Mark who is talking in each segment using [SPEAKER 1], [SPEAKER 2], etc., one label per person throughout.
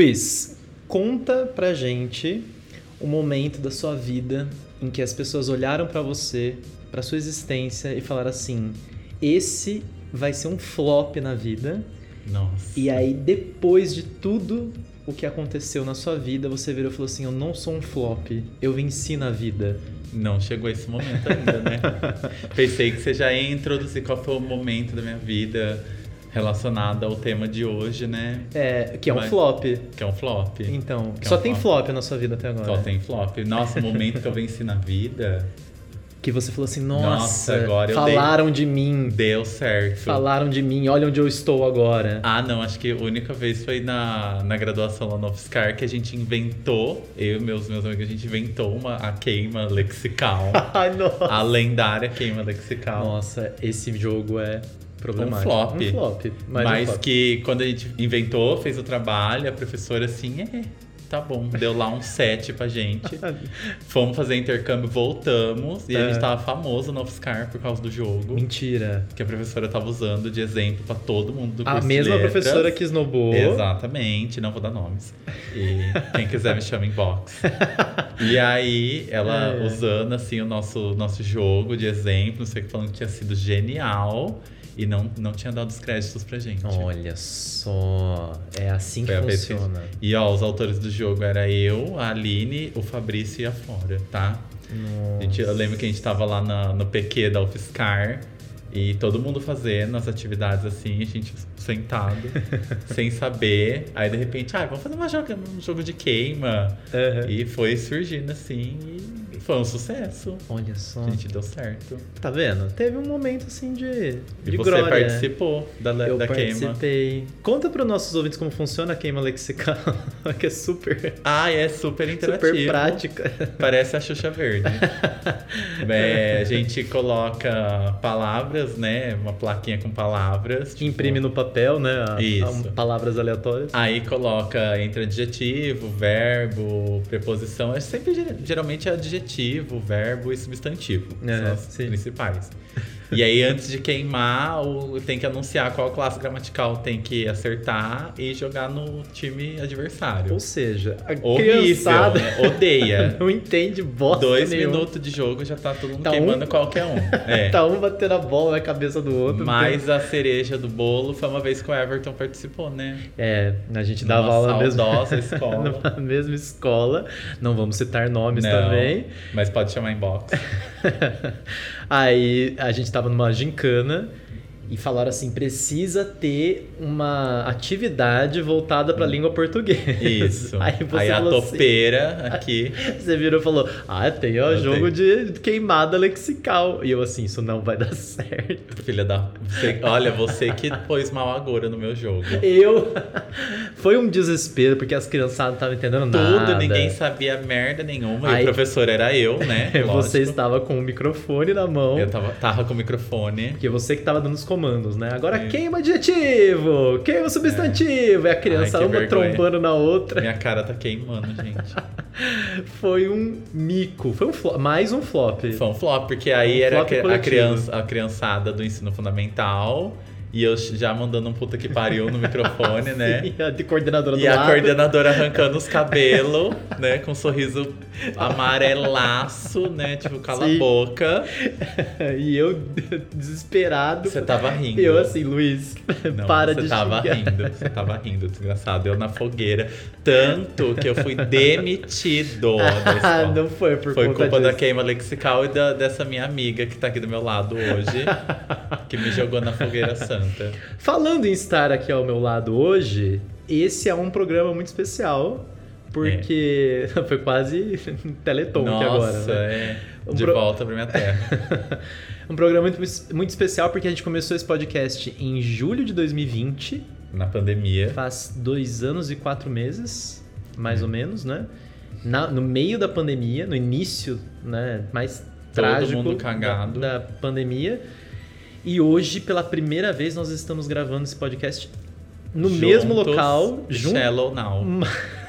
[SPEAKER 1] Luiz, conta pra gente o momento da sua vida em que as pessoas olharam pra você, pra sua existência e falaram assim: esse vai ser um flop na vida.
[SPEAKER 2] Nossa.
[SPEAKER 1] E aí, depois de tudo o que aconteceu na sua vida, você virou e falou assim: eu não sou um flop, eu venci na vida.
[SPEAKER 2] Não chegou esse momento ainda, né? Pensei que você já ia introduzir qual foi o momento da minha vida relacionado ao tema de hoje, né?
[SPEAKER 1] É, que é um
[SPEAKER 2] Mas-
[SPEAKER 1] flop.
[SPEAKER 2] Que é um flop.
[SPEAKER 1] Então, é.
[SPEAKER 2] Que é
[SPEAKER 1] só
[SPEAKER 2] um
[SPEAKER 1] tem
[SPEAKER 2] flop.
[SPEAKER 1] flop na sua vida até agora.
[SPEAKER 2] Só tem flop. Nossa, o momento que eu venci na vida
[SPEAKER 1] Que você falou assim,
[SPEAKER 2] Nossa,
[SPEAKER 1] nossa,
[SPEAKER 2] agora eu
[SPEAKER 1] falaram de mim,
[SPEAKER 2] deu certo.
[SPEAKER 1] falaram de mim, olha onde eu estou agora.
[SPEAKER 2] Ah, não, acho que a única vez foi na, na graduação lá no UFSCar que a gente inventou, eu e meus, meus amigos, a gente inventou uma, a queima lexical.
[SPEAKER 1] Ai, nossa.
[SPEAKER 2] a lendária queima lexical.
[SPEAKER 1] Nossa, esse jogo é problemático.
[SPEAKER 2] Um flop.
[SPEAKER 1] Um flop. Mas,
[SPEAKER 2] Mas,
[SPEAKER 1] um flop.
[SPEAKER 2] que quando a gente inventou, fez o trabalho, a professora assim, é, tá bom, deu lá um set pra gente. Fomos fazer intercâmbio, voltamos, e a
[SPEAKER 1] É.
[SPEAKER 2] gente tava famoso no UFSCar por causa do jogo.
[SPEAKER 1] Mentira.
[SPEAKER 2] Que a professora tava usando de exemplo pra todo mundo do curso
[SPEAKER 1] A
[SPEAKER 2] de
[SPEAKER 1] mesma
[SPEAKER 2] letras.
[SPEAKER 1] professora que esnobou.
[SPEAKER 2] Exatamente, não vou dar nomes. E quem quiser me chama em box. E aí, ela
[SPEAKER 1] É.
[SPEAKER 2] usando assim o nosso, nosso jogo de exemplo, não sei o que, falando que tinha sido genial e não, não tinha dado os créditos pra gente.
[SPEAKER 1] Olha só, é assim
[SPEAKER 2] Foi a
[SPEAKER 1] que
[SPEAKER 2] vez que-
[SPEAKER 1] funciona.
[SPEAKER 2] E ó, os autores do jogo era eu, a Aline, o Fabrício e a Flora, tá? A gente, eu lembro que a gente tava lá na- no PQ da UFSCar e todo mundo fazendo as atividades assim, a gente sentado, sem saber. Aí de repente, ah, vamos fazer uma joga- um jogo de queima.
[SPEAKER 1] Aham.
[SPEAKER 2] E foi surgindo assim e foi um sucesso.
[SPEAKER 1] Olha só.
[SPEAKER 2] A gente deu certo.
[SPEAKER 1] Tá vendo? Teve um momento assim de,
[SPEAKER 2] E
[SPEAKER 1] de
[SPEAKER 2] você
[SPEAKER 1] glória. né?
[SPEAKER 2] participou da,
[SPEAKER 1] Eu
[SPEAKER 2] da queima.
[SPEAKER 1] participei. Conta para nossos ouvintes como funciona a queima lexical, que é super,
[SPEAKER 2] Ah, é super interativo.
[SPEAKER 1] super prática.
[SPEAKER 2] Parece a Xuxa Verde. É, a gente coloca palavras, né? Uma plaquinha com palavras. tipo,
[SPEAKER 1] Imprime no papel, né? a- a-
[SPEAKER 2] Isso.
[SPEAKER 1] palavras aleatórias.
[SPEAKER 2] Aí coloca entre adjetivo, verbo, preposição. É sempre ge- geralmente é adjetivo, verbo e substantivo.
[SPEAKER 1] É,
[SPEAKER 2] são as
[SPEAKER 1] sim.
[SPEAKER 2] principais. E aí, antes de queimar, o- tem que anunciar qual classe gramatical tem que acertar e jogar no time adversário.
[SPEAKER 1] Ou seja, a
[SPEAKER 2] Horrível,
[SPEAKER 1] criançada
[SPEAKER 2] né? odeia.
[SPEAKER 1] não entende bosta
[SPEAKER 2] Dois
[SPEAKER 1] nenhuma.
[SPEAKER 2] minutos de jogo já tá todo mundo
[SPEAKER 1] Tá um-
[SPEAKER 2] queimando qualquer um. É.
[SPEAKER 1] Tá um batendo a bola na cabeça do outro.
[SPEAKER 2] Mas a cereja do bolo foi uma vez que o Everton participou, né?
[SPEAKER 1] É, a gente dava
[SPEAKER 2] Numa
[SPEAKER 1] aula na
[SPEAKER 2] saudosa
[SPEAKER 1] mesma
[SPEAKER 2] escola.
[SPEAKER 1] numa mesma escola. Não vamos citar nomes
[SPEAKER 2] Não,
[SPEAKER 1] também.
[SPEAKER 2] Mas pode chamar inbox.
[SPEAKER 1] Aí a gente tava numa gincana e falaram assim: precisa ter uma atividade voltada pra língua portuguesa.
[SPEAKER 2] Isso.
[SPEAKER 1] Aí você
[SPEAKER 2] a
[SPEAKER 1] falou assim-
[SPEAKER 2] topeira aqui.
[SPEAKER 1] Você virou e falou: Ah, tem ó,
[SPEAKER 2] Eu
[SPEAKER 1] jogo de queimada lexical. E eu assim, isso não vai dar certo.
[SPEAKER 2] Filha da. você- olha, você que pôs mal agora no meu jogo.
[SPEAKER 1] Eu. Foi um desespero, porque as criançadas não estavam entendendo nada.
[SPEAKER 2] Tudo, ninguém sabia merda nenhuma. E
[SPEAKER 1] Aí-
[SPEAKER 2] o professor era eu, né?
[SPEAKER 1] Você
[SPEAKER 2] Lógico.
[SPEAKER 1] estava com o microfone na mão.
[SPEAKER 2] Eu tava, tava com o microfone.
[SPEAKER 1] Porque você que tava dando os comandos, né? Agora
[SPEAKER 2] É.
[SPEAKER 1] queima adjetivo, queima substantivo. E a criança
[SPEAKER 2] Ai, que
[SPEAKER 1] uma
[SPEAKER 2] vergonha.
[SPEAKER 1] trombando na outra.
[SPEAKER 2] Minha cara tá queimando, gente.
[SPEAKER 1] Foi um mico. Foi um flo- mais um flop.
[SPEAKER 2] Foi um flop, porque aí
[SPEAKER 1] Um
[SPEAKER 2] era
[SPEAKER 1] flop
[SPEAKER 2] que- a,
[SPEAKER 1] coletivo.
[SPEAKER 2] criança, a criançada do ensino fundamental. E eu já mandando um puta que pariu no microfone, né?
[SPEAKER 1] E a de coordenadora do
[SPEAKER 2] E a
[SPEAKER 1] lado.
[SPEAKER 2] coordenadora arrancando os cabelos, né? Com um sorriso amarelaço, né? Tipo, cala
[SPEAKER 1] Sim.
[SPEAKER 2] a boca.
[SPEAKER 1] E eu, desesperado.
[SPEAKER 2] Você tá tava rindo.
[SPEAKER 1] Eu assim, Luiz,
[SPEAKER 2] Não,
[SPEAKER 1] para
[SPEAKER 2] você
[SPEAKER 1] de
[SPEAKER 2] tava
[SPEAKER 1] xingar.
[SPEAKER 2] rindo, você tava rindo, desgraçado. Eu na fogueira. Tanto que eu fui demitido. da
[SPEAKER 1] Ah,
[SPEAKER 2] escola.
[SPEAKER 1] não foi por
[SPEAKER 2] Foi
[SPEAKER 1] conta
[SPEAKER 2] culpa da
[SPEAKER 1] disso.
[SPEAKER 2] queima lexical e da- dessa minha amiga que tá aqui do meu lado hoje, que me jogou na fogueira santa.
[SPEAKER 1] Falando em estar aqui ao meu lado hoje, esse é um programa muito especial. Porque foi quase Teleton
[SPEAKER 2] É. Nossa,
[SPEAKER 1] que agora. né?
[SPEAKER 2] é.
[SPEAKER 1] Um
[SPEAKER 2] De
[SPEAKER 1] pro-
[SPEAKER 2] volta pra minha terra.
[SPEAKER 1] um programa muito, muito especial porque a gente começou esse podcast em julho de 2020,
[SPEAKER 2] Na pandemia.
[SPEAKER 1] faz dois anos e quatro meses,
[SPEAKER 2] Hum.
[SPEAKER 1] mais ou menos, né? Na- no meio da pandemia, no início, né? Mais trágico
[SPEAKER 2] mundo cagado.
[SPEAKER 1] Da, da pandemia. E hoje, pela primeira vez, nós estamos gravando esse podcast no mesmo
[SPEAKER 2] Juntos,
[SPEAKER 1] local, junto.
[SPEAKER 2] Shallow Now.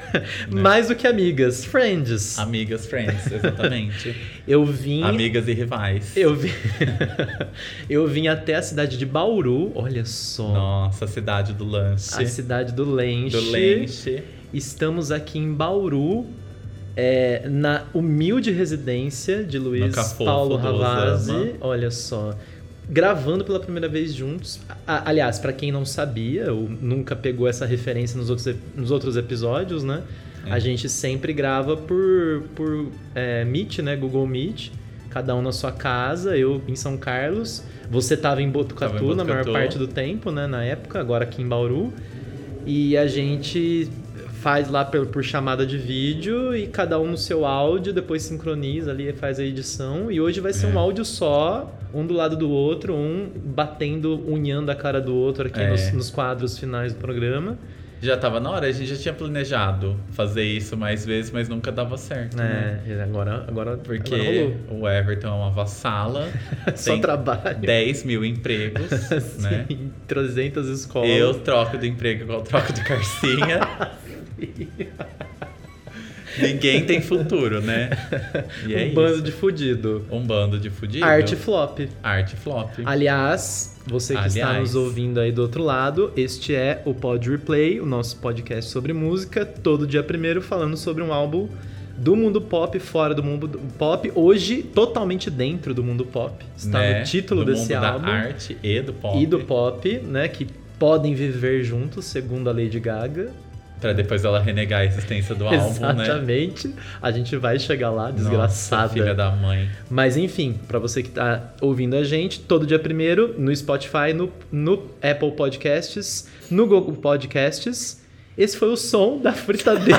[SPEAKER 1] Mais do que amigas, friends.
[SPEAKER 2] Amigas, friends, exatamente.
[SPEAKER 1] Eu vim.
[SPEAKER 2] Amigas e rivais.
[SPEAKER 1] Eu vim. eu vim até a cidade de Bauru, olha só.
[SPEAKER 2] Nossa, cidade do lanche.
[SPEAKER 1] A cidade do Lenche.
[SPEAKER 2] do lanche.
[SPEAKER 1] Estamos aqui em Bauru, é, na humilde residência de Luiz
[SPEAKER 2] Cafofo
[SPEAKER 1] Paulo
[SPEAKER 2] do
[SPEAKER 1] Ravazzi.
[SPEAKER 2] Osama.
[SPEAKER 1] Olha só. Gravando pela primeira vez juntos. A- aliás, pra quem não sabia ou nunca pegou essa referência nos outros, ep- nos outros episódios, né?
[SPEAKER 2] É.
[SPEAKER 1] A gente sempre grava por, por é, Meet, né? Google Meet. Cada um na sua casa, eu em São Carlos. Você tava em Botucatu,
[SPEAKER 2] Tava em
[SPEAKER 1] na maior
[SPEAKER 2] Botucatu.
[SPEAKER 1] parte do tempo, né? Na época, agora aqui em Bauru. E a gente faz lá por, por chamada de vídeo e cada um no seu áudio, depois sincroniza ali e faz a edição. E hoje vai ser um
[SPEAKER 2] É.
[SPEAKER 1] áudio só, um do lado do outro, um batendo, unhando a cara do outro aqui
[SPEAKER 2] É.
[SPEAKER 1] nos, nos quadros finais do programa.
[SPEAKER 2] Já tava na hora, a gente já tinha planejado fazer isso mais vezes, mas nunca dava certo. Né?
[SPEAKER 1] É, agora, agora,
[SPEAKER 2] Porque
[SPEAKER 1] agora rolou.
[SPEAKER 2] o Everton é uma vassala,
[SPEAKER 1] Só
[SPEAKER 2] tem
[SPEAKER 1] trabalho.
[SPEAKER 2] 10 mil empregos, né?
[SPEAKER 1] Sim, 300 escolas. um
[SPEAKER 2] Eu troco do emprego igual troco de carcinha. Ninguém tem futuro, né? E
[SPEAKER 1] um
[SPEAKER 2] é
[SPEAKER 1] bando
[SPEAKER 2] isso.
[SPEAKER 1] de fudido.
[SPEAKER 2] Um bando de fudido.
[SPEAKER 1] Arte flop.
[SPEAKER 2] Arte flop.
[SPEAKER 1] Aliás, você que está
[SPEAKER 2] Aliás.
[SPEAKER 1] nos ouvindo aí do outro lado, este é o Pod Replay, o nosso podcast sobre música, todo dia primeiro falando sobre um álbum do mundo pop, fora do mundo do- pop, hoje totalmente dentro do mundo pop. Está
[SPEAKER 2] né?
[SPEAKER 1] tá no título
[SPEAKER 2] do
[SPEAKER 1] desse
[SPEAKER 2] mundo
[SPEAKER 1] álbum
[SPEAKER 2] da arte e do pop.
[SPEAKER 1] e do pop, né, que podem viver juntos, segundo a Lady Gaga.
[SPEAKER 2] Pra depois ela renegar a existência do álbum, né?
[SPEAKER 1] Exatamente. A gente vai chegar lá,
[SPEAKER 2] Nossa,
[SPEAKER 1] desgraçada.
[SPEAKER 2] filha da mãe.
[SPEAKER 1] Mas enfim, pra você que tá ouvindo a gente, todo dia primeiro no Spotify, no, no Apple Podcasts, no Google Podcasts. Esse foi o som da fritadeira.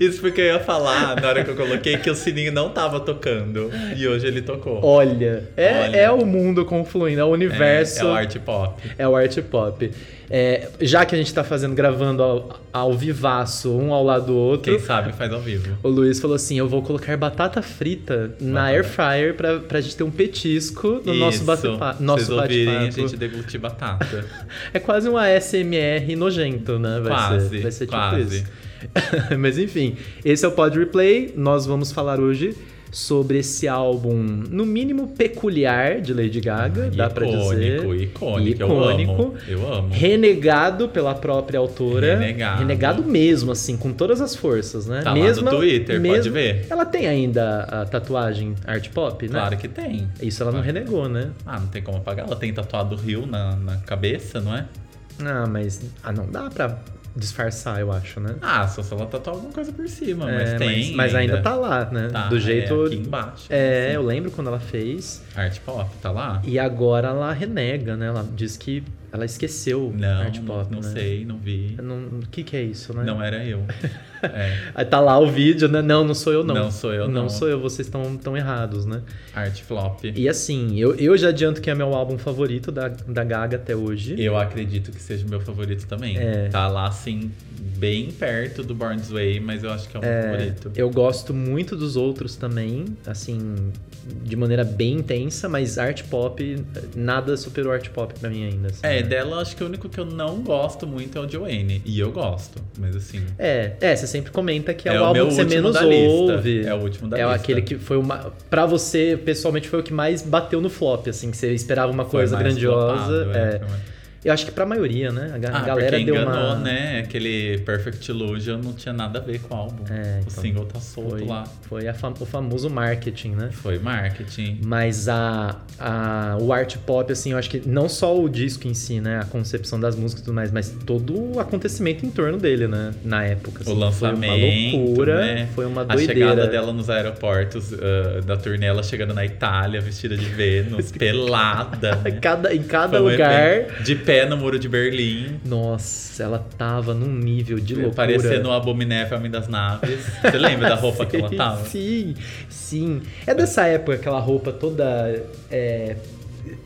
[SPEAKER 2] Isso porque eu ia falar na hora que eu coloquei que o sininho não tava tocando. E hoje ele tocou.
[SPEAKER 1] Olha, é,
[SPEAKER 2] Olha.
[SPEAKER 1] é o mundo confluindo, é o
[SPEAKER 2] É,
[SPEAKER 1] universo,
[SPEAKER 2] É, o arte pop.
[SPEAKER 1] art pop. É, já que a gente tá fazendo, gravando ao, ao vivaço, um ao lado do outro,
[SPEAKER 2] Quem sabe faz ao vivo.
[SPEAKER 1] o Luiz falou assim: eu vou colocar batata frita na
[SPEAKER 2] Batata.
[SPEAKER 1] air fryer pra, pra gente ter um petisco no nosso bate
[SPEAKER 2] Isso. Vocês
[SPEAKER 1] nosso
[SPEAKER 2] ouvirem a
[SPEAKER 1] bate-papo.
[SPEAKER 2] gente deglutir batata.
[SPEAKER 1] É quase um ASMR nojento, né? Vai
[SPEAKER 2] Quase,
[SPEAKER 1] ser, vai ser tipo
[SPEAKER 2] quase.
[SPEAKER 1] isso. Mas enfim, esse é o Pod Replay. Nós vamos falar hoje sobre esse álbum, no mínimo peculiar, de Lady Gaga, dá pra dizer.
[SPEAKER 2] icônico, icônico,
[SPEAKER 1] Icônico. É
[SPEAKER 2] Eu amo. Eu amo.
[SPEAKER 1] Renegado pela própria autora.
[SPEAKER 2] Renegado.
[SPEAKER 1] Renegado mesmo, assim, com todas as forças, né?
[SPEAKER 2] Tá
[SPEAKER 1] mesmo,
[SPEAKER 2] lá no Twitter, pode
[SPEAKER 1] mesmo- Né?
[SPEAKER 2] ver.
[SPEAKER 1] Ela tem ainda a tatuagem art pop, né?
[SPEAKER 2] Claro que tem.
[SPEAKER 1] Isso ela não
[SPEAKER 2] Claro.
[SPEAKER 1] renegou, né?
[SPEAKER 2] Ah, não tem como apagar. Ela tem tatuado o rio na, na cabeça, não é?
[SPEAKER 1] Ah, mas ah, não dá pra disfarçar, eu acho, né?
[SPEAKER 2] Ah, só se ela tatuar alguma coisa por cima, Ah, mas
[SPEAKER 1] É,
[SPEAKER 2] tem.
[SPEAKER 1] mas ainda tá lá, né?
[SPEAKER 2] Tá,
[SPEAKER 1] Do
[SPEAKER 2] é,
[SPEAKER 1] jeito.
[SPEAKER 2] aqui embaixo.
[SPEAKER 1] É, eu lembro quando ela fez.
[SPEAKER 2] Arte pop, tá lá?
[SPEAKER 1] E agora ela renega, né? Ela diz que ela esqueceu
[SPEAKER 2] Não,
[SPEAKER 1] art pop.
[SPEAKER 2] não
[SPEAKER 1] né?
[SPEAKER 2] sei, não vi.
[SPEAKER 1] Eu não- O que, que é isso, né?
[SPEAKER 2] Não era eu. É,
[SPEAKER 1] Aí tá lá o vídeo, né? Não, não sou eu, não.
[SPEAKER 2] não. sou eu, não.
[SPEAKER 1] Não sou eu, vocês estão tão errados, né?
[SPEAKER 2] Arte flop.
[SPEAKER 1] E assim, eu, eu já adianto que é meu álbum favorito da, da Gaga até hoje.
[SPEAKER 2] Eu acredito que seja o meu favorito também.
[SPEAKER 1] É.
[SPEAKER 2] Tá lá, assim, bem perto do Born's Way, mas eu acho que é o meu favorito.
[SPEAKER 1] Eu gosto muito dos outros também, assim, de maneira bem intensa, mas art pop, nada superou art pop pra mim ainda. assim, né?
[SPEAKER 2] É, dela acho que o único que eu não gosto muito é o Joanne. E eu gosto, mas assim.
[SPEAKER 1] É, é, você sempre comenta que é,
[SPEAKER 2] é
[SPEAKER 1] o álbum
[SPEAKER 2] meu
[SPEAKER 1] que você
[SPEAKER 2] último
[SPEAKER 1] menos
[SPEAKER 2] da lista.
[SPEAKER 1] ouve.
[SPEAKER 2] É o último da
[SPEAKER 1] É
[SPEAKER 2] lista.
[SPEAKER 1] aquele que foi uma. Pra você, pessoalmente, foi o que mais bateu no flop, assim, que você esperava uma
[SPEAKER 2] Foi
[SPEAKER 1] coisa
[SPEAKER 2] mais
[SPEAKER 1] grandiosa.
[SPEAKER 2] flopado,
[SPEAKER 1] é.
[SPEAKER 2] é, foi mais-
[SPEAKER 1] Eu acho que pra maioria, né? A, ga-
[SPEAKER 2] Ah,
[SPEAKER 1] a galera
[SPEAKER 2] porque
[SPEAKER 1] deu
[SPEAKER 2] enganou,
[SPEAKER 1] uma.
[SPEAKER 2] né? Aquele Perfect Illusion não tinha nada a ver com o álbum.
[SPEAKER 1] É,
[SPEAKER 2] o
[SPEAKER 1] então,
[SPEAKER 2] single tá solto
[SPEAKER 1] Foi,
[SPEAKER 2] lá.
[SPEAKER 1] foi a fam- o famoso marketing, né?
[SPEAKER 2] Foi marketing.
[SPEAKER 1] Mas a, a, o art pop, assim, eu acho que não só o disco em si, né? A concepção das músicas e tudo mais, mas todo o acontecimento em torno dele, né? Na época. assim,
[SPEAKER 2] O lançamento,
[SPEAKER 1] Foi uma loucura,
[SPEAKER 2] né?
[SPEAKER 1] foi uma
[SPEAKER 2] A
[SPEAKER 1] Tá doideira.
[SPEAKER 2] chegada dela nos aeroportos ah, da turnê, ela chegando na Itália, vestida de Vênus, pelada. né?
[SPEAKER 1] Cada, em cada
[SPEAKER 2] Foi um
[SPEAKER 1] lugar.
[SPEAKER 2] evento. De pé no muro de Berlim.
[SPEAKER 1] Nossa, ela tava num nível de loucura.
[SPEAKER 2] Parecendo o Abominével Homem das Naves. Você lembra da roupa que ela tava?
[SPEAKER 1] Sim, sim. É dessa época aquela roupa toda é,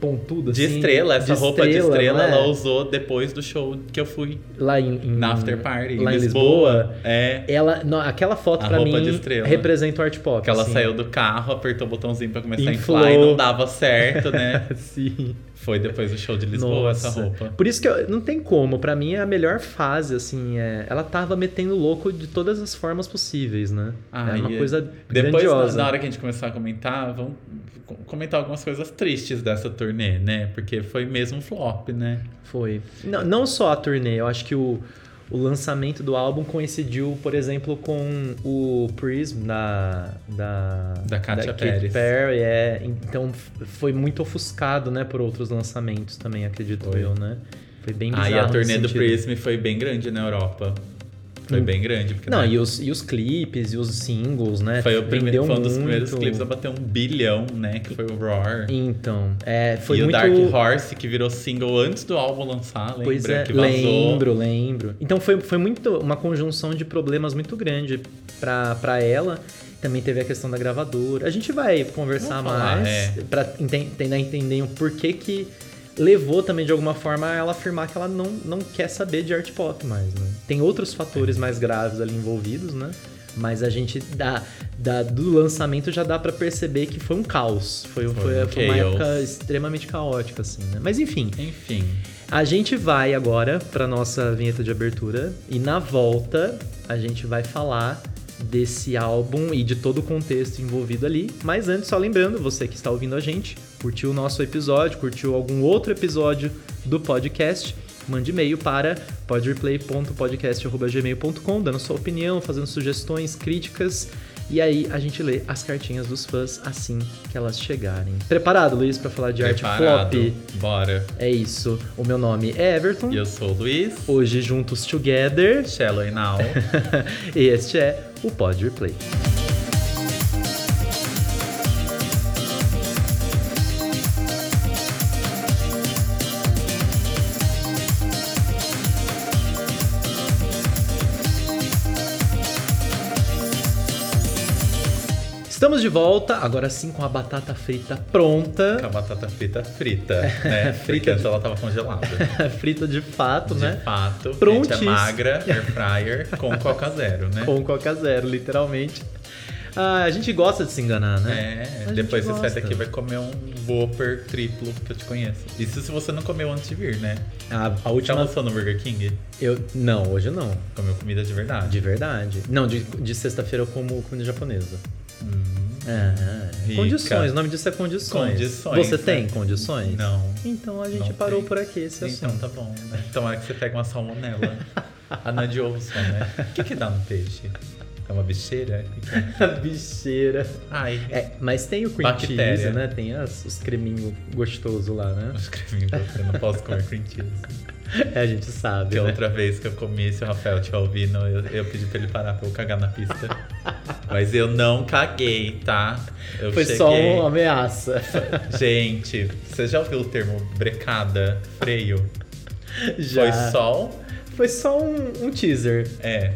[SPEAKER 1] pontuda,
[SPEAKER 2] De
[SPEAKER 1] assim,
[SPEAKER 2] estrela, essa roupa de estrela
[SPEAKER 1] não é?
[SPEAKER 2] ela usou depois do show que eu fui
[SPEAKER 1] lá em, em-
[SPEAKER 2] na After Party, em
[SPEAKER 1] Hum. lá em
[SPEAKER 2] Lisboa. É.
[SPEAKER 1] Ela, não, aquela foto
[SPEAKER 2] A
[SPEAKER 1] pra
[SPEAKER 2] roupa
[SPEAKER 1] mim
[SPEAKER 2] de estrela.
[SPEAKER 1] representa o art pop.
[SPEAKER 2] Que ela
[SPEAKER 1] assim.
[SPEAKER 2] saiu do carro, apertou o botãozinho pra começar a
[SPEAKER 1] Inflou.
[SPEAKER 2] inflar e não dava certo, né?
[SPEAKER 1] Sim.
[SPEAKER 2] Foi depois do show de Lisboa
[SPEAKER 1] Nossa.
[SPEAKER 2] essa roupa.
[SPEAKER 1] Por isso que eu, não tem como, pra mim é a melhor fase, assim, é, ela tava metendo louco de todas as formas possíveis, né?
[SPEAKER 2] Ah,
[SPEAKER 1] é uma
[SPEAKER 2] e
[SPEAKER 1] coisa
[SPEAKER 2] Depois, na,
[SPEAKER 1] grandiosa.
[SPEAKER 2] na hora que a gente começar a comentar, vamos co- comentar algumas coisas tristes dessa turnê, né? Porque foi mesmo um flop, né?
[SPEAKER 1] Foi. Não, não só a turnê, eu acho que o, o lançamento do álbum coincidiu, por exemplo, com o Prism da. Da,
[SPEAKER 2] Da Katy
[SPEAKER 1] Katy
[SPEAKER 2] Perry.
[SPEAKER 1] Perry, é. Então f- foi muito ofuscado, né, por outros lançamentos também, acredito
[SPEAKER 2] Foi.
[SPEAKER 1] eu, né? Foi bem bizarro.
[SPEAKER 2] Aí a turnê
[SPEAKER 1] nesse
[SPEAKER 2] do
[SPEAKER 1] sentido.
[SPEAKER 2] Prism foi bem grande na Europa. Foi
[SPEAKER 1] Hum.
[SPEAKER 2] bem grande. Porque
[SPEAKER 1] Não,
[SPEAKER 2] na
[SPEAKER 1] e os, e os clipes, e os singles, né?
[SPEAKER 2] né? Foi, o
[SPEAKER 1] Vendeu
[SPEAKER 2] primeiro, foi um dos
[SPEAKER 1] muito.
[SPEAKER 2] primeiros clipes a bater um bilhão, né? Que foi o Roar.
[SPEAKER 1] Então, é, foi
[SPEAKER 2] e
[SPEAKER 1] muito...
[SPEAKER 2] o Dark Horse, que virou single antes do álbum lançar, lembra?
[SPEAKER 1] Pois é,
[SPEAKER 2] que vazou.
[SPEAKER 1] lembro, lembro. Então foi, foi muito uma conjunção de problemas muito grande pra, pra ela. Também teve a questão da gravadora. A gente vai conversar
[SPEAKER 2] Vamos falar,
[SPEAKER 1] mais
[SPEAKER 2] é.
[SPEAKER 1] pra enten- tentar entender o porquê que levou também de alguma forma a ela afirmar que ela não, não quer saber de art pop mais, né? Tem outros fatores
[SPEAKER 2] É.
[SPEAKER 1] mais graves ali envolvidos, né? Mas a gente dá, dá- do lançamento já dá pra perceber que foi um caos. Foi,
[SPEAKER 2] Foi
[SPEAKER 1] foi-
[SPEAKER 2] um
[SPEAKER 1] foi uma
[SPEAKER 2] chaos.
[SPEAKER 1] época extremamente caótica, assim, né? Mas enfim,
[SPEAKER 2] Enfim.
[SPEAKER 1] a gente vai agora para nossa vinheta de abertura e na volta a gente vai falar desse álbum e de todo o contexto envolvido ali. Mas antes, só lembrando, você que está ouvindo a gente, curtiu o nosso episódio, curtiu algum outro episódio do podcast, mande e-mail para podreplay.podcast.gmail.com, dando sua opinião, fazendo sugestões, críticas. E aí a gente lê as cartinhas dos fãs assim que elas chegarem. Preparado, Luiz, para falar de arte
[SPEAKER 2] Preparado.
[SPEAKER 1] flop?
[SPEAKER 2] Bora.
[SPEAKER 1] É isso. O meu nome é Everton.
[SPEAKER 2] E eu sou o Luiz.
[SPEAKER 1] Hoje juntos together.
[SPEAKER 2] Shallow e Now.
[SPEAKER 1] e este é o Pod Replay. Estamos de volta, agora sim com a batata frita
[SPEAKER 2] Com
[SPEAKER 1] pronta.
[SPEAKER 2] a batata frita frita, né?
[SPEAKER 1] É, Frita
[SPEAKER 2] frita
[SPEAKER 1] de-
[SPEAKER 2] antes ela tava congelada.
[SPEAKER 1] frita de fato,
[SPEAKER 2] De
[SPEAKER 1] né?
[SPEAKER 2] fato, gente é
[SPEAKER 1] Prontíssimo.
[SPEAKER 2] magra, air fryer, com coca zero, né?
[SPEAKER 1] Com Coca Zero, literalmente. Ah, a gente gosta de se enganar, né?
[SPEAKER 2] É,
[SPEAKER 1] gente
[SPEAKER 2] depois você sai
[SPEAKER 1] gosta.
[SPEAKER 2] daqui e vai comer um Whopper triplo que eu te conheço. Isso se você não comeu antes de vir, né?
[SPEAKER 1] Ah, A, a
[SPEAKER 2] Já
[SPEAKER 1] última.
[SPEAKER 2] almoçou no Burger King?
[SPEAKER 1] Eu, não, hoje não.
[SPEAKER 2] Comeu comida de verdade.
[SPEAKER 1] De verdade. Não, de, de sexta-feira eu como comida japonesa.
[SPEAKER 2] Hum,
[SPEAKER 1] Ah,
[SPEAKER 2] Rica.
[SPEAKER 1] condições, o nome disso é condições.
[SPEAKER 2] Condições,
[SPEAKER 1] Você
[SPEAKER 2] né?
[SPEAKER 1] tem condições?
[SPEAKER 2] não.
[SPEAKER 1] Então a gente
[SPEAKER 2] Não
[SPEAKER 1] parou
[SPEAKER 2] tem.
[SPEAKER 1] por aqui esse é
[SPEAKER 2] Então
[SPEAKER 1] assunto.
[SPEAKER 2] tá bom, né? Tomara que você pegue uma salmonela. Ah, é A Nand Olson, né? O que que dá no peixe? É uma bicheira? O que que é?
[SPEAKER 1] Bicheira.
[SPEAKER 2] Ai,
[SPEAKER 1] É, mas tem o cream
[SPEAKER 2] Bactéria.
[SPEAKER 1] cheese, né? Tem as- os creminhos gostosos lá, né?
[SPEAKER 2] eu escrevi pra você, não posso comer cream cheese.
[SPEAKER 1] É, a gente sabe.
[SPEAKER 2] Porque
[SPEAKER 1] né?
[SPEAKER 2] outra vez que eu comi, se o Rafael te ouvindo, eu, eu pedi pra ele parar pra eu cagar na pista. Mas eu não caguei, tá? Eu
[SPEAKER 1] Foi
[SPEAKER 2] cheguei.
[SPEAKER 1] só um- uma ameaça.
[SPEAKER 2] Gente, você já ouviu o termo brecada, freio?
[SPEAKER 1] Já.
[SPEAKER 2] Foi sol?
[SPEAKER 1] Foi só um- um teaser.
[SPEAKER 2] É.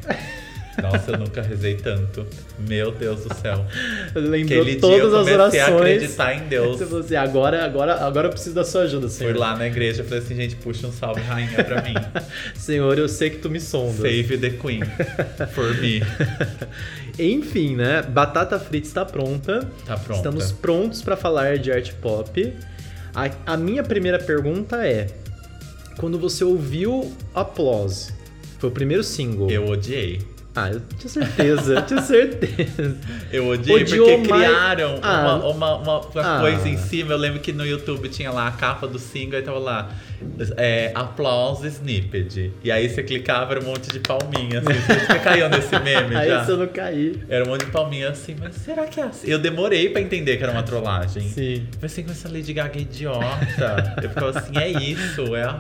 [SPEAKER 2] Nossa, eu nunca rezei tanto. Meu Deus do céu.
[SPEAKER 1] Lembrou
[SPEAKER 2] Aquele dia eu
[SPEAKER 1] todas as
[SPEAKER 2] comecei a
[SPEAKER 1] orações.
[SPEAKER 2] acreditar em Deus.
[SPEAKER 1] Você falou assim, agora, agora, agora eu preciso da sua ajuda,
[SPEAKER 2] Fui
[SPEAKER 1] Senhor.
[SPEAKER 2] Então, lá na igreja e falei assim, gente, puxa um salve rainha pra mim.
[SPEAKER 1] Senhor, eu sei que tu me sondas.
[SPEAKER 2] Save the queen for me.
[SPEAKER 1] Enfim, né? Batata frita está pronta.
[SPEAKER 2] Tá pronto.
[SPEAKER 1] Estamos prontos para falar de arte pop. A, a minha primeira pergunta é: quando você ouviu Applause, foi o primeiro single?
[SPEAKER 2] Eu odiei.
[SPEAKER 1] Ah, eu tinha certeza, eu tinha certeza.
[SPEAKER 2] Eu odiei
[SPEAKER 1] Odiou
[SPEAKER 2] porque
[SPEAKER 1] mais-
[SPEAKER 2] criaram
[SPEAKER 1] Ah.
[SPEAKER 2] uma, uma- uma- uma
[SPEAKER 1] Ah.
[SPEAKER 2] coisa em cima. Eu lembro que no YouTube tinha lá a capa do single e tava lá é, Applause Snippet. E aí você clicava, era um monte de palminha. Assim, você caiu nesse meme
[SPEAKER 1] Aí
[SPEAKER 2] já?
[SPEAKER 1] se eu não caí.
[SPEAKER 2] Era um monte de palminha assim, mas será que é assim? Eu demorei pra entender que era uma trollagem.
[SPEAKER 1] Sim.
[SPEAKER 2] Eu Pensei com essa Lady Gaga é idiota. eu ficava assim, é isso, é.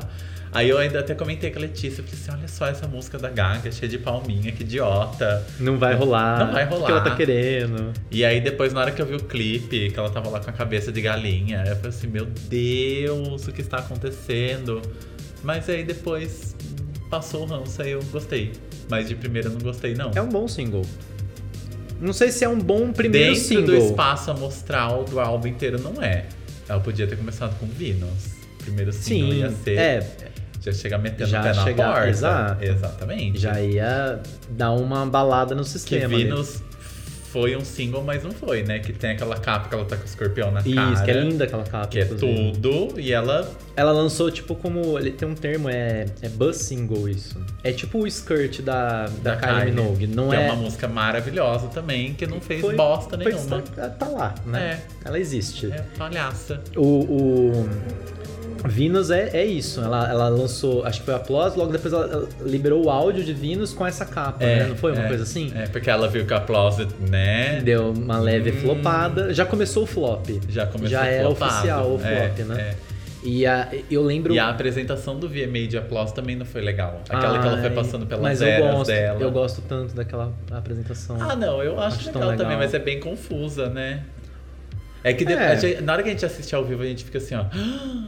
[SPEAKER 2] Aí eu ainda até comentei com a Letícia, eu falei assim, olha só essa música da Gaga, cheia de palminha, que idiota.
[SPEAKER 1] Não vai rolar.
[SPEAKER 2] Não vai rolar.
[SPEAKER 1] O que ela tá querendo?
[SPEAKER 2] E aí depois, na hora que eu vi o clipe, que ela tava lá com a cabeça de galinha, eu falei assim, meu Deus, o que está acontecendo? Mas aí depois hum, passou o ranço, aí eu gostei. Mas de primeira eu não gostei, não.
[SPEAKER 1] É um bom single. Não sei se é um bom primeiro
[SPEAKER 2] Dentro
[SPEAKER 1] single.
[SPEAKER 2] do espaço amostral do álbum inteiro, não é. Ela podia ter começado com Venus. Primeiro single
[SPEAKER 1] Sim,
[SPEAKER 2] ia ser.
[SPEAKER 1] é,
[SPEAKER 2] Já chega metendo
[SPEAKER 1] Já
[SPEAKER 2] o pé
[SPEAKER 1] chega-
[SPEAKER 2] na porta.
[SPEAKER 1] exato.
[SPEAKER 2] Exatamente.
[SPEAKER 1] já ia dar uma balada no
[SPEAKER 2] que
[SPEAKER 1] sistema. né? ali.
[SPEAKER 2] Venus foi um single, mas não foi, né? Que tem aquela capa que ela tá com o escorpião na
[SPEAKER 1] Isso,
[SPEAKER 2] cara.
[SPEAKER 1] que é linda aquela capa.
[SPEAKER 2] que é
[SPEAKER 1] inclusive.
[SPEAKER 2] tudo. E ela
[SPEAKER 1] Ela lançou, tipo, como. ele Tem um termo, é, é buzz single isso. É tipo o skirt da, da,
[SPEAKER 2] Da
[SPEAKER 1] Kylie
[SPEAKER 2] Kylie,
[SPEAKER 1] Minogue. Não
[SPEAKER 2] que é...
[SPEAKER 1] é.
[SPEAKER 2] uma música maravilhosa também, que não fez
[SPEAKER 1] Foi-
[SPEAKER 2] bosta
[SPEAKER 1] Pois
[SPEAKER 2] nenhuma.
[SPEAKER 1] Tá, tá lá, né? Ela existe.
[SPEAKER 2] É palhaça.
[SPEAKER 1] O, o Venus é, é isso. Ela, ela lançou, acho que foi a Plus, logo depois ela ela liberou o áudio de Venus com essa capa,
[SPEAKER 2] É,
[SPEAKER 1] né? Não foi uma
[SPEAKER 2] é,
[SPEAKER 1] coisa assim?
[SPEAKER 2] É, porque ela viu que a Closet, né?
[SPEAKER 1] Deu uma leve
[SPEAKER 2] Hum.
[SPEAKER 1] flopada. Já começou o flop.
[SPEAKER 2] Já começou
[SPEAKER 1] Já era
[SPEAKER 2] flopado.
[SPEAKER 1] oficial o flop,
[SPEAKER 2] É,
[SPEAKER 1] né?
[SPEAKER 2] é.
[SPEAKER 1] E a- eu lembro.
[SPEAKER 2] E a apresentação do VMA de Applause também não foi legal. Aquela que ela foi
[SPEAKER 1] Ai,
[SPEAKER 2] passando pelas
[SPEAKER 1] mas
[SPEAKER 2] eras
[SPEAKER 1] eu gosto,
[SPEAKER 2] dela.
[SPEAKER 1] Eu gosto tanto daquela apresentação.
[SPEAKER 2] Ah, não, eu acho,
[SPEAKER 1] Acho tão
[SPEAKER 2] legal, também,
[SPEAKER 1] legal.
[SPEAKER 2] mas é bem confusa, né? É que de-
[SPEAKER 1] É.
[SPEAKER 2] a gente- na hora que a gente assiste ao vivo, a gente fica assim, ó. "Ah!"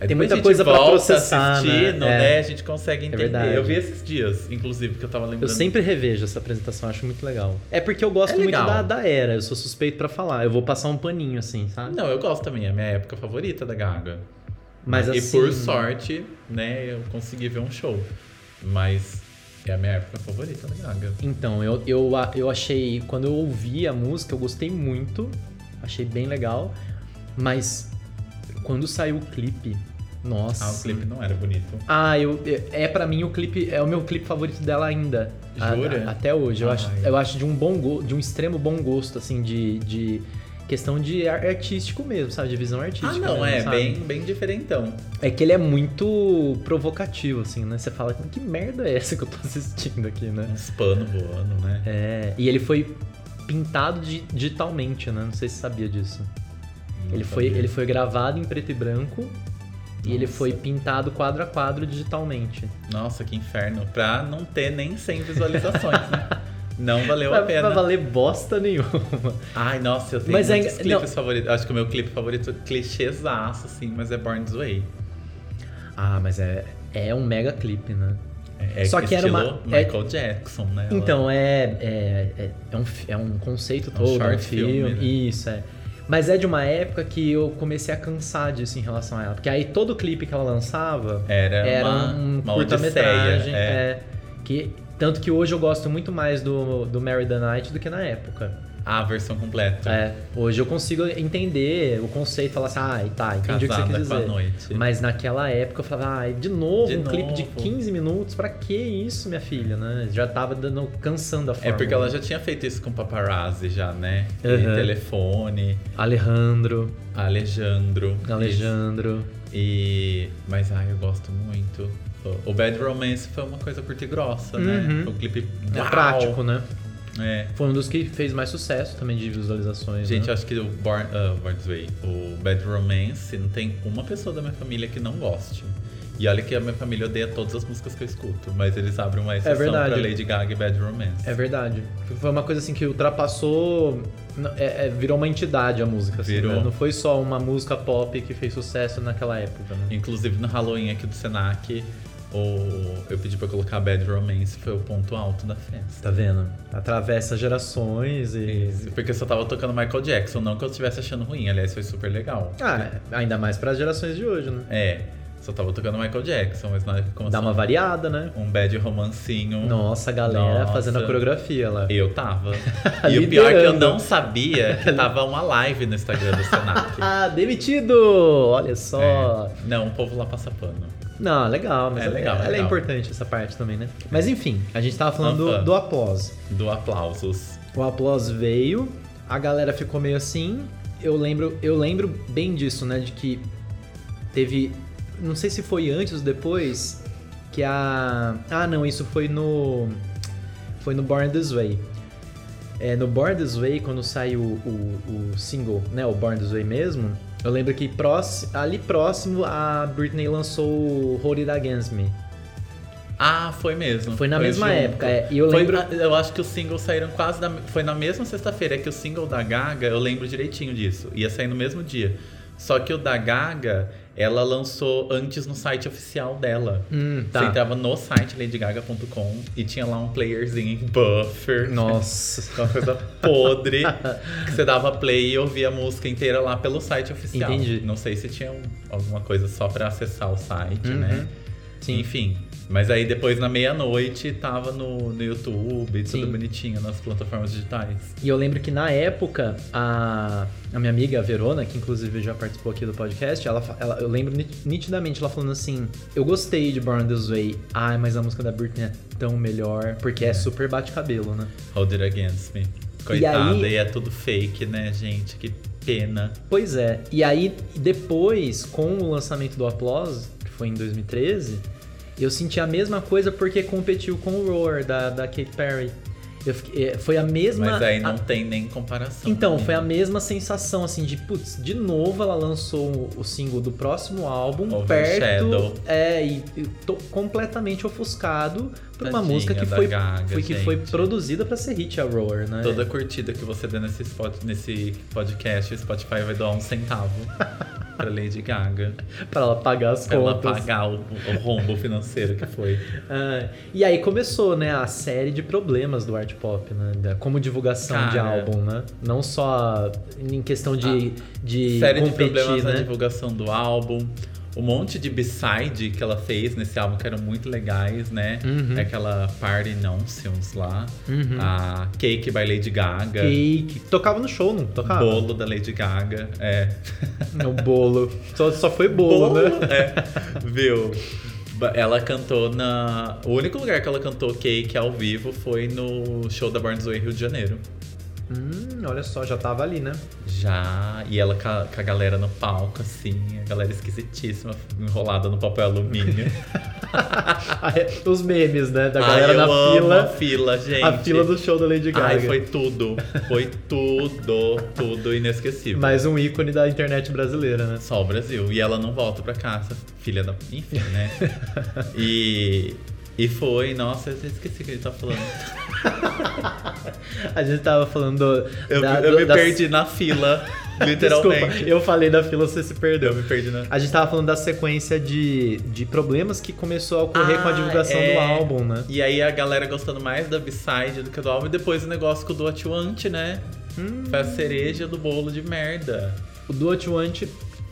[SPEAKER 2] Aí
[SPEAKER 1] Tem
[SPEAKER 2] depois
[SPEAKER 1] É muita
[SPEAKER 2] a gente
[SPEAKER 1] coisa pra
[SPEAKER 2] volta
[SPEAKER 1] processar,
[SPEAKER 2] assistindo,
[SPEAKER 1] né? É.
[SPEAKER 2] né? A gente consegue entender.
[SPEAKER 1] verdade.
[SPEAKER 2] eu vi esses dias, inclusive, que eu tava
[SPEAKER 1] Eu
[SPEAKER 2] lembrando.
[SPEAKER 1] sempre revejo essa apresentação, acho muito legal. É porque eu gosto
[SPEAKER 2] É
[SPEAKER 1] muito
[SPEAKER 2] legal.
[SPEAKER 1] da, da era, eu sou suspeito pra falar. Eu vou passar um paninho, assim, sabe?
[SPEAKER 2] Não, eu gosto também, é a minha época favorita da Gaga.
[SPEAKER 1] Mas
[SPEAKER 2] e
[SPEAKER 1] assim.
[SPEAKER 2] por sorte, né, eu consegui ver um show. Mas é a minha época favorita da Gaga.
[SPEAKER 1] Então, eu, eu, a- eu achei. Quando eu ouvi a música, eu gostei muito. Achei bem legal. Mas quando saiu o clipe, nossa.
[SPEAKER 2] Ah, o clipe não era bonito.
[SPEAKER 1] Ah, eu, é pra mim o clipe, é o meu clipe favorito dela ainda. A-
[SPEAKER 2] Jura? Ah, é.
[SPEAKER 1] a- até hoje. Eu
[SPEAKER 2] Ai.
[SPEAKER 1] acho, eu acho de um bom go- de um extremo bom gosto, assim, de, de questão de ar- artístico mesmo, sabe? De visão artística.
[SPEAKER 2] Ah, não,
[SPEAKER 1] mesmo,
[SPEAKER 2] é
[SPEAKER 1] né? sabe?
[SPEAKER 2] bem, bem diferentão.
[SPEAKER 1] É que ele é muito provocativo, assim, né? Você fala, que merda é essa que eu tô assistindo aqui, né?
[SPEAKER 2] Uns panos voando, né?
[SPEAKER 1] É, e ele foi pintado di- digitalmente, né? Não sei se você sabia disso.
[SPEAKER 2] Não
[SPEAKER 1] Ele foi,
[SPEAKER 2] sabia.
[SPEAKER 1] ele foi gravado em preto e branco e ele
[SPEAKER 2] Nossa.
[SPEAKER 1] foi pintado quadro a quadro digitalmente.
[SPEAKER 2] Nossa, que inferno. Pra não ter nem 100 visualizações, né? Não valeu a
[SPEAKER 1] Não vai
[SPEAKER 2] pena.
[SPEAKER 1] valer bosta nenhuma.
[SPEAKER 2] Ai, nossa, eu tenho
[SPEAKER 1] Mas é
[SPEAKER 2] muitos
[SPEAKER 1] enga-
[SPEAKER 2] clipes favoritos. Acho que o meu clipe favorito é clichêzaço, assim, mas é Born This Way.
[SPEAKER 1] Ah, mas é, é um mega clipe, né?
[SPEAKER 2] É, é
[SPEAKER 1] Só que era
[SPEAKER 2] estilo
[SPEAKER 1] uma- é-
[SPEAKER 2] Michael Jackson, né? Ela-
[SPEAKER 1] Então, é, é, é, é um, fi- é um conceito
[SPEAKER 2] É um
[SPEAKER 1] todo, é um
[SPEAKER 2] short
[SPEAKER 1] filme.
[SPEAKER 2] filme, né?
[SPEAKER 1] Isso, é. Mas é de uma época que eu comecei a cansar disso em relação a ela. Porque aí todo clipe que ela lançava,
[SPEAKER 2] Era,
[SPEAKER 1] era
[SPEAKER 2] uma,
[SPEAKER 1] um
[SPEAKER 2] uma
[SPEAKER 1] curta-metragem.
[SPEAKER 2] odisseia, é.
[SPEAKER 1] é, que, tanto que hoje eu gosto muito mais do, do Mary the Night do que na época.
[SPEAKER 2] A versão completa.
[SPEAKER 1] É, hoje eu consigo entender o conceito e falar assim, ah, tá, entendi o que você
[SPEAKER 2] Casada
[SPEAKER 1] quis
[SPEAKER 2] né? com a
[SPEAKER 1] dizer.
[SPEAKER 2] noite.
[SPEAKER 1] Mas naquela época eu falava, ah, de novo
[SPEAKER 2] De
[SPEAKER 1] um clipe de
[SPEAKER 2] novo.
[SPEAKER 1] 15 minutos, pra que isso, minha filha, né? Já tava dando, cansando a né?
[SPEAKER 2] É
[SPEAKER 1] fórmula.
[SPEAKER 2] porque ela já tinha feito isso com paparazzi já, né? E
[SPEAKER 1] Uhum.
[SPEAKER 2] telefone,
[SPEAKER 1] Alejandro,
[SPEAKER 2] Alejandro.
[SPEAKER 1] Alejandro.
[SPEAKER 2] E. Mas ai, eu gosto muito. O Bad Romance foi uma coisa curta e grossa, né?
[SPEAKER 1] Uhum.
[SPEAKER 2] Foi um clipe
[SPEAKER 1] É
[SPEAKER 2] uau!
[SPEAKER 1] prático, né?
[SPEAKER 2] É.
[SPEAKER 1] Foi um dos que fez mais sucesso também de visualizações,
[SPEAKER 2] Gente,
[SPEAKER 1] né?
[SPEAKER 2] acho que o Born, ah, Born This Way, o Bad Romance, não tem uma pessoa da minha família que não goste. E olha que a minha família odeia todas as músicas que eu escuto, mas eles abrem uma exceção
[SPEAKER 1] É verdade.
[SPEAKER 2] pra Lady Gaga e Bad Romance.
[SPEAKER 1] É verdade. Foi uma coisa assim que ultrapassou. n- é- é, virou uma entidade a música, assim,
[SPEAKER 2] Virou.
[SPEAKER 1] né? Não foi só uma música pop que fez sucesso naquela época, né?
[SPEAKER 2] Inclusive no Halloween aqui do Senac, o... eu pedi pra colocar Bad Romance, foi o ponto alto da festa.
[SPEAKER 1] Tá vendo? Atravessa gerações e.
[SPEAKER 2] Porque eu só tava tocando Michael Jackson, não que eu estivesse achando ruim, aliás, foi super legal.
[SPEAKER 1] Ah, ainda mais para as gerações de hoje, né?
[SPEAKER 2] É, só tava tocando Michael Jackson, mas na hora que
[SPEAKER 1] Dá
[SPEAKER 2] começou
[SPEAKER 1] uma variada, né?
[SPEAKER 2] um bad romancinho.
[SPEAKER 1] Nossa, a galera
[SPEAKER 2] Nossa.
[SPEAKER 1] fazendo a coreografia lá.
[SPEAKER 2] Eu tava. e o pior é que eu
[SPEAKER 1] Liderando.
[SPEAKER 2] não sabia que tava uma live no Instagram do Senac.
[SPEAKER 1] Ah, demitido! Olha só.
[SPEAKER 2] É. Não, o povo lá passa pano.
[SPEAKER 1] Não, legal, mas
[SPEAKER 2] É legal,
[SPEAKER 1] ela é
[SPEAKER 2] legal.
[SPEAKER 1] importante essa parte também, né? Mas enfim, a gente tava falando
[SPEAKER 2] Aham.
[SPEAKER 1] do, do Applause.
[SPEAKER 2] Do aplausos.
[SPEAKER 1] O aplauso veio, a galera ficou meio assim. Eu lembro, eu lembro bem disso, né? De que teve. Não sei se foi antes ou depois. Que a. Ah, não, isso foi no. Foi no Born This Way. É, no Born This Way, quando saiu o, o- o single, né? O Born This Way mesmo. Eu lembro que próximo, ali próximo a Britney lançou o Hold It Against Me.
[SPEAKER 2] Ah, foi mesmo.
[SPEAKER 1] Foi na mesma
[SPEAKER 2] junto.
[SPEAKER 1] época, é, e eu
[SPEAKER 2] Foi
[SPEAKER 1] lembro-
[SPEAKER 2] na- eu acho que os singles saíram quase na. Foi na mesma sexta-feira. É que o single da Gaga, eu lembro direitinho disso. Ia sair no mesmo dia. Só que o da Gaga, ela lançou antes no site oficial dela.
[SPEAKER 1] Hum,
[SPEAKER 2] Você entrava no site ladygaga.com e tinha lá um playerzinho em buffer.
[SPEAKER 1] Nossa.
[SPEAKER 2] Uma coisa podre. que você dava play e ouvia a música inteira lá pelo site oficial.
[SPEAKER 1] Entendi.
[SPEAKER 2] Não sei se tinha um- alguma coisa só pra acessar o site,
[SPEAKER 1] Uhum.
[SPEAKER 2] né?
[SPEAKER 1] Sim.
[SPEAKER 2] Enfim. Mas aí depois na meia-noite tava no, no YouTube, tudo
[SPEAKER 1] Sim.
[SPEAKER 2] bonitinho nas plataformas digitais.
[SPEAKER 1] E eu lembro que na época, a, a minha amiga a Verona, que inclusive já participou aqui do podcast, ela, fa- ela- eu lembro ni- nitidamente ela falando assim: Eu gostei de Born This Way, ai, mas a música da Britney é tão melhor, porque é, super bate-cabelo, né?
[SPEAKER 2] Hold It Against Me. Coitada,
[SPEAKER 1] aí-
[SPEAKER 2] e é tudo fake, né, gente? Que pena.
[SPEAKER 1] Pois é, e aí depois, com o lançamento do Applause, que foi em 2013, eu senti a mesma coisa porque competiu com o Roar da, da Katy Perry. Eu fiquei- eh, foi a mesma.
[SPEAKER 2] Mas aí não
[SPEAKER 1] a-
[SPEAKER 2] tem nem comparação.
[SPEAKER 1] Então,
[SPEAKER 2] né?
[SPEAKER 1] foi a mesma sensação, assim, de putz, de novo ela lançou o single do próximo álbum,
[SPEAKER 2] Overshadow.
[SPEAKER 1] perto. É, e eu tô completamente ofuscado por uma
[SPEAKER 2] Tadinha
[SPEAKER 1] música que
[SPEAKER 2] da
[SPEAKER 1] foi,
[SPEAKER 2] Gaga,
[SPEAKER 1] foi- que foi
[SPEAKER 2] gente.
[SPEAKER 1] produzida pra ser hit, a Roar, né?
[SPEAKER 2] Toda curtida que você der nesse, spot- nesse podcast, o Spotify vai doar um centavo pra Lady Gaga.
[SPEAKER 1] Pra ela pagar as
[SPEAKER 2] Pra ela
[SPEAKER 1] contas.
[SPEAKER 2] pagar o, o rombo financeiro que foi.
[SPEAKER 1] Ah, e aí começou, né, a série de problemas do art pop, né? da- Como divulgação de
[SPEAKER 2] Cara.
[SPEAKER 1] álbum, né? Não só em questão de, de
[SPEAKER 2] Série
[SPEAKER 1] competir,
[SPEAKER 2] de problemas na
[SPEAKER 1] né?
[SPEAKER 2] divulgação do álbum. Um monte de b-side que ela fez nesse álbum que eram muito legais, né?
[SPEAKER 1] Uhum.
[SPEAKER 2] Aquela Party Nonsense lá.
[SPEAKER 1] Uhum.
[SPEAKER 2] A Cake by Lady Gaga.
[SPEAKER 1] Que, que tocava no show, não tocava?
[SPEAKER 2] Bolo da Lady Gaga. É.
[SPEAKER 1] Não, bolo. Só, só foi bolo, né?
[SPEAKER 2] É, viu? Ba- Ela cantou na. O único lugar que ela cantou cake ao vivo foi no show da Born This Way Rio de Janeiro.
[SPEAKER 1] Hum, olha só, já tava ali, né?
[SPEAKER 2] Já. E ela ca- com a, galera no palco, assim, a galera esquisitíssima, enrolada no papel alumínio.
[SPEAKER 1] Os memes, né? Da
[SPEAKER 2] Ai,
[SPEAKER 1] galera
[SPEAKER 2] eu
[SPEAKER 1] na
[SPEAKER 2] amo
[SPEAKER 1] fila.
[SPEAKER 2] a fila, gente.
[SPEAKER 1] A fila do show da Lady Gaga.
[SPEAKER 2] Ai, foi tudo. Foi tudo, tudo inesquecível.
[SPEAKER 1] Mais um ícone da internet brasileira, né?
[SPEAKER 2] Só o Brasil. E ela não volta pra casa, filha da. Enfim, né? e. E foi, nossa, eu até esqueci o que ele tá falando.
[SPEAKER 1] A gente tava falando.
[SPEAKER 2] Eu,
[SPEAKER 1] da-
[SPEAKER 2] eu
[SPEAKER 1] do-
[SPEAKER 2] me
[SPEAKER 1] das-
[SPEAKER 2] perdi na fila, literalmente.
[SPEAKER 1] Desculpa, eu falei da fila, você se perdeu.
[SPEAKER 2] Eu me perdi na.
[SPEAKER 1] A gente tava falando da sequência de, de problemas que começou a ocorrer
[SPEAKER 2] Ah,
[SPEAKER 1] com a divulgação
[SPEAKER 2] é.
[SPEAKER 1] do álbum, né?
[SPEAKER 2] E aí a galera gostando mais da B-side do que do álbum, e depois o negócio com o doatuante, né?
[SPEAKER 1] Hum.
[SPEAKER 2] Foi a cereja do bolo de merda.
[SPEAKER 1] O Do What You Want,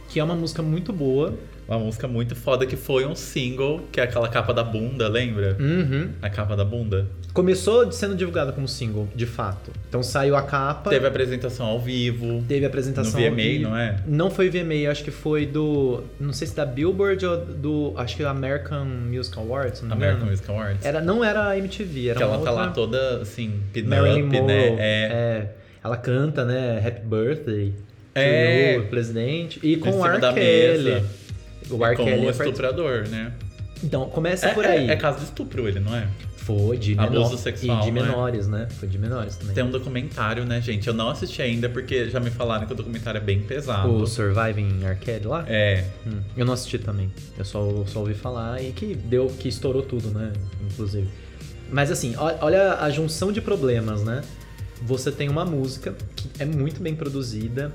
[SPEAKER 1] que é uma música muito boa.
[SPEAKER 2] Uma música muito foda que foi um single, que é aquela capa da bunda, lembra?
[SPEAKER 1] Uhum.
[SPEAKER 2] A capa da bunda.
[SPEAKER 1] Começou sendo divulgada como single, de fato. Então saiu a capa, teve,
[SPEAKER 2] Teve apresentação ao vivo.
[SPEAKER 1] a apresentação.
[SPEAKER 2] no
[SPEAKER 1] ao
[SPEAKER 2] VMA,
[SPEAKER 1] vivo.
[SPEAKER 2] não é?
[SPEAKER 1] Não foi VMA, acho que foi do. Não sei se da Billboard ou do. Acho que American Music Awards, se não me
[SPEAKER 2] American
[SPEAKER 1] engano.
[SPEAKER 2] Music Awards.
[SPEAKER 1] Era, não era a MTV, era
[SPEAKER 2] que ela
[SPEAKER 1] uma
[SPEAKER 2] tá
[SPEAKER 1] outra...
[SPEAKER 2] lá toda assim,
[SPEAKER 1] Marilyn
[SPEAKER 2] pin-up,
[SPEAKER 1] Monroe.
[SPEAKER 2] né? É.
[SPEAKER 1] É. Ela canta, né? Happy Birthday. to
[SPEAKER 2] É.
[SPEAKER 1] you, presidente. E com
[SPEAKER 2] em
[SPEAKER 1] o
[SPEAKER 2] cima
[SPEAKER 1] R.
[SPEAKER 2] da
[SPEAKER 1] Kelly.
[SPEAKER 2] mesa.
[SPEAKER 1] O R.
[SPEAKER 2] com
[SPEAKER 1] Kelly
[SPEAKER 2] o
[SPEAKER 1] é part-
[SPEAKER 2] estuprador, né?
[SPEAKER 1] Então, começa
[SPEAKER 2] É,
[SPEAKER 1] por
[SPEAKER 2] é-
[SPEAKER 1] aí.
[SPEAKER 2] É, caso de estupro ele, não é?
[SPEAKER 1] Foi de
[SPEAKER 2] Abuso
[SPEAKER 1] menor-
[SPEAKER 2] sexual,
[SPEAKER 1] E de
[SPEAKER 2] né?
[SPEAKER 1] menores, né? Foi de menores também.
[SPEAKER 2] Tem um documentário, né, gente? Eu não assisti ainda porque já me falaram que o documentário é bem pesado.
[SPEAKER 1] O Surviving R. Kelly lá?
[SPEAKER 2] É,
[SPEAKER 1] Hum, eu não assisti também. Eu só, só ouvi falar e que deu, que estourou tudo, né? Inclusive. Mas assim, ó- olha a junção de problemas, né? Você tem uma música que é muito bem produzida,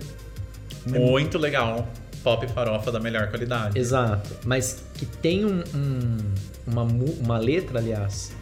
[SPEAKER 2] muito legal. Pop farofa da melhor qualidade.
[SPEAKER 1] Exato, mas que tem um, um- uma, mu- uma letra, aliás,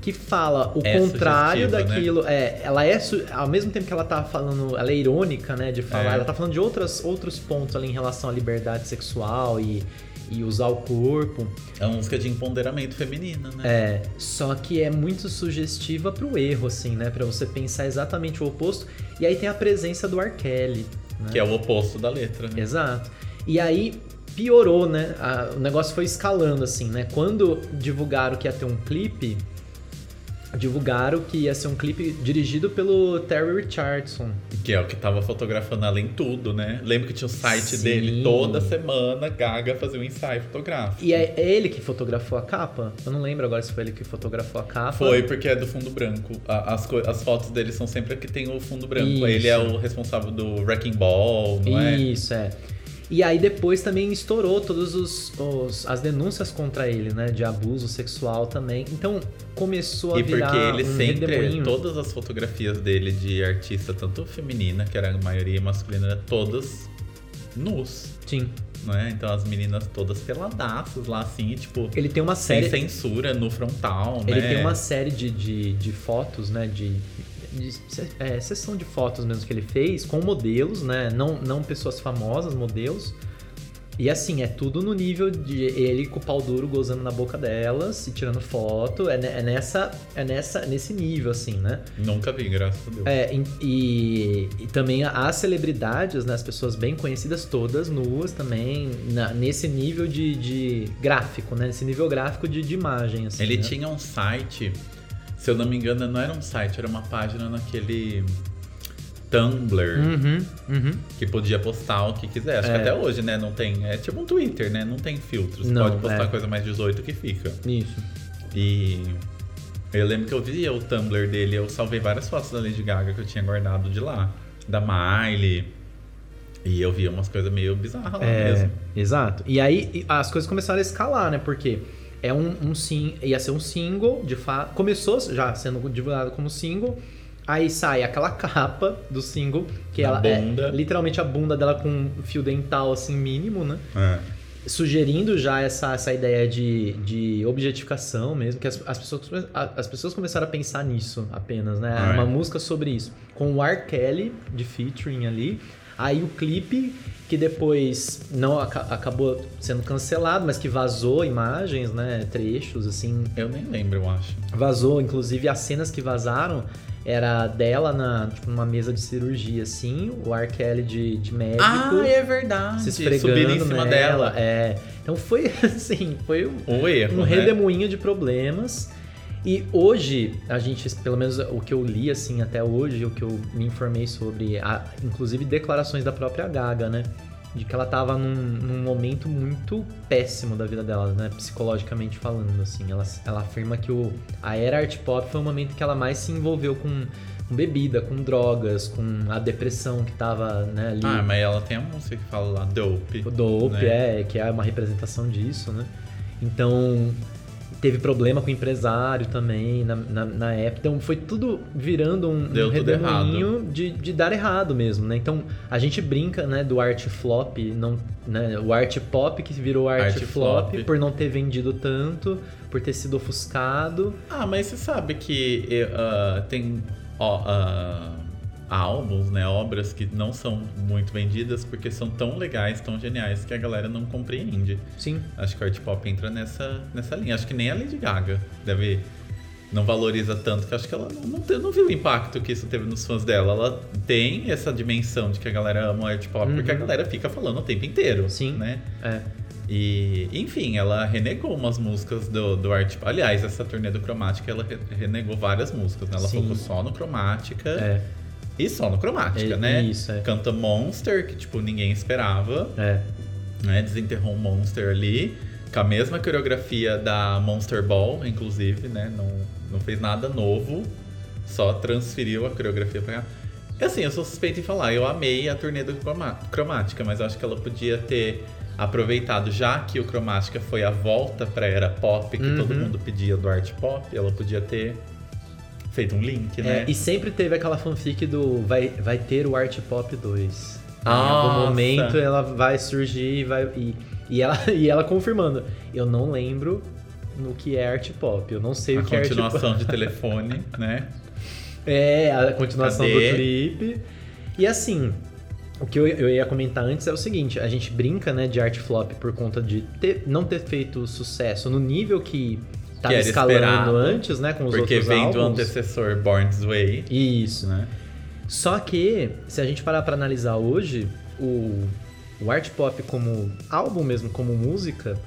[SPEAKER 1] que fala o
[SPEAKER 2] É
[SPEAKER 1] contrário
[SPEAKER 2] sugestiva,
[SPEAKER 1] daquilo. É, ela é su- ao mesmo tempo que ela tá falando, ela é irônica, né, de falar,
[SPEAKER 2] É.
[SPEAKER 1] ela tá falando de outras, outros pontos ali em relação à liberdade sexual e, e usar o corpo.
[SPEAKER 2] É uma música de empoderamento feminino, né?
[SPEAKER 1] É, só que é muito sugestiva pro erro, assim, né, Pra você pensar exatamente o oposto. E aí tem a presença do R. Kelly, né?
[SPEAKER 2] Que é o oposto da letra, né?
[SPEAKER 1] Exato. E aí piorou, né? A- o negócio foi escalando, assim, né? Quando divulgaram que ia ter um clipe, divulgaram que ia ser um clipe dirigido pelo Terry Richardson.
[SPEAKER 2] Que é o que tava fotografando ela em tudo, né? Lembro que tinha o site
[SPEAKER 1] Sim.
[SPEAKER 2] dele toda semana, Gaga fazia um ensaio fotográfico.
[SPEAKER 1] E é, é ele que fotografou a capa? Eu não lembro agora se foi ele que fotografou a capa.
[SPEAKER 2] Foi porque é do fundo branco. A- As, co- as fotos dele são sempre que tem o fundo branco.
[SPEAKER 1] Isso.
[SPEAKER 2] Ele é o responsável do Wrecking Ball, não é?
[SPEAKER 1] Isso, é. E aí depois também estourou todas os, os- as denúncias contra ele, né? De abuso sexual também. Então começou a
[SPEAKER 2] E
[SPEAKER 1] virar
[SPEAKER 2] porque ele
[SPEAKER 1] um
[SPEAKER 2] sempre, é
[SPEAKER 1] redemoinho.
[SPEAKER 2] todas as fotografias dele de artista, tanto feminina, que era a maioria masculina, era todas nus,
[SPEAKER 1] Sim.
[SPEAKER 2] né? Então as meninas todas peladaças lá, assim, e, tipo,
[SPEAKER 1] Ele tem uma
[SPEAKER 2] sem
[SPEAKER 1] série...
[SPEAKER 2] censura no frontal, né?
[SPEAKER 1] Ele tem uma série de, de, de fotos, né? De, de se- é, sessão de fotos mesmo que ele fez com modelos, né? Não, não pessoas famosas, modelos. E assim, é tudo no nível de ele com o pau duro gozando na boca delas e tirando foto. É, ne- é nessa, é nessa, nesse nível, assim, né?
[SPEAKER 2] Nunca vi, graças a Deus.
[SPEAKER 1] É, em- e, e também há celebridades, né? As pessoas bem conhecidas todas, nuas também, na- nesse nível de, de gráfico, né? Nesse nível gráfico de, de imagem, assim.
[SPEAKER 2] Ele
[SPEAKER 1] né?
[SPEAKER 2] tinha um site, se eu não me engano, não era um site, era uma página naquele Tumblr
[SPEAKER 1] Uhum, uhum.
[SPEAKER 2] que podia postar o que quiser. Acho
[SPEAKER 1] É.
[SPEAKER 2] que até hoje, né? Não tem. É tipo um Twitter, né? Não tem filtro. Você
[SPEAKER 1] Não,
[SPEAKER 2] pode postar
[SPEAKER 1] é.
[SPEAKER 2] coisa mais 18 que fica.
[SPEAKER 1] Isso.
[SPEAKER 2] E eu lembro que eu via o Tumblr dele, eu salvei várias fotos da Lady Gaga que eu tinha guardado de lá. Da Miley. E eu via umas coisas meio bizarras lá
[SPEAKER 1] É,
[SPEAKER 2] mesmo.
[SPEAKER 1] exato. E aí e- as coisas começaram a escalar, né? Porque é um, um sim, ia ser um single, de fato. Começou já sendo divulgado como single. Aí sai aquela capa do single, que
[SPEAKER 2] Da
[SPEAKER 1] ela é
[SPEAKER 2] bunda.
[SPEAKER 1] literalmente a bunda dela com um fio dental assim mínimo, né?
[SPEAKER 2] É.
[SPEAKER 1] Sugerindo já essa, essa ideia de, de objetificação mesmo, que as, as pessoas, come- a- as pessoas começaram a pensar nisso apenas, né?
[SPEAKER 2] Ah, é.
[SPEAKER 1] Uma música sobre isso. Com o R. Kelly de featuring ali. Aí o clipe, que depois não aca- acabou sendo cancelado, mas que vazou imagens, né? Trechos, assim,
[SPEAKER 2] Eu nem lembro, eu acho.
[SPEAKER 1] vazou, inclusive as cenas que vazaram era dela na, tipo, numa mesa de cirurgia, assim, o R. Kelly de, de médico
[SPEAKER 2] Ah, é verdade.
[SPEAKER 1] tipo se esfregando
[SPEAKER 2] Subir em cima
[SPEAKER 1] nela,
[SPEAKER 2] dela.
[SPEAKER 1] É. Então foi assim, foi um,
[SPEAKER 2] Um erro,
[SPEAKER 1] um
[SPEAKER 2] né?
[SPEAKER 1] redemoinho de problemas. E hoje, a gente, pelo menos o que eu li assim até hoje, o que eu me informei sobre, a- inclusive declarações da própria Gaga, né? De que ela tava num, num momento muito péssimo da vida dela, né? Psicologicamente falando, assim. Ela, ela afirma que o, a era art pop foi o momento que ela mais se envolveu com, com bebida, com drogas, com a depressão que tava né, ali.
[SPEAKER 2] Ah, mas ela tem a música que fala lá, Dope.
[SPEAKER 1] O Dope,
[SPEAKER 2] né?
[SPEAKER 1] é, que é uma representação disso, né? Então, teve problema com o empresário também na, na, na época. Então, foi tudo virando um,
[SPEAKER 2] Deu
[SPEAKER 1] um
[SPEAKER 2] tudo
[SPEAKER 1] redemoinho de, de dar errado mesmo, né? Então, a gente brinca, né, do art flop, não, né, o art pop que virou art,
[SPEAKER 2] Art
[SPEAKER 1] flop,
[SPEAKER 2] flop.
[SPEAKER 1] por não ter vendido tanto, por ter sido ofuscado.
[SPEAKER 2] Ah, mas você sabe que eh, ah, tem ó, ah, álbuns, né? Obras que não são muito vendidas porque são tão legais, tão geniais que a galera não compreende.
[SPEAKER 1] Sim.
[SPEAKER 2] Acho que o art pop entra nessa, nessa linha. Acho que nem a Lady Gaga deve. Não valoriza tanto, que acho que ela não, não, te- não viu o impacto que isso teve nos fãs dela. Ela tem essa dimensão de que a galera ama o art pop, porque a
[SPEAKER 1] Uhum.
[SPEAKER 2] galera fica falando o tempo inteiro.
[SPEAKER 1] Sim.
[SPEAKER 2] Né?
[SPEAKER 1] É.
[SPEAKER 2] E, enfim, ela renegou umas músicas do, do Art. Aliás, essa turnê do Cromática, ela re- renegou várias músicas, né? Ela
[SPEAKER 1] Sim.
[SPEAKER 2] focou só no Cromática
[SPEAKER 1] É.
[SPEAKER 2] e só no Cromática,
[SPEAKER 1] é,
[SPEAKER 2] né?
[SPEAKER 1] Isso, é.
[SPEAKER 2] Canta Monster, que, tipo, ninguém esperava,
[SPEAKER 1] É.
[SPEAKER 2] né? Desenterrou um Monster ali, com a mesma coreografia da Monster Ball, inclusive, né? Não, não fez nada novo, só transferiu a coreografia pra cá. E, Assim, eu sou suspeito em falar, eu amei a turnê do Croma- Cromática, mas eu acho que ela podia ter aproveitado, já que o Cromática foi a volta pra era pop, que
[SPEAKER 1] Uhum.
[SPEAKER 2] todo mundo pedia do art pop, ela podia ter feito um link, né?
[SPEAKER 1] É, e sempre teve aquela fanfic do vai, vai ter o Art Pop 2. Em algum
[SPEAKER 2] Nossa!
[SPEAKER 1] momento ela vai surgir e vai. E, e, ela, e ela confirmando. Eu não lembro no que é Art Pop. Eu não sei
[SPEAKER 2] a
[SPEAKER 1] o que é Art Pop.
[SPEAKER 2] continuação de telefone, né?
[SPEAKER 1] É, a continuação
[SPEAKER 2] Cadê?
[SPEAKER 1] do clipe. E assim, o que eu, eu ia comentar antes é o seguinte: a gente brinca, né, de art flop por conta de ter- não ter feito sucesso no nível que tava
[SPEAKER 2] era
[SPEAKER 1] escalando
[SPEAKER 2] esperado,
[SPEAKER 1] antes, né, com os
[SPEAKER 2] Porque
[SPEAKER 1] outros
[SPEAKER 2] vem do
[SPEAKER 1] álbuns.
[SPEAKER 2] antecessor Born This Way,
[SPEAKER 1] Isso.
[SPEAKER 2] né?
[SPEAKER 1] Só que, se a gente parar pra analisar hoje, o, o art pop como álbum mesmo, como música,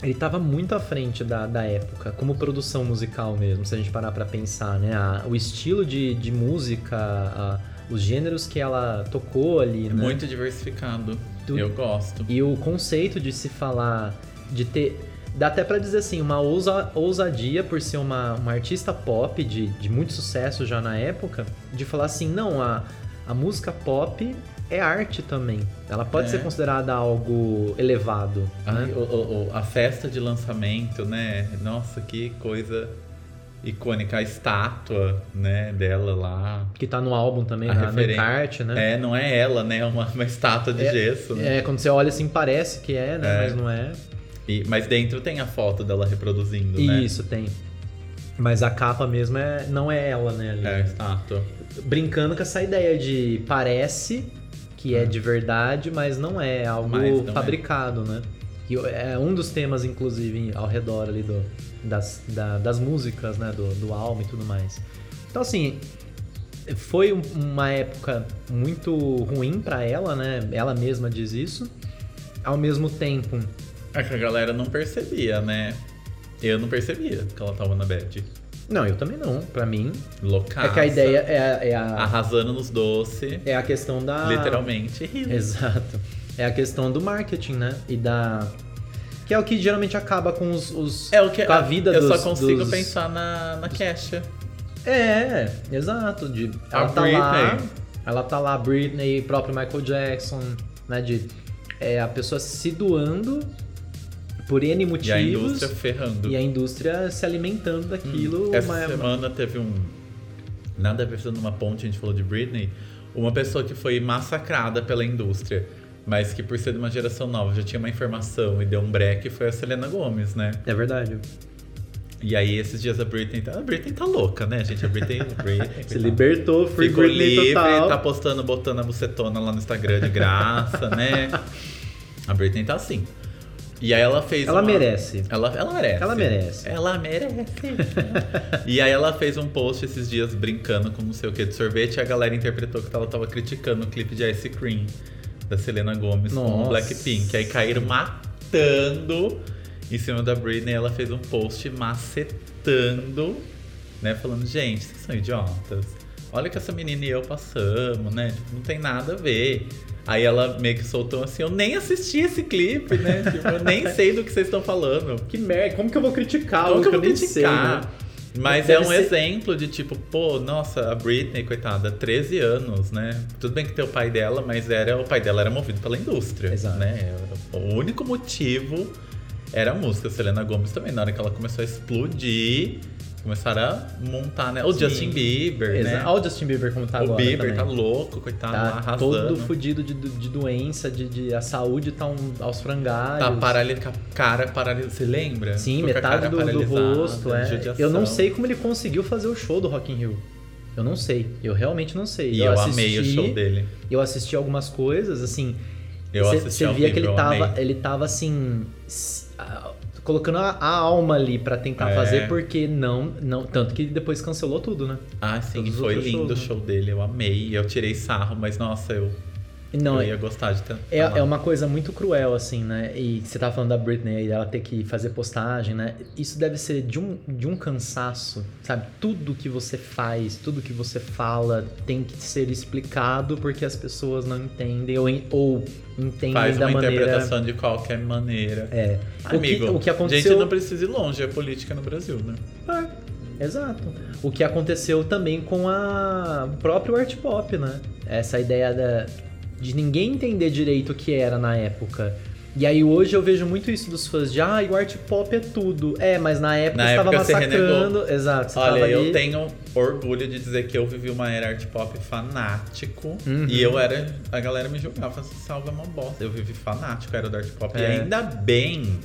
[SPEAKER 1] ele tava muito à frente da, da época, como produção musical mesmo, se a gente parar pra pensar, né? A- o estilo de, de música, a- os gêneros que ela tocou ali, né?
[SPEAKER 2] É Muito diversificado.
[SPEAKER 1] Do-
[SPEAKER 2] Eu gosto.
[SPEAKER 1] E o conceito de se falar, de ter. Dá até pra dizer assim, uma ousa- ousadia por ser uma, uma artista pop de, de muito sucesso já na época, de falar assim, não, a, a música pop é arte também. Ela pode
[SPEAKER 2] É. Ah.
[SPEAKER 1] ser considerada algo elevado.
[SPEAKER 2] Ai,
[SPEAKER 1] né?
[SPEAKER 2] o- o- o- a festa de lançamento, né? Nossa, que coisa icônica. A estátua, né, dela lá.
[SPEAKER 1] Que tá no álbum também,
[SPEAKER 2] A
[SPEAKER 1] na, no
[SPEAKER 2] referen-
[SPEAKER 1] encarte, né?
[SPEAKER 2] É, não é ela, né? É uma, uma estátua de
[SPEAKER 1] É-
[SPEAKER 2] gesso. né?
[SPEAKER 1] quando você olha assim, parece que é, né?
[SPEAKER 2] É.
[SPEAKER 1] Mas não é.
[SPEAKER 2] E- mas dentro tem a foto dela reproduzindo, né?
[SPEAKER 1] Isso, tem. Mas a capa mesmo é, não é ela, né? Ali.
[SPEAKER 2] É a estátua.
[SPEAKER 1] brincando com essa ideia de parece que é de verdade, mas não é algo
[SPEAKER 2] Hum. Mas não é.
[SPEAKER 1] fabricado, né? E é um dos temas, inclusive, ao redor ali do, das, da- das músicas, né? Do, do álbum e tudo mais. Então, assim, foi um- uma época muito ruim pra ela, né? Ela mesma diz isso. Ao mesmo tempo,
[SPEAKER 2] É que a galera não percebia, né? Eu não percebia que ela tava na bad.
[SPEAKER 1] não, eu também não. Pra mim,
[SPEAKER 2] Loucaça.
[SPEAKER 1] é que É a ideia é, a- é a,
[SPEAKER 2] Arrasando nos doces.
[SPEAKER 1] é a questão da
[SPEAKER 2] Literalmente rindo.
[SPEAKER 1] Exato. É a questão do marketing, né? E da. Que é o que geralmente acaba com os. os-
[SPEAKER 2] É o que
[SPEAKER 1] com a vida
[SPEAKER 2] Eu
[SPEAKER 1] dos-
[SPEAKER 2] só consigo
[SPEAKER 1] dos-
[SPEAKER 2] pensar na, na Kesha.
[SPEAKER 1] É, exato. De,
[SPEAKER 2] A
[SPEAKER 1] ela tá lá.
[SPEAKER 2] Britney.
[SPEAKER 1] Ela tá lá, Britney, próprio Michael Jackson, né? De é, a pessoa se doando por N motivos.
[SPEAKER 2] E a indústria Hum, é ferrando.
[SPEAKER 1] e a indústria se alimentando daquilo.
[SPEAKER 2] Essa
[SPEAKER 1] mas-
[SPEAKER 2] semana teve um. Nada a ver sendo uma ponte, a gente falou de Britney. Uma pessoa que foi massacrada pela indústria, mas que por ser de uma geração nova já tinha uma informação e deu um break, foi a Selena Gomes, né?
[SPEAKER 1] É verdade.
[SPEAKER 2] E aí esses dias a Britney tá. A Britney tá louca, né, gente? A Britney. Britney
[SPEAKER 1] Se libertou, free
[SPEAKER 2] É Ficou
[SPEAKER 1] Britney
[SPEAKER 2] livre,
[SPEAKER 1] total.
[SPEAKER 2] tá postando, botando a bucetona lá no Instagram de graça, né? A Britney tá assim. E aí ela fez.
[SPEAKER 1] Ela
[SPEAKER 2] uma-
[SPEAKER 1] merece.
[SPEAKER 2] Ela, ela merece.
[SPEAKER 1] Ela merece.
[SPEAKER 2] Ela merece. e aí ela fez um post esses dias brincando com não sei o que de sorvete e a galera interpretou que ela tava criticando o clipe de Ice Cream da Selena Gomez com
[SPEAKER 1] Nossa.
[SPEAKER 2] o Blackpink. Aí caíram matando em cima da Britney. Ela fez um post macetando, né? Falando, gente, vocês são idiotas. Olha o que essa menina e eu passamos, né? Tipo, não tem nada a ver. Aí ela meio que soltou assim, eu nem assisti esse clipe, né? Tipo, eu nem sei do que vocês estão falando.
[SPEAKER 1] Que merda, como que eu vou criticar?
[SPEAKER 2] Como
[SPEAKER 1] algo
[SPEAKER 2] que eu vou
[SPEAKER 1] nem
[SPEAKER 2] criticar?
[SPEAKER 1] sei, né?
[SPEAKER 2] Mas
[SPEAKER 1] Deve
[SPEAKER 2] é um
[SPEAKER 1] ser-
[SPEAKER 2] exemplo de tipo, pô, nossa, a Britney, coitada, 13 anos, né? Tudo bem que tem o pai dela, mas era o pai dela era movido pela indústria,
[SPEAKER 1] Exato.
[SPEAKER 2] né? O único motivo era a música. A Selena Gomez também, na hora que ela começou a explodir, começaram a montar, né? O
[SPEAKER 1] Sim.
[SPEAKER 2] Justin Bieber,
[SPEAKER 1] Exa-
[SPEAKER 2] né?
[SPEAKER 1] Olha o Justin Bieber como tá
[SPEAKER 2] o
[SPEAKER 1] agora. também.
[SPEAKER 2] Bieber tá louco, coitado,
[SPEAKER 1] Tá
[SPEAKER 2] lá Ah, arrasando.
[SPEAKER 1] todo fudido de, do- de doença, de, de- a saúde tá um- aos frangalhos.
[SPEAKER 2] Tá parali... com a cara paralisada. Você lembra?
[SPEAKER 1] Sim,
[SPEAKER 2] Ficou com a
[SPEAKER 1] metade
[SPEAKER 2] cara
[SPEAKER 1] do, do
[SPEAKER 2] paralisada,
[SPEAKER 1] rosto, é.
[SPEAKER 2] judiação.
[SPEAKER 1] Eu não sei como ele conseguiu fazer o show do Rock in Rio. Eu não sei, eu realmente não sei.
[SPEAKER 2] E eu, amei o show dele.
[SPEAKER 1] Eu assisti algumas coisas, assim.
[SPEAKER 2] Eu
[SPEAKER 1] cê-
[SPEAKER 2] assisti
[SPEAKER 1] cê
[SPEAKER 2] ao
[SPEAKER 1] via
[SPEAKER 2] vivo,
[SPEAKER 1] que ele
[SPEAKER 2] eu
[SPEAKER 1] tava,
[SPEAKER 2] amei.
[SPEAKER 1] ele tava assim. s- a- Colocando a, a alma ali pra tentar
[SPEAKER 2] É.
[SPEAKER 1] fazer, porque não, não. Tanto que depois cancelou tudo, né?
[SPEAKER 2] Ah, sim,
[SPEAKER 1] Todos os
[SPEAKER 2] foi
[SPEAKER 1] outros
[SPEAKER 2] lindo o
[SPEAKER 1] shows, né?
[SPEAKER 2] show dele, eu amei. Eu tirei sarro, mas nossa, eu,
[SPEAKER 1] E Não,
[SPEAKER 2] eu ia gostar de ter.
[SPEAKER 1] É, é uma coisa muito cruel, assim, né? E você tava falando da Britney aí, dela ter que fazer postagem, né? Isso deve ser de um, de um cansaço, sabe? Tudo que você faz, tudo que você fala tem que ser explicado porque as pessoas não entendem ou, en- ou entendem
[SPEAKER 2] Faz
[SPEAKER 1] da
[SPEAKER 2] uma
[SPEAKER 1] maneira.
[SPEAKER 2] interpretação de qualquer maneira.
[SPEAKER 1] É.
[SPEAKER 2] Amigo,
[SPEAKER 1] o, que, o que aconteceu.
[SPEAKER 2] gente não precisa ir longe, é política no Brasil, né?
[SPEAKER 1] É, Exato. O que aconteceu também com a o próprio art pop, né? Essa ideia da- de ninguém entender direito o que era na época. E aí hoje eu vejo muito isso dos fãs de ah, o art pop é tudo. É, mas na época
[SPEAKER 2] Na
[SPEAKER 1] você estava
[SPEAKER 2] época você
[SPEAKER 1] massacrando. Exato, você
[SPEAKER 2] Olha,
[SPEAKER 1] tava
[SPEAKER 2] eu
[SPEAKER 1] ali-
[SPEAKER 2] tenho orgulho de dizer que eu vivi uma era art pop fanático.
[SPEAKER 1] Uhum.
[SPEAKER 2] E eu era. A galera me julgava, assim, salva uma bosta. Eu vivi fanático, era do art pop. E
[SPEAKER 1] É.
[SPEAKER 2] ainda bem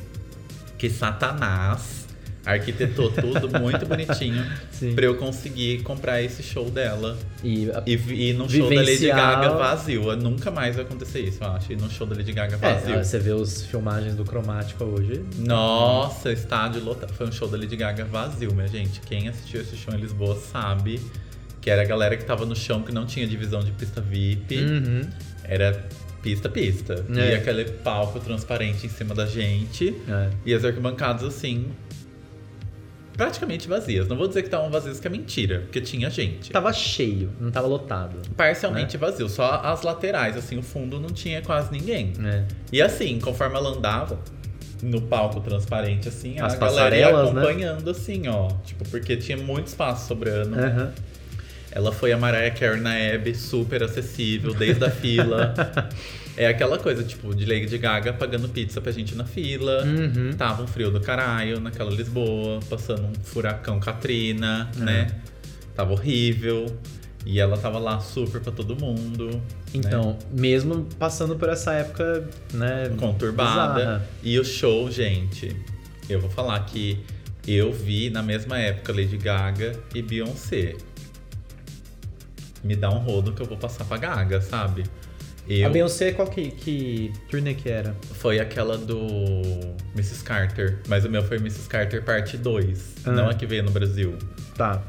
[SPEAKER 2] que Satanás arquitetou tudo muito bonitinho
[SPEAKER 1] Sim.
[SPEAKER 2] pra eu conseguir comprar esse show dela.
[SPEAKER 1] E a-
[SPEAKER 2] E, e num show da Lady
[SPEAKER 1] Vivencial.
[SPEAKER 2] Gaga vazio. Nunca mais vai acontecer isso, eu acho. E num show da Lady Gaga vazio.
[SPEAKER 1] é, você vê os filmagens do Cromática hoje.
[SPEAKER 2] Nossa, estádio lotado. Foi um show da Lady Gaga vazio, minha gente. Quem assistiu esse show em Lisboa sabe que era a galera que tava no chão, que não tinha divisão de pista VIP.
[SPEAKER 1] Uhum.
[SPEAKER 2] Era pista, pista.
[SPEAKER 1] É.
[SPEAKER 2] E aquele palco transparente em cima da gente.
[SPEAKER 1] É.
[SPEAKER 2] E as arquibancadas, assim, praticamente vazias. Não vou dizer que estavam vazias, que é mentira, porque tinha gente.
[SPEAKER 1] Tava cheio, não tava lotado.
[SPEAKER 2] Parcialmente
[SPEAKER 1] Né?
[SPEAKER 2] vazio, só as laterais, assim, o fundo não tinha quase ninguém.
[SPEAKER 1] né?
[SPEAKER 2] E assim, conforme ela andava no palco transparente, assim,
[SPEAKER 1] As
[SPEAKER 2] a galera ia
[SPEAKER 1] passarelas, né?
[SPEAKER 2] acompanhando, assim, ó. Tipo, porque tinha muito espaço sobrando.
[SPEAKER 1] Aham.
[SPEAKER 2] Ela foi a Mariah Carey na Hebe, super acessível, desde a fila. É aquela coisa, tipo, de Lady Gaga pagando pizza pra gente na fila.
[SPEAKER 1] Uhum.
[SPEAKER 2] Tava um frio do caralho naquela Lisboa, passando um furacão Katrina,
[SPEAKER 1] Uhum.
[SPEAKER 2] né? Tava horrível. E ela tava lá super pra todo mundo. né?
[SPEAKER 1] Então, mesmo passando por essa época, né?
[SPEAKER 2] conturbada.
[SPEAKER 1] bizarra.
[SPEAKER 2] E o show, gente, eu vou falar que eu vi na mesma época Lady Gaga e Beyoncé. Me dá um rodo que eu vou passar pra Gaga, sabe?
[SPEAKER 1] A
[SPEAKER 2] Eu
[SPEAKER 1] Beyoncé, qual que, que turnê que era?
[SPEAKER 2] foi aquela do Mrs. Carter, mas o meu foi Mrs. Carter parte 2,
[SPEAKER 1] Ah.
[SPEAKER 2] não a que veio no Brasil.
[SPEAKER 1] Tá.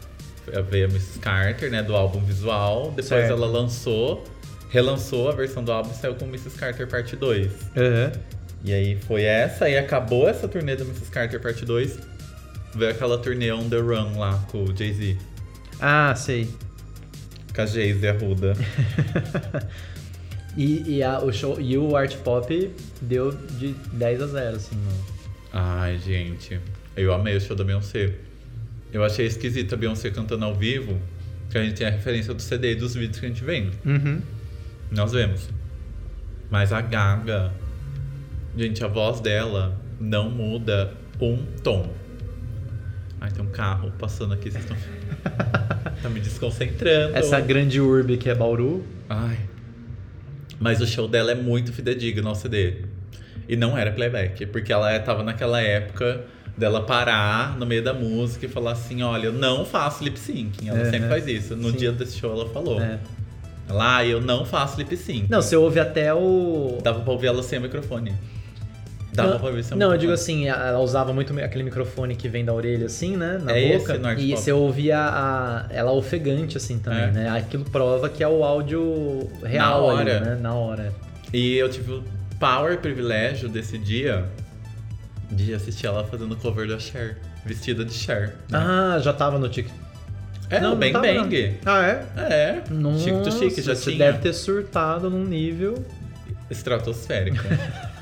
[SPEAKER 2] Veio a Mrs. Carter, né, do álbum visual, depois
[SPEAKER 1] Certo.
[SPEAKER 2] ela lançou, relançou a versão do álbum e saiu com Mrs. Carter parte 2.
[SPEAKER 1] Aham.
[SPEAKER 2] E aí foi essa, e acabou essa turnê do Mrs. Carter parte 2. Veio aquela turnê On The Run lá com o Jay-Z,
[SPEAKER 1] Ah, sei.
[SPEAKER 2] com a Jay-Z Arruda.
[SPEAKER 1] E, e a- o show, e o Art Pop deu de 10 a 0, assim, mano.
[SPEAKER 2] Ai, gente, eu amei o show da Beyoncé. Eu achei esquisito a Beyoncé cantando ao vivo, que a gente tem a referência do CD e dos vídeos que a gente vende.
[SPEAKER 1] Uhum.
[SPEAKER 2] Nós vemos. Mas a Gaga, gente, a voz dela não muda um tom. Ai, tem um carro passando aqui, vocês estão. tá me desconcentrando.
[SPEAKER 1] Essa grande urbe que é Bauru.
[SPEAKER 2] Ai. Mas o show dela é muito fidedigno ao CD. E não era playback, porque ela é, tava naquela época dela parar no meio da música e falar assim: olha, eu não faço lip syncing. Ela
[SPEAKER 1] É,
[SPEAKER 2] sempre
[SPEAKER 1] né?
[SPEAKER 2] faz isso. No
[SPEAKER 1] Sim.
[SPEAKER 2] dia desse show ela falou:
[SPEAKER 1] É.
[SPEAKER 2] Ela, ah, eu não faço lip sync.
[SPEAKER 1] Não, você ouve até o.
[SPEAKER 2] Dava pra ouvir ela sem o microfone. Dava
[SPEAKER 1] não,
[SPEAKER 2] pra ouvir sem o
[SPEAKER 1] Não, eu digo
[SPEAKER 2] microfone.
[SPEAKER 1] assim, ela usava muito aquele microfone que vem da orelha, assim, né? Na
[SPEAKER 2] É
[SPEAKER 1] boca.
[SPEAKER 2] esse no Art
[SPEAKER 1] e
[SPEAKER 2] Pop.
[SPEAKER 1] você ouvia a- ela ofegante, assim, também,
[SPEAKER 2] É.
[SPEAKER 1] né? Aquilo prova que é o áudio real
[SPEAKER 2] Na
[SPEAKER 1] ali,
[SPEAKER 2] hora.
[SPEAKER 1] né? Na hora.
[SPEAKER 2] E eu tive o power privilégio desse dia de assistir ela fazendo cover da Cher, vestida de Cher. né?
[SPEAKER 1] Ah, já tava no tic.
[SPEAKER 2] é,
[SPEAKER 1] não,
[SPEAKER 2] não,
[SPEAKER 1] não
[SPEAKER 2] Bang
[SPEAKER 1] tava, não.
[SPEAKER 2] Bang.
[SPEAKER 1] Ah, é?
[SPEAKER 2] É,
[SPEAKER 1] Nossa,
[SPEAKER 2] chique to chique, já
[SPEAKER 1] você
[SPEAKER 2] tinha.
[SPEAKER 1] deve ter surtado num nível
[SPEAKER 2] Estratosférico.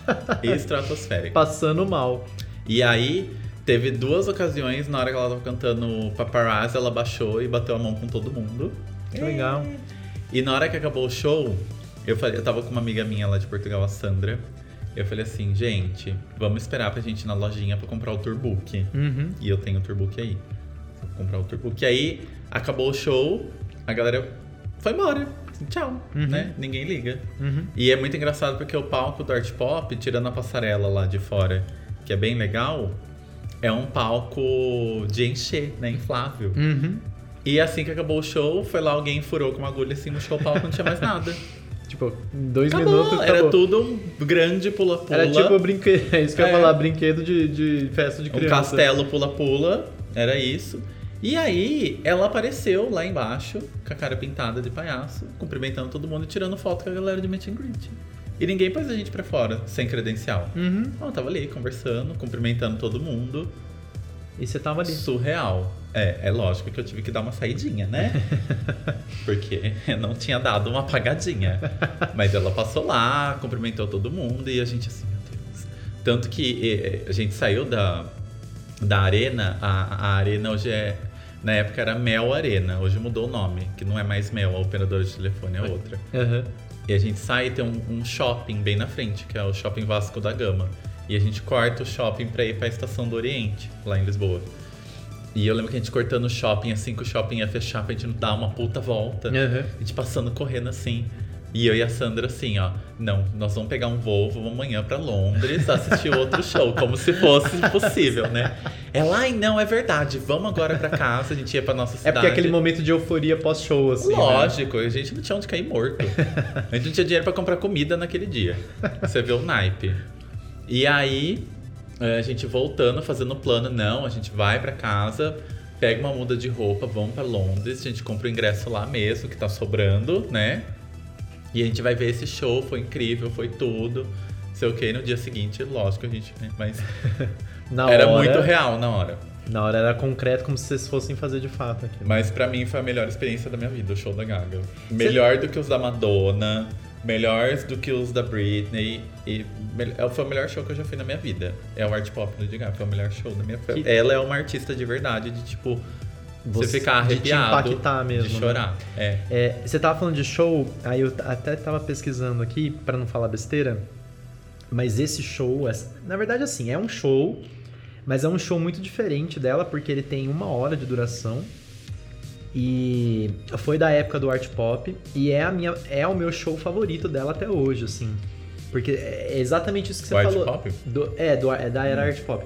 [SPEAKER 2] Estratosférico.
[SPEAKER 1] passando mal.
[SPEAKER 2] E aí, teve duas ocasiões, na hora que ela tava cantando Paparazzi, ela baixou e bateu a mão com todo mundo.
[SPEAKER 1] Que legal.
[SPEAKER 2] E na hora que acabou o show, eu, falei, eu tava com uma amiga minha lá de Portugal, a Sandra. Eu falei assim, gente, vamos esperar pra gente ir na lojinha pra comprar o Turbook.
[SPEAKER 1] Uhum.
[SPEAKER 2] E eu tenho o Turbook aí. Vou comprar o Turbook. E aí, acabou o show, a galera foi embora. Assim, Tchau,
[SPEAKER 1] Uhum.
[SPEAKER 2] né? Ninguém liga.
[SPEAKER 1] Uhum.
[SPEAKER 2] E é muito engraçado porque o palco do Art Pop, tirando a passarela lá de fora, que é bem legal, é um palco de encher, né? Inflável.
[SPEAKER 1] Uhum.
[SPEAKER 2] E assim que acabou o show, foi lá alguém furou com uma agulha assim, murchou o palco, não tinha mais nada.
[SPEAKER 1] Tipo, em dois
[SPEAKER 2] acabou,
[SPEAKER 1] minutos.
[SPEAKER 2] era
[SPEAKER 1] acabou.
[SPEAKER 2] tudo um grande pula-pula.
[SPEAKER 1] Era tipo brinquedo. É isso que eu ia
[SPEAKER 2] É.
[SPEAKER 1] falar, brinquedo de, de festa de
[SPEAKER 2] um
[SPEAKER 1] criança.
[SPEAKER 2] castelo pula-pula, era isso. E aí, ela apareceu lá embaixo, com a cara pintada de palhaço, cumprimentando todo mundo e tirando foto com a galera de meet and greet. E ninguém pôs a gente pra fora, sem credencial.
[SPEAKER 1] Uhum.
[SPEAKER 2] Ela tava ali conversando, cumprimentando todo mundo.
[SPEAKER 1] E você tava ali.
[SPEAKER 2] Surreal. É, é lógico que eu tive que dar uma saidinha, né? Porque eu não tinha dado uma apagadinha. Mas ela passou lá, cumprimentou todo mundo e a gente assim, meu Deus. Tanto que eh, a gente saiu da, da arena, a, a arena hoje é. Na época era Mel Arena, hoje mudou o nome, que não é mais Mel, a operadora de telefone é outra.
[SPEAKER 1] Aham.
[SPEAKER 2] E a gente sai e tem um, um shopping bem na frente, que é o Shopping Vasco da Gama. E a gente corta o shopping pra ir pra Estação do Oriente, lá em Lisboa. E eu lembro que a gente cortando o shopping, assim que o shopping ia fechar, pra gente não dar uma puta volta.
[SPEAKER 1] Aham.
[SPEAKER 2] A gente passando correndo assim. E eu e a Sandra assim, ó. Não, nós vamos pegar um voo, vamos amanhã pra Londres assistir outro show, como se fosse possível, né? Ela, ai, não, é verdade, vamos agora pra casa, a gente ia pra nossa
[SPEAKER 1] É
[SPEAKER 2] cidade.
[SPEAKER 1] porque é aquele momento de euforia pós-show, assim. né?
[SPEAKER 2] Tá, Lógico, a gente não tinha onde cair morto. A gente não tinha dinheiro pra comprar comida naquele dia. Você vê o naipe. E aí, é, a gente voltando, fazendo o plano, não, a gente vai pra casa, pega uma muda de roupa, vamos pra Londres, a gente compra o ingresso lá mesmo, que tá sobrando, né? E a gente vai ver esse show, foi incrível, foi tudo. Sei o que, no dia seguinte, lógico, a gente. né, Mas
[SPEAKER 1] Na
[SPEAKER 2] era
[SPEAKER 1] hora,
[SPEAKER 2] muito real na hora.
[SPEAKER 1] Na hora era concreto, como se vocês fossem fazer de fato aqui.
[SPEAKER 2] Mas pra mim foi a melhor experiência da minha vida, o show da Gaga. Melhor do que os da Madonna, melhor do que os da Britney. E mel- é- foi o melhor show que eu já fui na minha vida. É o art pop do Lady Gaga, foi o melhor show da minha vida.
[SPEAKER 1] Que-
[SPEAKER 2] Ela é uma artista de verdade, de tipo, você, ficar
[SPEAKER 1] de te
[SPEAKER 2] arrepiado,
[SPEAKER 1] impactar mesmo.
[SPEAKER 2] de
[SPEAKER 1] né?
[SPEAKER 2] chorar. É.
[SPEAKER 1] É, você tava falando de show, aí eu t- até tava pesquisando aqui pra não falar besteira, mas esse show, essa- na verdade assim, é um show, mas é um show muito diferente dela porque ele tem uma hora de duração e foi da época do art pop e é a minha, é o meu show favorito dela até hoje, assim, porque é exatamente isso que você
[SPEAKER 2] O art
[SPEAKER 1] falou.
[SPEAKER 2] pop?
[SPEAKER 1] Do- é, do, é da era art pop.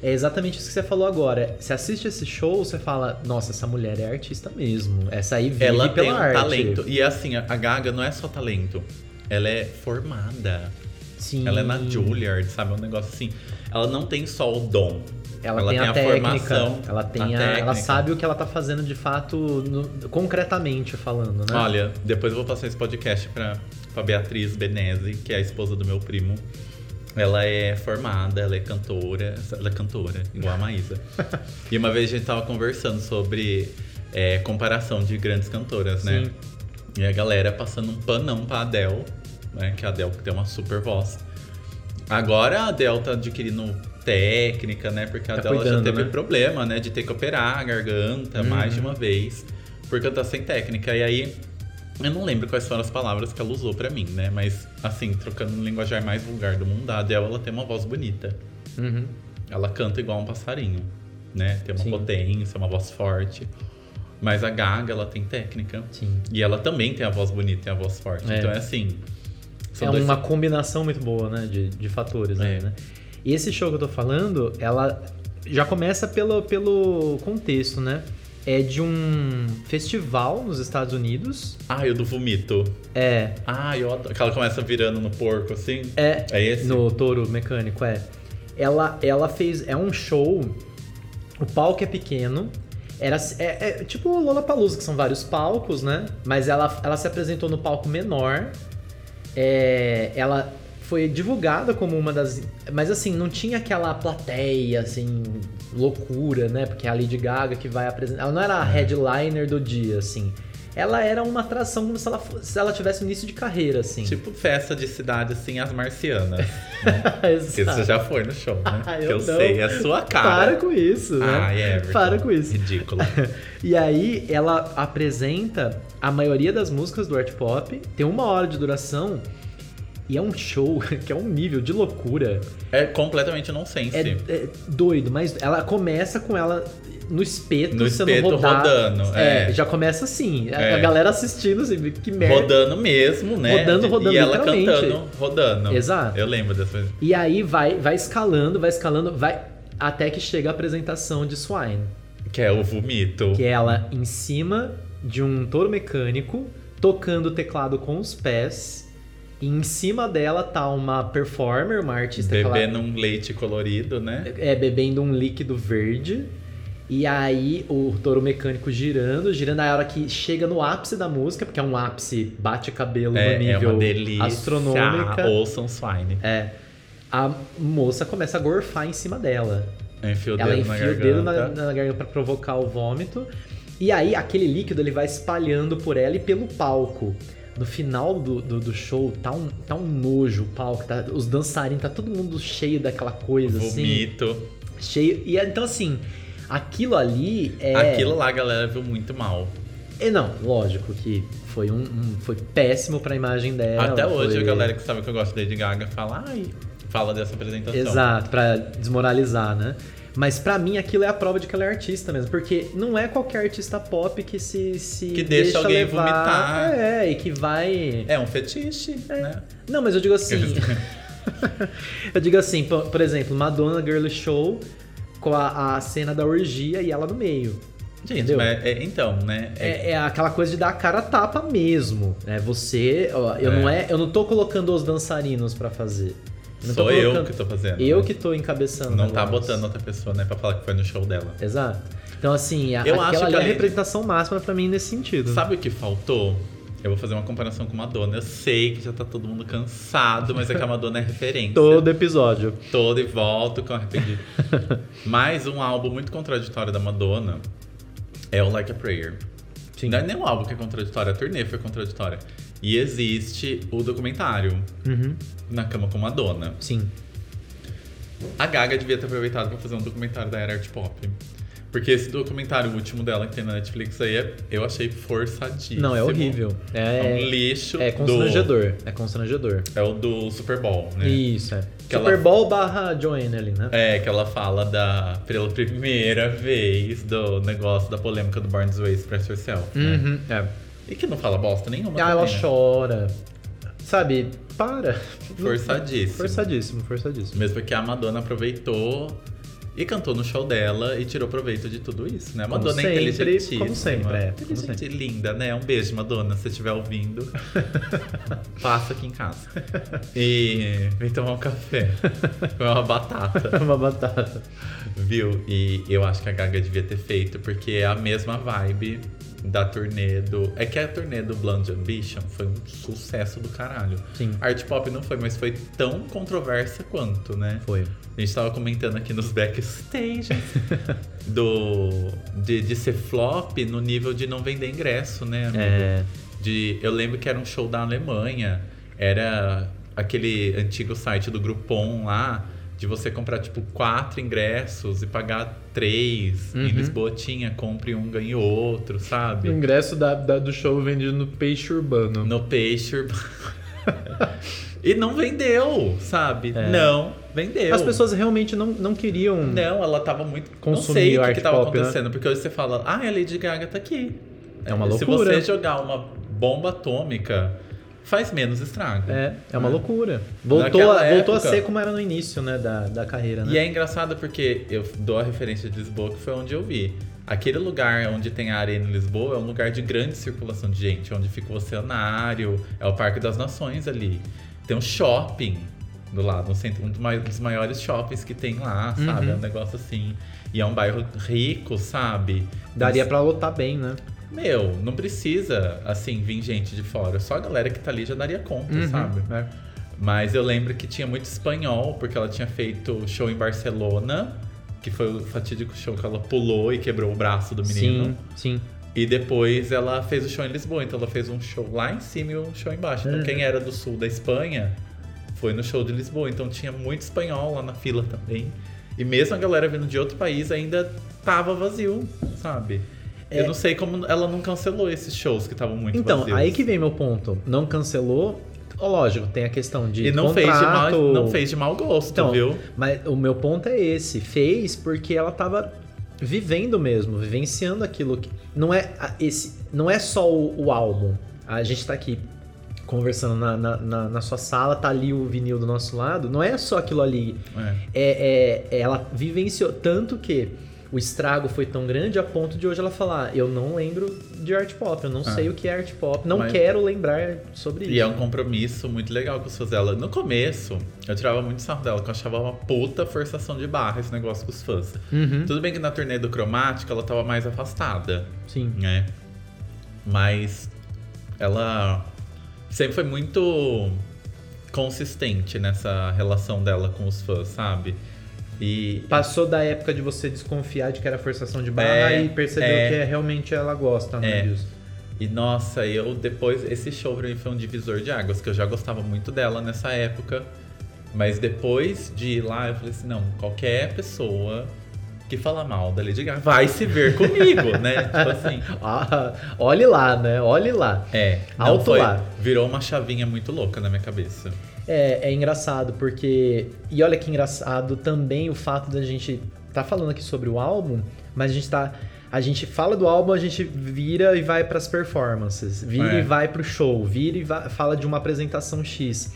[SPEAKER 1] É exatamente isso que você falou agora. Você assiste esse show, você fala, nossa, essa mulher é artista mesmo. Essa aí vive
[SPEAKER 2] Ela
[SPEAKER 1] pela
[SPEAKER 2] tem um
[SPEAKER 1] arte.
[SPEAKER 2] talento. E assim, a a Gaga não é só talento. Ela é formada.
[SPEAKER 1] Sim.
[SPEAKER 2] Ela é na Juilliard, sabe? É um negócio assim. Ela não tem só o dom.
[SPEAKER 1] Ela,
[SPEAKER 2] ela
[SPEAKER 1] tem,
[SPEAKER 2] tem
[SPEAKER 1] a,
[SPEAKER 2] a
[SPEAKER 1] técnica,
[SPEAKER 2] formação,
[SPEAKER 1] ela tem
[SPEAKER 2] a
[SPEAKER 1] a, ela
[SPEAKER 2] técnica.
[SPEAKER 1] sabe o que ela tá fazendo de fato, no- concretamente falando, né?
[SPEAKER 2] Olha, depois eu vou passar esse podcast pra, pra Beatriz Benese, que é a esposa do meu primo. Ela é formada, ela é cantora. Ela é cantora, igual a Maísa. e uma vez a gente tava conversando sobre é, comparação de grandes cantoras, né? E a galera passando um panão pra Adele, né? Que a Adele que tem uma super voz. Agora a Adele tá adquirindo técnica, né? Porque a
[SPEAKER 1] Tá
[SPEAKER 2] Adele ela já
[SPEAKER 1] cuidando,
[SPEAKER 2] teve
[SPEAKER 1] né?
[SPEAKER 2] problema, né? De ter que operar a garganta mais
[SPEAKER 1] Uhum.
[SPEAKER 2] de uma vez. Por cantar sem técnica. E aí, eu não lembro quais foram as palavras que ela usou pra mim, né? Mas, assim, trocando no linguajar mais vulgar do mundo, a Adele, ela tem uma voz bonita.
[SPEAKER 1] Uhum.
[SPEAKER 2] Ela canta igual um passarinho, né? Tem uma
[SPEAKER 1] Sim.
[SPEAKER 2] potência, uma voz forte. Mas a Gaga, ela tem técnica.
[SPEAKER 1] Sim.
[SPEAKER 2] E ela também tem a voz bonita e a voz forte.
[SPEAKER 1] É.
[SPEAKER 2] Então é assim.
[SPEAKER 1] É uma combinação muito boa, né? De, de fatores aí,
[SPEAKER 2] É.
[SPEAKER 1] né? E esse show que eu tô falando, ela já começa pelo, pelo contexto, né? É de um festival nos Estados Unidos.
[SPEAKER 2] Ai, o do vomito.
[SPEAKER 1] É.
[SPEAKER 2] Ai, eu adoro. Que ela começa virando no porco, assim.
[SPEAKER 1] É.
[SPEAKER 2] É esse?
[SPEAKER 1] No touro mecânico, é. Ela, ela fez. É um show. O palco é pequeno. Era, é, é tipo o Lollapalooza, que são vários palcos, né? Mas ela, ela se apresentou no palco menor. É, ela foi divulgada como uma das. Mas assim, não tinha aquela plateia, assim, loucura, né? Porque é a Lady Gaga que vai apresentar. Ela não era a headliner do dia, assim. Ela era uma atração como se ela, fosse- se ela tivesse início de carreira, assim.
[SPEAKER 2] Tipo festa de cidade, assim, as marcianas. Porque
[SPEAKER 1] Exato.
[SPEAKER 2] Você já foi no show, né?
[SPEAKER 1] Ah,
[SPEAKER 2] Que
[SPEAKER 1] eu
[SPEAKER 2] eu
[SPEAKER 1] não.
[SPEAKER 2] sei, é a sua
[SPEAKER 1] Para
[SPEAKER 2] cara.
[SPEAKER 1] com isso, né?
[SPEAKER 2] Ah, é.
[SPEAKER 1] Para com isso.
[SPEAKER 2] Ridículo.
[SPEAKER 1] E aí ela apresenta a maioria das músicas do art pop, tem uma hora de duração e é um show que é um nível de loucura.
[SPEAKER 2] É completamente nonsense.
[SPEAKER 1] É, é doido, mas ela começa com ela no espeto,
[SPEAKER 2] No
[SPEAKER 1] sendo
[SPEAKER 2] espeto,
[SPEAKER 1] rodada.
[SPEAKER 2] rodando, é.
[SPEAKER 1] já começa assim. A, a
[SPEAKER 2] É.
[SPEAKER 1] galera assistindo, assim, que merda.
[SPEAKER 2] Rodando mesmo, né?
[SPEAKER 1] Rodando, rodando,
[SPEAKER 2] E ela
[SPEAKER 1] literalmente.
[SPEAKER 2] cantando, rodando.
[SPEAKER 1] Exato.
[SPEAKER 2] Eu lembro dessa.
[SPEAKER 1] E aí vai, vai escalando, vai escalando, vai até que chega a apresentação de Swine.
[SPEAKER 2] Que é o vomito.
[SPEAKER 1] que é ela em cima de um touro mecânico tocando o teclado com os pés. E em cima dela tá uma performer, uma artista que ela
[SPEAKER 2] Bebendo um leite colorido, né?
[SPEAKER 1] é bebendo um líquido verde. E aí o touro mecânico girando, girando a hora que chega no ápice da música, porque é um ápice bate-cabelo
[SPEAKER 2] É,
[SPEAKER 1] no
[SPEAKER 2] é
[SPEAKER 1] nível
[SPEAKER 2] uma delícia.
[SPEAKER 1] astronômica.
[SPEAKER 2] Ouçam Swine.
[SPEAKER 1] A moça começa a gorfar em cima dela.
[SPEAKER 2] Enfia o
[SPEAKER 1] É. Ela
[SPEAKER 2] dedo
[SPEAKER 1] enfia
[SPEAKER 2] na
[SPEAKER 1] o
[SPEAKER 2] garganta.
[SPEAKER 1] dedo na, na garganta pra provocar o vômito. E aí, aquele líquido ele vai espalhando por ela e pelo palco. No final do, do, do show, tá um, tá um nojo o palco. Tá, os dançarinos, tá todo mundo cheio daquela coisa, assim.
[SPEAKER 2] Vomito.
[SPEAKER 1] Cheio. E então, assim, aquilo ali é.
[SPEAKER 2] Aquilo lá a galera viu muito mal.
[SPEAKER 1] E não, lógico que foi um, um- foi péssimo pra imagem dela.
[SPEAKER 2] Até hoje
[SPEAKER 1] É, foi-
[SPEAKER 2] a galera que sabe que eu gosto da Lady Gaga fala, ai, fala dessa apresentação.
[SPEAKER 1] Exato, pra desmoralizar, né? Mas pra mim aquilo é a prova de que ela é artista mesmo, porque não é qualquer artista pop que se, se
[SPEAKER 2] Que deixa alguém
[SPEAKER 1] levar,
[SPEAKER 2] vomitar.
[SPEAKER 1] É, e que vai.
[SPEAKER 2] É um fetiche, né?
[SPEAKER 1] Não, mas eu digo assim. eu digo assim, po- por, exemplo, Madonna Girl Show com a, a cena da orgia e ela no meio.
[SPEAKER 2] Gente,
[SPEAKER 1] Entendeu?
[SPEAKER 2] mas, é, então, né? É,
[SPEAKER 1] É, é aquela coisa de dar a cara a tapa mesmo. Né? Você. ó, eu,
[SPEAKER 2] É.
[SPEAKER 1] Não é, eu não tô colocando os dançarinos pra fazer. Eu não tô
[SPEAKER 2] sou eu
[SPEAKER 1] colocando-
[SPEAKER 2] que tô fazendo.
[SPEAKER 1] Eu
[SPEAKER 2] né?
[SPEAKER 1] que tô encabeçando. o
[SPEAKER 2] Não tá
[SPEAKER 1] negócio.
[SPEAKER 2] botando outra pessoa, né, pra falar que foi no show dela.
[SPEAKER 1] Exato. Então, assim, a,
[SPEAKER 2] Eu
[SPEAKER 1] aquela
[SPEAKER 2] acho que
[SPEAKER 1] ali é a
[SPEAKER 2] ali-
[SPEAKER 1] representação máxima pra mim nesse sentido.
[SPEAKER 2] Sabe o que faltou? Eu vou fazer uma comparação com Madonna. Eu sei que já tá todo mundo cansado, mas é que a Madonna é referência.
[SPEAKER 1] Todo episódio.
[SPEAKER 2] Todo e volto com arrependido. Mais um álbum muito contraditório da Madonna é o Like a Prayer.
[SPEAKER 1] Sim.
[SPEAKER 2] Não é nem um álbum que é contraditório, a turnê foi contraditória. E existe o documentário
[SPEAKER 1] Uhum.
[SPEAKER 2] Na Cama com Madonna.
[SPEAKER 1] Sim.
[SPEAKER 2] A Gaga devia ter aproveitado pra fazer um documentário da era art pop. Porque esse documentário último dela que tem na Netflix aí, é- eu achei forçadíssimo.
[SPEAKER 1] Não, é horrível.
[SPEAKER 2] É um
[SPEAKER 1] É,
[SPEAKER 2] lixo.
[SPEAKER 1] é
[SPEAKER 2] do-
[SPEAKER 1] constrangedor. É constrangedor.
[SPEAKER 2] é o do Super Bowl, né?
[SPEAKER 1] Isso, é.
[SPEAKER 2] Que
[SPEAKER 1] Super
[SPEAKER 2] ela-
[SPEAKER 1] Bowl barra Joanne ali, né?
[SPEAKER 2] É, que ela fala da pela primeira vez do negócio da polêmica do Barnes Way Express Yourself, né?
[SPEAKER 1] Uhum, é.
[SPEAKER 2] E que não fala bosta nenhuma.
[SPEAKER 1] Ah, ela
[SPEAKER 2] também, né?
[SPEAKER 1] chora. Sabe? Para.
[SPEAKER 2] Forçadíssimo.
[SPEAKER 1] Forçadíssimo, forçadíssimo.
[SPEAKER 2] Mesmo que a Madonna aproveitou E cantou no show dela e tirou proveito de tudo isso, né? A
[SPEAKER 1] Como
[SPEAKER 2] Madonna é
[SPEAKER 1] sempre,
[SPEAKER 2] inteligentíssima.
[SPEAKER 1] como sempre, é, como
[SPEAKER 2] Inteligente, linda, né? Um beijo, Madonna, se você estiver ouvindo. passa aqui em casa. E vem tomar um café. Comer uma batata.
[SPEAKER 1] É Uma batata.
[SPEAKER 2] Viu? E eu acho que a Gaga devia ter feito, porque é a mesma vibe da turnê do. É que a turnê do Blonde Ambition foi um sucesso do caralho.
[SPEAKER 1] Sim.
[SPEAKER 2] Art pop não foi, mas foi tão controversa quanto, né?
[SPEAKER 1] Foi.
[SPEAKER 2] A gente tava comentando aqui nos backstages do, de, de ser flop no nível de não vender ingresso, né? amigo?
[SPEAKER 1] É.
[SPEAKER 2] De, eu lembro que era um show da Alemanha. Era aquele antigo site do Groupon lá, de você comprar tipo quatro ingressos e pagar três.
[SPEAKER 1] Uhum.
[SPEAKER 2] Em Lisboa tinha, compre um, ganhe outro,
[SPEAKER 1] O
[SPEAKER 2] sabe?
[SPEAKER 1] ingresso da- da- do show vendido no Peixe Urbano.
[SPEAKER 2] No peixe. urbano. e não vendeu, sabe?
[SPEAKER 1] É.
[SPEAKER 2] Não vendeu.
[SPEAKER 1] As pessoas realmente não, não queriam.
[SPEAKER 2] Não, ela tava muito. não
[SPEAKER 1] Consumir
[SPEAKER 2] sei o que,
[SPEAKER 1] art
[SPEAKER 2] que tava
[SPEAKER 1] pop, né?
[SPEAKER 2] acontecendo, porque hoje você fala, ah, a Lady Gaga tá aqui.
[SPEAKER 1] É uma
[SPEAKER 2] Se
[SPEAKER 1] loucura.
[SPEAKER 2] você jogar uma bomba atômica, faz menos estrago.
[SPEAKER 1] É, é uma
[SPEAKER 2] É.
[SPEAKER 1] loucura. Voltou,
[SPEAKER 2] Naquela
[SPEAKER 1] a, voltou a
[SPEAKER 2] época-
[SPEAKER 1] ser como era no início, né, da, da carreira, né?
[SPEAKER 2] E é engraçado porque eu dou a referência de Lisboa, que foi onde eu vi. Aquele lugar onde tem a arena em Lisboa é um lugar de grande circulação de gente, onde fica o oceanário, é o Parque das Nações ali. Tem um shopping do lado, um, centro, um dos mai- dos maiores shoppings que tem lá, sabe?
[SPEAKER 1] Uhum.
[SPEAKER 2] É um negócio assim. E é um bairro rico, sabe?
[SPEAKER 1] Daria pra lotar bem, né?
[SPEAKER 2] Meu, não precisa, assim, vir gente de fora. Só a galera que tá ali já daria conta,
[SPEAKER 1] Uhum.
[SPEAKER 2] sabe?
[SPEAKER 1] É.
[SPEAKER 2] Mas eu lembro que tinha muito espanhol, porque ela tinha feito show em Barcelona, que foi o fatídico show que ela pulou e quebrou o braço do menino.
[SPEAKER 1] Sim, sim.
[SPEAKER 2] E depois ela fez o show em Lisboa, então ela fez um show lá em cima e um show embaixo. Então
[SPEAKER 1] Uhum.
[SPEAKER 2] quem era do sul da Espanha foi no show de Lisboa, então tinha muito espanhol lá na fila também. E mesmo a galera vindo de outro país ainda tava vazio, sabe? Eu não sei como ela não cancelou esses shows que estavam muito
[SPEAKER 1] É. Então,
[SPEAKER 2] vazios.
[SPEAKER 1] aí que vem meu ponto. Não cancelou. ó, Lógico, tem a questão de
[SPEAKER 2] E não,
[SPEAKER 1] contrato,
[SPEAKER 2] fez de mal, não fez de mau gosto,
[SPEAKER 1] Então,
[SPEAKER 2] viu?
[SPEAKER 1] Mas o meu ponto é esse. Fez porque ela tava vivendo mesmo, vivenciando aquilo que. Não é a- esse. Não é só o, o álbum. A gente tá aqui conversando na, na, na- na sua sala, tá ali o vinil do nosso lado. Não é só aquilo ali.
[SPEAKER 2] É.
[SPEAKER 1] É, é- ela vivenciou tanto que o estrago foi tão grande a ponto de hoje ela falar: Eu não lembro de art pop, eu não
[SPEAKER 2] Ah.
[SPEAKER 1] sei o que é art pop, não
[SPEAKER 2] Mas-
[SPEAKER 1] quero lembrar sobre
[SPEAKER 2] E é
[SPEAKER 1] isso.
[SPEAKER 2] um compromisso muito legal com os fãs dela. No começo, eu tirava muito sarro dela, que eu achava uma puta forçação de barra esse negócio com os fãs.
[SPEAKER 1] Uhum,
[SPEAKER 2] Tudo bem que na turnê do Cromática ela tava mais afastada,
[SPEAKER 1] Sim.
[SPEAKER 2] né? Mas ela sempre foi muito consistente nessa relação dela com os fãs, sabe? E
[SPEAKER 1] Passou da época de você desconfiar de que era forçação de barra
[SPEAKER 2] É,
[SPEAKER 1] e percebeu
[SPEAKER 2] é.
[SPEAKER 1] que é, realmente ela gosta, né,
[SPEAKER 2] É.
[SPEAKER 1] disso.
[SPEAKER 2] E nossa, eu depois. Esse show pra mim foi um divisor de águas, que eu já gostava muito dela nessa época. Mas depois de ir lá, eu falei assim: não, qualquer pessoa que fala mal da Lady Gaga vai se ver comigo, né? Tipo assim.
[SPEAKER 1] Ah, olhe lá, né? Olhe lá.
[SPEAKER 2] É, não
[SPEAKER 1] Alto
[SPEAKER 2] foi-
[SPEAKER 1] lá.
[SPEAKER 2] Virou uma chavinha muito louca na minha cabeça.
[SPEAKER 1] É, é engraçado porque. E olha que engraçado também o fato da gente tá falando aqui sobre o álbum, mas a gente tá. A gente fala do álbum, a gente vira e vai pras performances, vira
[SPEAKER 2] É.
[SPEAKER 1] e vai pro show, vira e va- fala de uma apresentação X.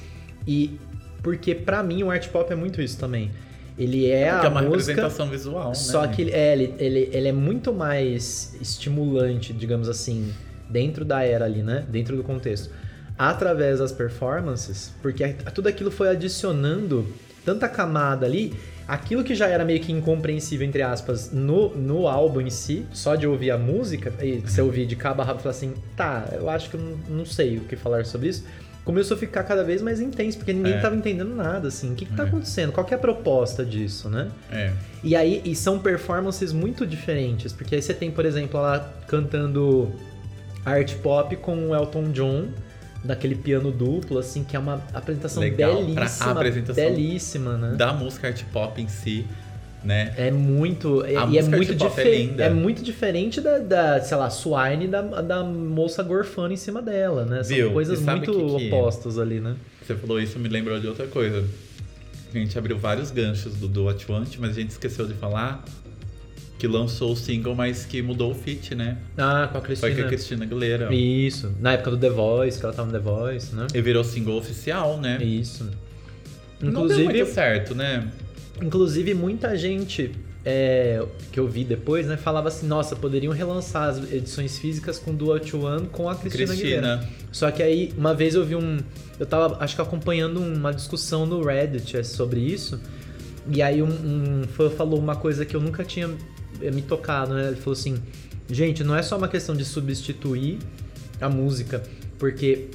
[SPEAKER 1] E porque pra mim o art pop é muito isso também. Ele é,
[SPEAKER 2] Porque
[SPEAKER 1] a
[SPEAKER 2] é uma
[SPEAKER 1] música
[SPEAKER 2] representação visual, né?
[SPEAKER 1] Só que
[SPEAKER 2] amigo?
[SPEAKER 1] ele é, ele, ele, ele é muito mais estimulante, digamos assim, dentro da era ali, né? Dentro do contexto. Através das performances, porque a- tudo aquilo foi adicionando tanta camada ali, aquilo que já era meio que incompreensível, entre aspas, no, no álbum em si, só de ouvir a música, e você ouvir de cabo a rabo e falar assim, tá, eu acho que eu não, não sei o que falar sobre isso, começou a ficar cada vez mais intenso, porque ninguém
[SPEAKER 2] É.
[SPEAKER 1] tava entendendo nada, assim, o que que tá
[SPEAKER 2] É.
[SPEAKER 1] acontecendo, qual que é a proposta disso, né?
[SPEAKER 2] É.
[SPEAKER 1] E aí, e são performances muito diferentes, porque aí você tem, por exemplo, ela cantando art pop com o Elton John, naquele piano duplo, assim, que é uma apresentação
[SPEAKER 2] Legal, pra
[SPEAKER 1] belíssima.
[SPEAKER 2] apresentação
[SPEAKER 1] belíssima, né?
[SPEAKER 2] Da música art pop em si, né?
[SPEAKER 1] É muito. É,
[SPEAKER 2] A
[SPEAKER 1] e é
[SPEAKER 2] música
[SPEAKER 1] muito,
[SPEAKER 2] art pop é
[SPEAKER 1] dife-
[SPEAKER 2] linda.
[SPEAKER 1] é muito diferente da, da, sei lá, Swine da, da moça gorfando em cima dela, né? São
[SPEAKER 2] Viu?
[SPEAKER 1] coisas
[SPEAKER 2] E sabe
[SPEAKER 1] muito
[SPEAKER 2] que que-
[SPEAKER 1] opostas ali, né?
[SPEAKER 2] Você falou isso, me lembrou de outra coisa. A gente abriu vários ganchos do Do What You Want, mas a gente esqueceu de falar que lançou o single, mas que mudou o feat, né?
[SPEAKER 1] Ah, com a
[SPEAKER 2] Foi
[SPEAKER 1] Cristina.
[SPEAKER 2] com a Cristina Aguilera. E...
[SPEAKER 1] Isso. Na época do The Voice, que ela tava no The Voice, né?
[SPEAKER 2] virou single oficial, né?
[SPEAKER 1] Isso.
[SPEAKER 2] Não deu muito certo, né?
[SPEAKER 1] Inclusive, muita gente é, que eu vi depois, né? Falava assim, nossa, poderiam relançar as edições físicas com Dual to One com a Cristina, Aguilera.
[SPEAKER 2] Cristina.
[SPEAKER 1] Só que aí, uma vez eu vi um. Eu tava, acho que acompanhando uma discussão no Reddit é, sobre isso. E aí um, um fã falou uma coisa que eu nunca tinha eh, me tocado, né? Ele falou assim: gente, não é só uma questão de substituir a música, porque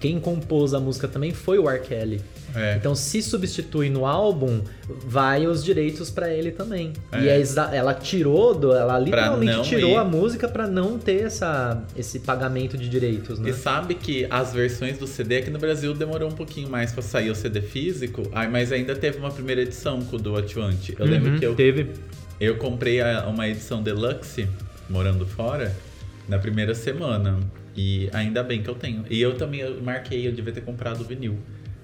[SPEAKER 1] quem compôs a música também foi o R. Kelly.
[SPEAKER 2] É.
[SPEAKER 1] Então, se substitui no álbum, vai os direitos pra ele também. E
[SPEAKER 2] É.
[SPEAKER 1] é exa- ela tirou, do, ela
[SPEAKER 2] não
[SPEAKER 1] literalmente tirou
[SPEAKER 2] ir.
[SPEAKER 1] a música pra não ter essa, esse pagamento de direitos, né?
[SPEAKER 2] E sabe que as versões do CD aqui no Brasil demorou um pouquinho mais pra sair o CD físico, ai, mas ainda teve uma primeira edição com o Duo Atuante. Eu lembro
[SPEAKER 1] Uhum,
[SPEAKER 2] que eu,
[SPEAKER 1] Teve.
[SPEAKER 2] eu comprei a- uma edição deluxe, morando fora, na primeira semana. E ainda bem que eu tenho. E eu também eu marquei, eu devia ter comprado o vinil.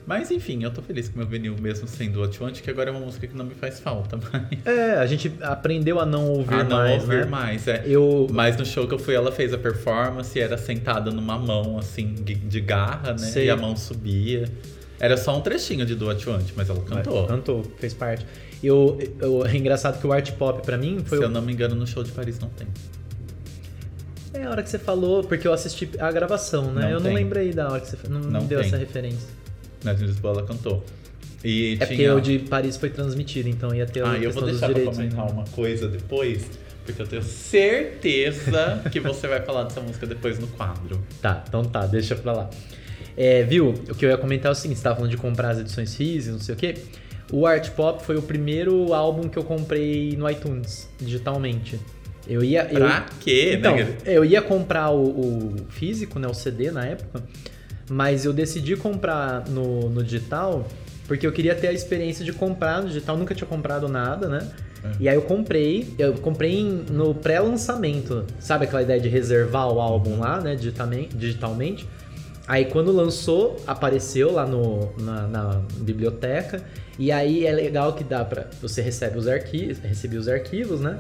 [SPEAKER 2] Mas enfim, eu tô feliz com meu vinil mesmo sem Duo Atuante, que agora é uma música que não me faz falta mais.
[SPEAKER 1] É, a gente aprendeu a não ouvir
[SPEAKER 2] Ah, não
[SPEAKER 1] mais,
[SPEAKER 2] ouvir
[SPEAKER 1] né?
[SPEAKER 2] mais, é.
[SPEAKER 1] Eu...
[SPEAKER 2] Mas no show que eu fui, ela fez a performance, era sentada numa mão, assim, de, de garra, né?
[SPEAKER 1] Sei.
[SPEAKER 2] E a mão subia. Era só um trechinho de Do What You Want, mas ela cantou.
[SPEAKER 1] É, Cantou, fez parte. Eu, eu, é engraçado que o art pop pra mim foi
[SPEAKER 2] Se
[SPEAKER 1] o
[SPEAKER 2] eu não me engano, no show de Paris não tem.
[SPEAKER 1] É a hora que você falou, porque eu assisti a gravação, né?
[SPEAKER 2] Não
[SPEAKER 1] eu
[SPEAKER 2] tem.
[SPEAKER 1] não lembrei da hora que você não, não
[SPEAKER 2] Não
[SPEAKER 1] deu
[SPEAKER 2] tem.
[SPEAKER 1] essa referência.
[SPEAKER 2] Na de Lisboa ela cantou. E
[SPEAKER 1] É porque
[SPEAKER 2] tinha...
[SPEAKER 1] o de Paris foi transmitido, então ia ter a
[SPEAKER 2] Ah, eu
[SPEAKER 1] questão
[SPEAKER 2] vou deixar
[SPEAKER 1] dos
[SPEAKER 2] pra então.
[SPEAKER 1] direitos. né?
[SPEAKER 2] comentar uma coisa depois, porque eu tenho certeza que você vai falar dessa música depois no quadro.
[SPEAKER 1] Tá, então tá, deixa pra lá. É, viu? O que eu ia comentar é o seguinte, você tava falando de comprar as edições físicas, não sei o quê. O Art Pop foi o primeiro álbum que eu comprei no iTunes, digitalmente. Eu ia. eu-
[SPEAKER 2] Pra quê,
[SPEAKER 1] Então,
[SPEAKER 2] né?
[SPEAKER 1] eu ia comprar o, o físico, né, o CD na época, mas eu decidi comprar no, no digital porque eu queria ter a experiência de comprar no digital, nunca tinha comprado nada, né?
[SPEAKER 2] É.
[SPEAKER 1] E aí eu comprei, eu comprei em- no pré-lançamento, sabe aquela ideia de reservar o álbum lá, né, digitamen- digitalmente? Aí quando lançou, apareceu lá no, na, na biblioteca. E aí é legal que dá pra. Você recebe os arquivos, recebia os arquivos, né?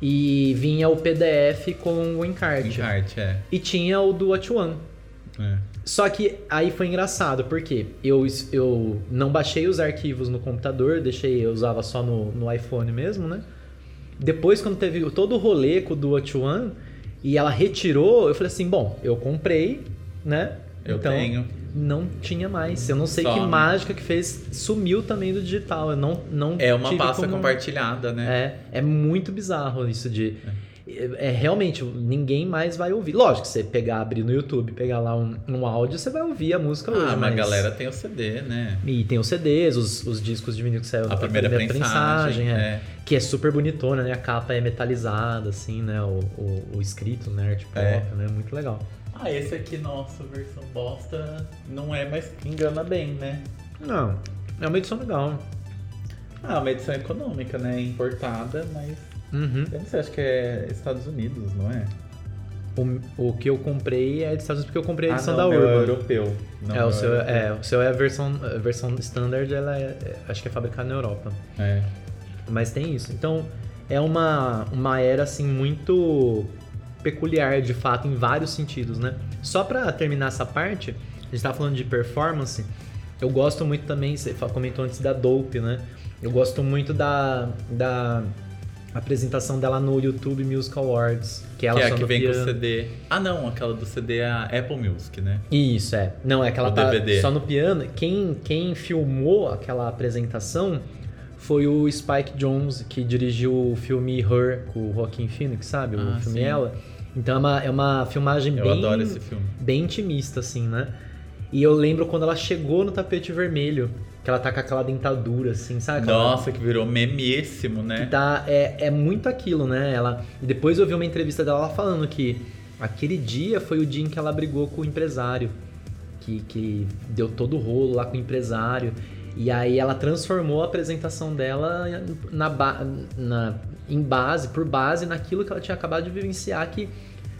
[SPEAKER 1] E vinha o PDF com o encarte.
[SPEAKER 2] Encarte, é.
[SPEAKER 1] E tinha o do Watch One.
[SPEAKER 2] é.
[SPEAKER 1] Só que aí foi engraçado, porque eu, eu não baixei os arquivos no computador, deixei, eu usava só no, no iPhone mesmo, né? Depois, quando teve todo o rolê com o do Watch One, e ela retirou, eu falei assim: bom, eu comprei, né?
[SPEAKER 2] Eu
[SPEAKER 1] então,
[SPEAKER 2] tenho.
[SPEAKER 1] não tinha mais. Eu não sei que
[SPEAKER 2] Some.
[SPEAKER 1] mágica que fez. Sumiu também do digital. Eu não, não
[SPEAKER 2] É uma
[SPEAKER 1] tive
[SPEAKER 2] pasta
[SPEAKER 1] como-
[SPEAKER 2] compartilhada, né?
[SPEAKER 1] É, é muito bizarro isso de. É, é realmente, ninguém mais vai ouvir. Lógico, você pegar, abrir no YouTube, pegar lá um, um áudio, você vai ouvir a música hoje.
[SPEAKER 2] Ah, mas
[SPEAKER 1] mas
[SPEAKER 2] a galera tem o CD, né?
[SPEAKER 1] E tem os CDs, os, os discos de vinil que saiu
[SPEAKER 2] A
[SPEAKER 1] da
[SPEAKER 2] primeira, prensagem,
[SPEAKER 1] é.
[SPEAKER 2] é.
[SPEAKER 1] Que é super bonitona, né? A capa é metalizada, assim, né? O, o, o escrito, né? Art pop,
[SPEAKER 2] É.
[SPEAKER 1] né? Muito legal.
[SPEAKER 2] Ah, esse aqui, nossa, versão bosta, não é, mas engana bem, né?
[SPEAKER 1] Não, é uma edição legal.
[SPEAKER 2] Ah, uma edição econômica, né? Importada, mas.
[SPEAKER 1] Uhum.
[SPEAKER 2] Eu não sei, acho que é Estados Unidos, não é?
[SPEAKER 1] O, o que eu comprei é de Estados Unidos porque eu comprei a edição
[SPEAKER 2] ah, não,
[SPEAKER 1] da
[SPEAKER 2] meu
[SPEAKER 1] Urban.
[SPEAKER 2] É europeu. Não,
[SPEAKER 1] é, o
[SPEAKER 2] meu
[SPEAKER 1] seu,
[SPEAKER 2] europeu.
[SPEAKER 1] é, o seu é a versão, a versão standard, ela é, é- acho que é fabricada na Europa.
[SPEAKER 2] É.
[SPEAKER 1] Mas tem isso. Então, é uma, uma era, assim, muito peculiar, de fato, em vários sentidos, né? Só pra terminar essa parte, a gente tava falando de performance, eu gosto muito também, você fa- comentou antes da Dope, né? Eu gosto muito da, da apresentação dela no YouTube Music Awards, que ela
[SPEAKER 2] Que é a
[SPEAKER 1] só
[SPEAKER 2] que
[SPEAKER 1] no
[SPEAKER 2] vem com o
[SPEAKER 1] piano.
[SPEAKER 2] CD. Ah, não, aquela do CD é a Apple Music, né?
[SPEAKER 1] Isso, é. Não, é aquela
[SPEAKER 2] O
[SPEAKER 1] tá
[SPEAKER 2] DVD.
[SPEAKER 1] só no piano. Quem, quem filmou aquela apresentação foi o Spike Jones, que dirigiu o filme Her, com o Joaquin Phoenix, sabe? O
[SPEAKER 2] Ah,
[SPEAKER 1] filme
[SPEAKER 2] sim.
[SPEAKER 1] Ela. Então é uma, é uma filmagem
[SPEAKER 2] Eu
[SPEAKER 1] bem,
[SPEAKER 2] adoro esse filme.
[SPEAKER 1] bem intimista, assim, né? E eu lembro quando ela chegou no tapete vermelho, que ela tá com aquela dentadura, assim, sabe? Aquela-
[SPEAKER 2] Nossa, que virou memíssimo,
[SPEAKER 1] que
[SPEAKER 2] né?
[SPEAKER 1] tá, é, é muito aquilo, né? Ela, e depois eu vi uma entrevista dela falando que aquele dia foi o dia em que ela brigou com o empresário, que, que deu todo o rolo lá com o empresário. E aí ela transformou a apresentação dela na, ba- na- em base, por base, naquilo que ela tinha acabado de vivenciar, que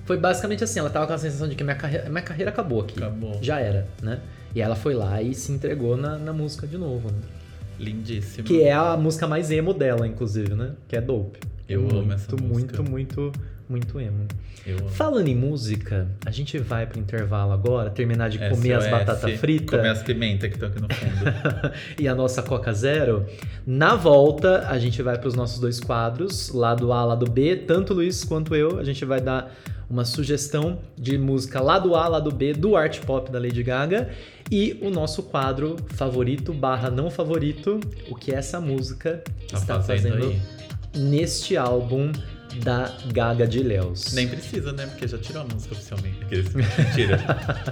[SPEAKER 1] foi basicamente assim, ela tava com a sensação de que minha carreira, minha carreira acabou aqui.
[SPEAKER 2] Acabou.
[SPEAKER 1] Já era, né? E ela foi lá e se entregou na, na música de novo, né?
[SPEAKER 2] Lindíssimo.
[SPEAKER 1] Que é a música mais emo dela, inclusive, né? Que é Dope.
[SPEAKER 2] Eu
[SPEAKER 1] muito,
[SPEAKER 2] amo essa música.
[SPEAKER 1] Muito, muito, muito Muito emo.
[SPEAKER 2] Eu amo.
[SPEAKER 1] Falando em música, a gente vai pro intervalo agora, terminar de comer as
[SPEAKER 2] SOS,
[SPEAKER 1] batatas fritas
[SPEAKER 2] Comer as pimentas que estão aqui no fundo.
[SPEAKER 1] e a nossa Coca Zero. Na volta, a gente vai para os nossos dois quadros, lado A, lado B. Tanto o Luiz quanto eu, a gente vai dar uma sugestão de música lado A, lado B do art pop da Lady Gaga e o nosso quadro favorito barra não favorito, o que é essa música
[SPEAKER 2] Tá
[SPEAKER 1] está
[SPEAKER 2] fazendo,
[SPEAKER 1] fazendo,
[SPEAKER 2] aí.
[SPEAKER 1] neste álbum da Gaga de Léus.
[SPEAKER 2] Nem precisa, né? Porque já tirou a música oficialmente. Aqueles- Mentira.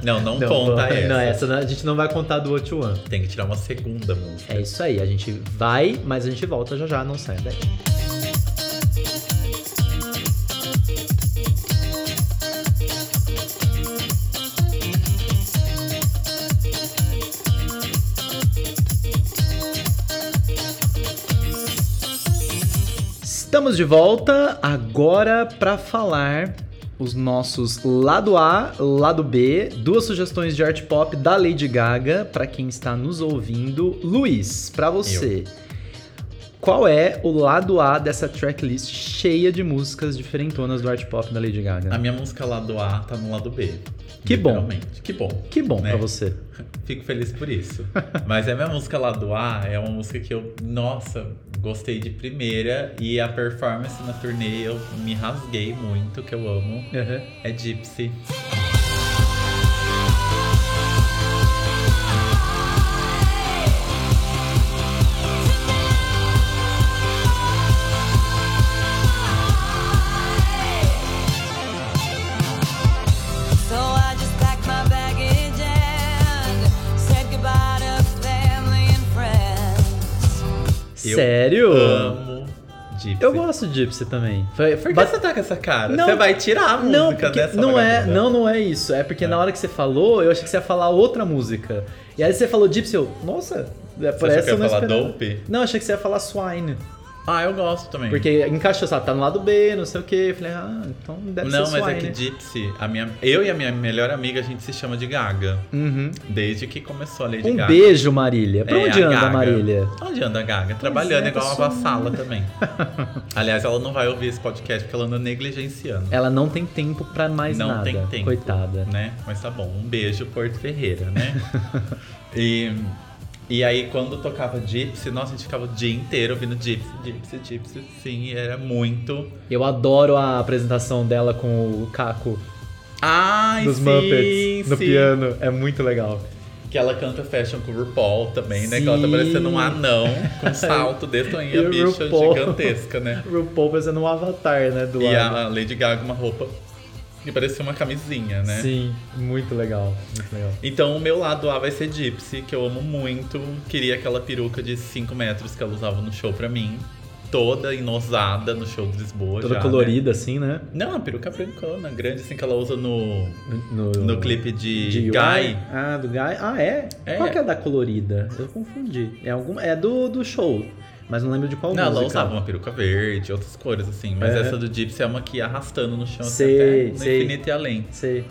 [SPEAKER 2] Não, não,
[SPEAKER 1] Não,
[SPEAKER 2] conta
[SPEAKER 1] vamos-
[SPEAKER 2] essa.
[SPEAKER 1] Não, é essa não- a gente não vai contar do What You Want.
[SPEAKER 2] Tem que tirar uma segunda música.
[SPEAKER 1] É isso aí, a gente vai, mas a gente volta já já, não saia daí. Estamos de volta agora para falar os nossos lado A, lado B, duas sugestões de art pop da Lady Gaga para quem está nos ouvindo. Luiz, para você, qual é o lado A dessa tracklist cheia de músicas diferentonas do art pop da Lady
[SPEAKER 2] A
[SPEAKER 1] Gaga?
[SPEAKER 2] minha música lá do A tá no lado B.
[SPEAKER 1] É. Que bom.
[SPEAKER 2] literalmente. Que bom.
[SPEAKER 1] Que bom
[SPEAKER 2] né?
[SPEAKER 1] pra você.
[SPEAKER 2] Fico feliz por isso. Mas a minha música lá do A é uma música que eu, nossa, gostei de primeira. E a performance na turnê eu me rasguei muito, que eu amo. É Gypsy.
[SPEAKER 3] So I just packed my baggage and said goodbye to family and friends.
[SPEAKER 2] Eu
[SPEAKER 1] Sério?
[SPEAKER 2] Amo Gypsy.
[SPEAKER 1] Eu gosto de Gypsy também. Foi,
[SPEAKER 2] Por que
[SPEAKER 1] bate-
[SPEAKER 2] você tá com essa cara?
[SPEAKER 1] Não,
[SPEAKER 2] você vai tirar a música
[SPEAKER 1] Não, porque
[SPEAKER 2] dessa
[SPEAKER 1] não é,
[SPEAKER 2] vagabunda.
[SPEAKER 1] não, não é isso. É porque na hora que você falou, eu achei que você ia falar outra música. E aí você falou Gypsy, eu, nossa, é
[SPEAKER 2] Você
[SPEAKER 1] por
[SPEAKER 2] achou
[SPEAKER 1] essa
[SPEAKER 2] que
[SPEAKER 1] eu
[SPEAKER 2] eu
[SPEAKER 1] não
[SPEAKER 2] ia falar
[SPEAKER 1] esperava.
[SPEAKER 2] dope?
[SPEAKER 1] Não, achei que você ia falar Swine.
[SPEAKER 2] Ah, eu gosto também.
[SPEAKER 1] Porque encaixou, sabe? Tá no lado B, não sei o quê. Eu falei, ah, então deve
[SPEAKER 2] não,
[SPEAKER 1] ser
[SPEAKER 2] mas é
[SPEAKER 1] Swine.
[SPEAKER 2] que Gypsy, a minha, eu e a minha melhor amiga, a gente se chama de Gaga.
[SPEAKER 1] Uhum.
[SPEAKER 2] Desde que começou a Lady
[SPEAKER 1] Um
[SPEAKER 2] Gaga.
[SPEAKER 1] beijo, Marília. Pra
[SPEAKER 2] É,
[SPEAKER 1] onde
[SPEAKER 2] a
[SPEAKER 1] anda,
[SPEAKER 2] Gaga.
[SPEAKER 1] Marília?
[SPEAKER 2] Onde anda a Gaga? Trabalhando
[SPEAKER 1] é,
[SPEAKER 2] igual uma
[SPEAKER 1] tá
[SPEAKER 2] vassala também. Aliás, ela não vai ouvir esse podcast porque ela anda negligenciando.
[SPEAKER 1] Ela não tem tempo pra mais
[SPEAKER 2] não
[SPEAKER 1] nada.
[SPEAKER 2] tem tempo.
[SPEAKER 1] Coitada.
[SPEAKER 2] Né? Mas tá bom. Um beijo, Porto Ferreira, né? e, e aí, quando tocava Gypsy, nossa, a gente ficava o dia inteiro ouvindo Gypsy, Gypsy, Gypsy. Sim, e era muito.
[SPEAKER 1] Eu adoro a apresentação dela com o Caco
[SPEAKER 2] Ai,
[SPEAKER 1] dos
[SPEAKER 2] sim,
[SPEAKER 1] Muppets no
[SPEAKER 2] sim.
[SPEAKER 1] piano. É muito legal.
[SPEAKER 2] Que ela canta fashion com o RuPaul também, né? Que ela tá
[SPEAKER 1] Sim.
[SPEAKER 2] parecendo um anão com um salto de
[SPEAKER 1] E
[SPEAKER 2] tonha
[SPEAKER 1] o
[SPEAKER 2] bicha
[SPEAKER 1] RuPaul.
[SPEAKER 2] gigantesca, né?
[SPEAKER 1] RuPaul fazendo um avatar, né? Do
[SPEAKER 2] E
[SPEAKER 1] lado.
[SPEAKER 2] a Lady Gaga uma roupa que parecia uma camisinha, né?
[SPEAKER 1] Sim, muito legal. Muito legal.
[SPEAKER 2] Então o meu lado A vai ser Gypsy, que eu amo muito. Queria aquela peruca de 5 metros que ela usava no show pra mim. Toda inosada no show de Lisboa.
[SPEAKER 1] Toda
[SPEAKER 2] já,
[SPEAKER 1] colorida, assim, né?
[SPEAKER 2] Né? Não, a peruca brancona, grande, assim, que ela usa no,
[SPEAKER 1] No,
[SPEAKER 2] no clipe de,
[SPEAKER 1] de
[SPEAKER 2] Guy.
[SPEAKER 1] UI. Ah, do Guy. Ah, é?
[SPEAKER 2] É.
[SPEAKER 1] Qual que é a da colorida? Eu confundi. É, algum... é do, do show, mas não lembro de qual
[SPEAKER 2] Não, ela
[SPEAKER 1] música.
[SPEAKER 2] usava uma peruca verde, outras cores, assim. Mas
[SPEAKER 1] É.
[SPEAKER 2] essa do Gypsy é uma que ia arrastando no chão
[SPEAKER 1] Sei,
[SPEAKER 2] assim, até
[SPEAKER 1] sei.
[SPEAKER 2] no infinito e além.
[SPEAKER 1] Sei.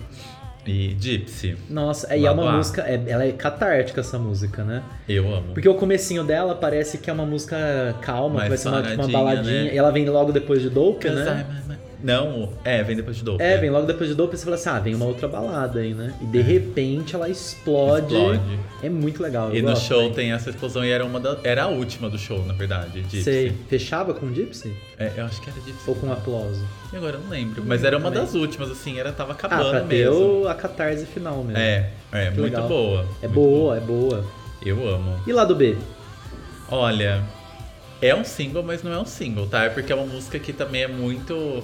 [SPEAKER 2] E Gypsy,
[SPEAKER 1] Nossa, é, e é uma
[SPEAKER 2] Lado A.
[SPEAKER 1] música... É, ela é catártica, essa música, né?
[SPEAKER 2] eu amo.
[SPEAKER 1] Porque o comecinho dela parece que é uma música calma, que
[SPEAKER 2] Mais
[SPEAKER 1] vai ser uma, tipo, uma
[SPEAKER 2] paradinha,
[SPEAKER 1] baladinha.
[SPEAKER 2] né?
[SPEAKER 1] E ela vem logo depois de Dope,
[SPEAKER 2] Cause
[SPEAKER 1] né?
[SPEAKER 2] I'm- I'm- I'm- Não, é, vem depois de Dope.
[SPEAKER 1] É, vem logo depois de Dope, você fala assim, ah, vem uma outra balada aí, né? E de repente ela explode.
[SPEAKER 2] É. Explode.
[SPEAKER 1] É muito legal. eu
[SPEAKER 2] E no
[SPEAKER 1] gosto.
[SPEAKER 2] show tem essa explosão e era uma da, era a última do show, na verdade, Gypsy.
[SPEAKER 1] Sei. Fechava com Gypsy?
[SPEAKER 2] É, eu acho que era Gypsy.
[SPEAKER 1] Ou com aplauso?
[SPEAKER 2] E Agora eu não lembro, mas era uma
[SPEAKER 1] também.
[SPEAKER 2] das últimas, assim, era tava
[SPEAKER 1] Ah,
[SPEAKER 2] acabando
[SPEAKER 1] pra ter
[SPEAKER 2] mesmo.
[SPEAKER 1] o- a catarse final mesmo.
[SPEAKER 2] É, é muito
[SPEAKER 1] legal.
[SPEAKER 2] boa.
[SPEAKER 1] É
[SPEAKER 2] muito
[SPEAKER 1] boa, é boa.
[SPEAKER 2] Eu amo.
[SPEAKER 1] E lado B?
[SPEAKER 2] Olha, é um single, mas não é um single, tá? É porque é uma música que também é muito.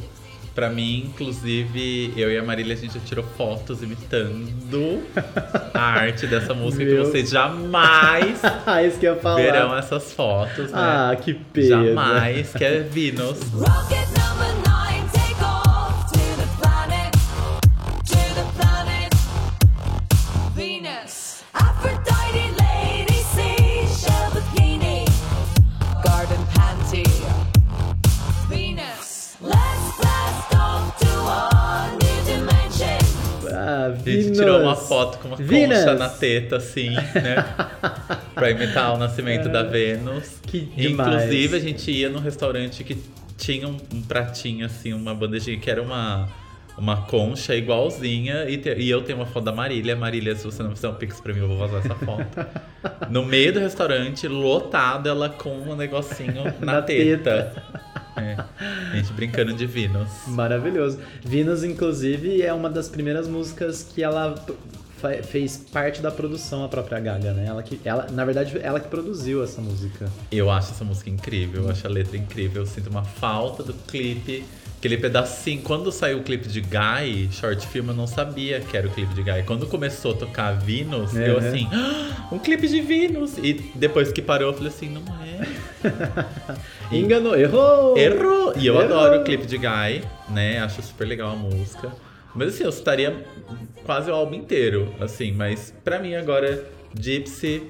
[SPEAKER 2] Pra mim, inclusive, eu e a Marília, a gente já tirou fotos imitando a arte dessa música
[SPEAKER 1] Meu.
[SPEAKER 2] que vocês jamais
[SPEAKER 1] Ah, isso que eu ia falar.
[SPEAKER 2] verão essas fotos, né?
[SPEAKER 1] Ah, que pena.
[SPEAKER 2] jamais, que é Venus.
[SPEAKER 3] Rocket number nine, take off to the planet, to the planet Venus. Aphrodite, lady, seashell bikini, garden panty, Venus. Let's blast off to a new dimension.
[SPEAKER 1] Ah,
[SPEAKER 2] A gente
[SPEAKER 1] Venus.
[SPEAKER 2] tirou uma foto com uma
[SPEAKER 1] Venus.
[SPEAKER 2] concha na teta, assim, né? pra imitar o nascimento da Vênus.
[SPEAKER 1] É, Que demais.
[SPEAKER 2] Inclusive, a gente ia num restaurante que tinha um, um pratinho, assim, uma bandejinha que era uma, uma concha igualzinha. E, te- e eu tenho uma foto da Marília. Marília, se você não fizer um pix pra mim, eu vou vazar essa foto. No meio do restaurante, lotada, ela com um negocinho na
[SPEAKER 1] Na
[SPEAKER 2] teta. É. Gente, brincando de Vinos.
[SPEAKER 1] Maravilhoso. Venus, inclusive, é uma das primeiras músicas que ela p- fa- fez parte da produção, a própria Gaga, né? Ela que, ela, na verdade, ela que produziu essa música.
[SPEAKER 2] Eu acho essa música incrível, eu acho a letra incrível. Eu sinto uma falta do clipe. Aquele pedacinho. Quando saiu o clipe de Guy, short film, eu não sabia que era o clipe de Guy. Quando começou a tocar Venus, eu
[SPEAKER 1] Uhum.
[SPEAKER 2] assim, "Ah, um clipe de Venus! E depois que parou, eu falei assim, não é.
[SPEAKER 1] Enganou, errou!
[SPEAKER 2] Errou! E eu
[SPEAKER 1] Oh, Errou!
[SPEAKER 2] adoro o clipe de Guy, né? Acho super legal a música. Mas assim, eu citaria quase o álbum inteiro, assim. Mas pra mim agora, Gypsy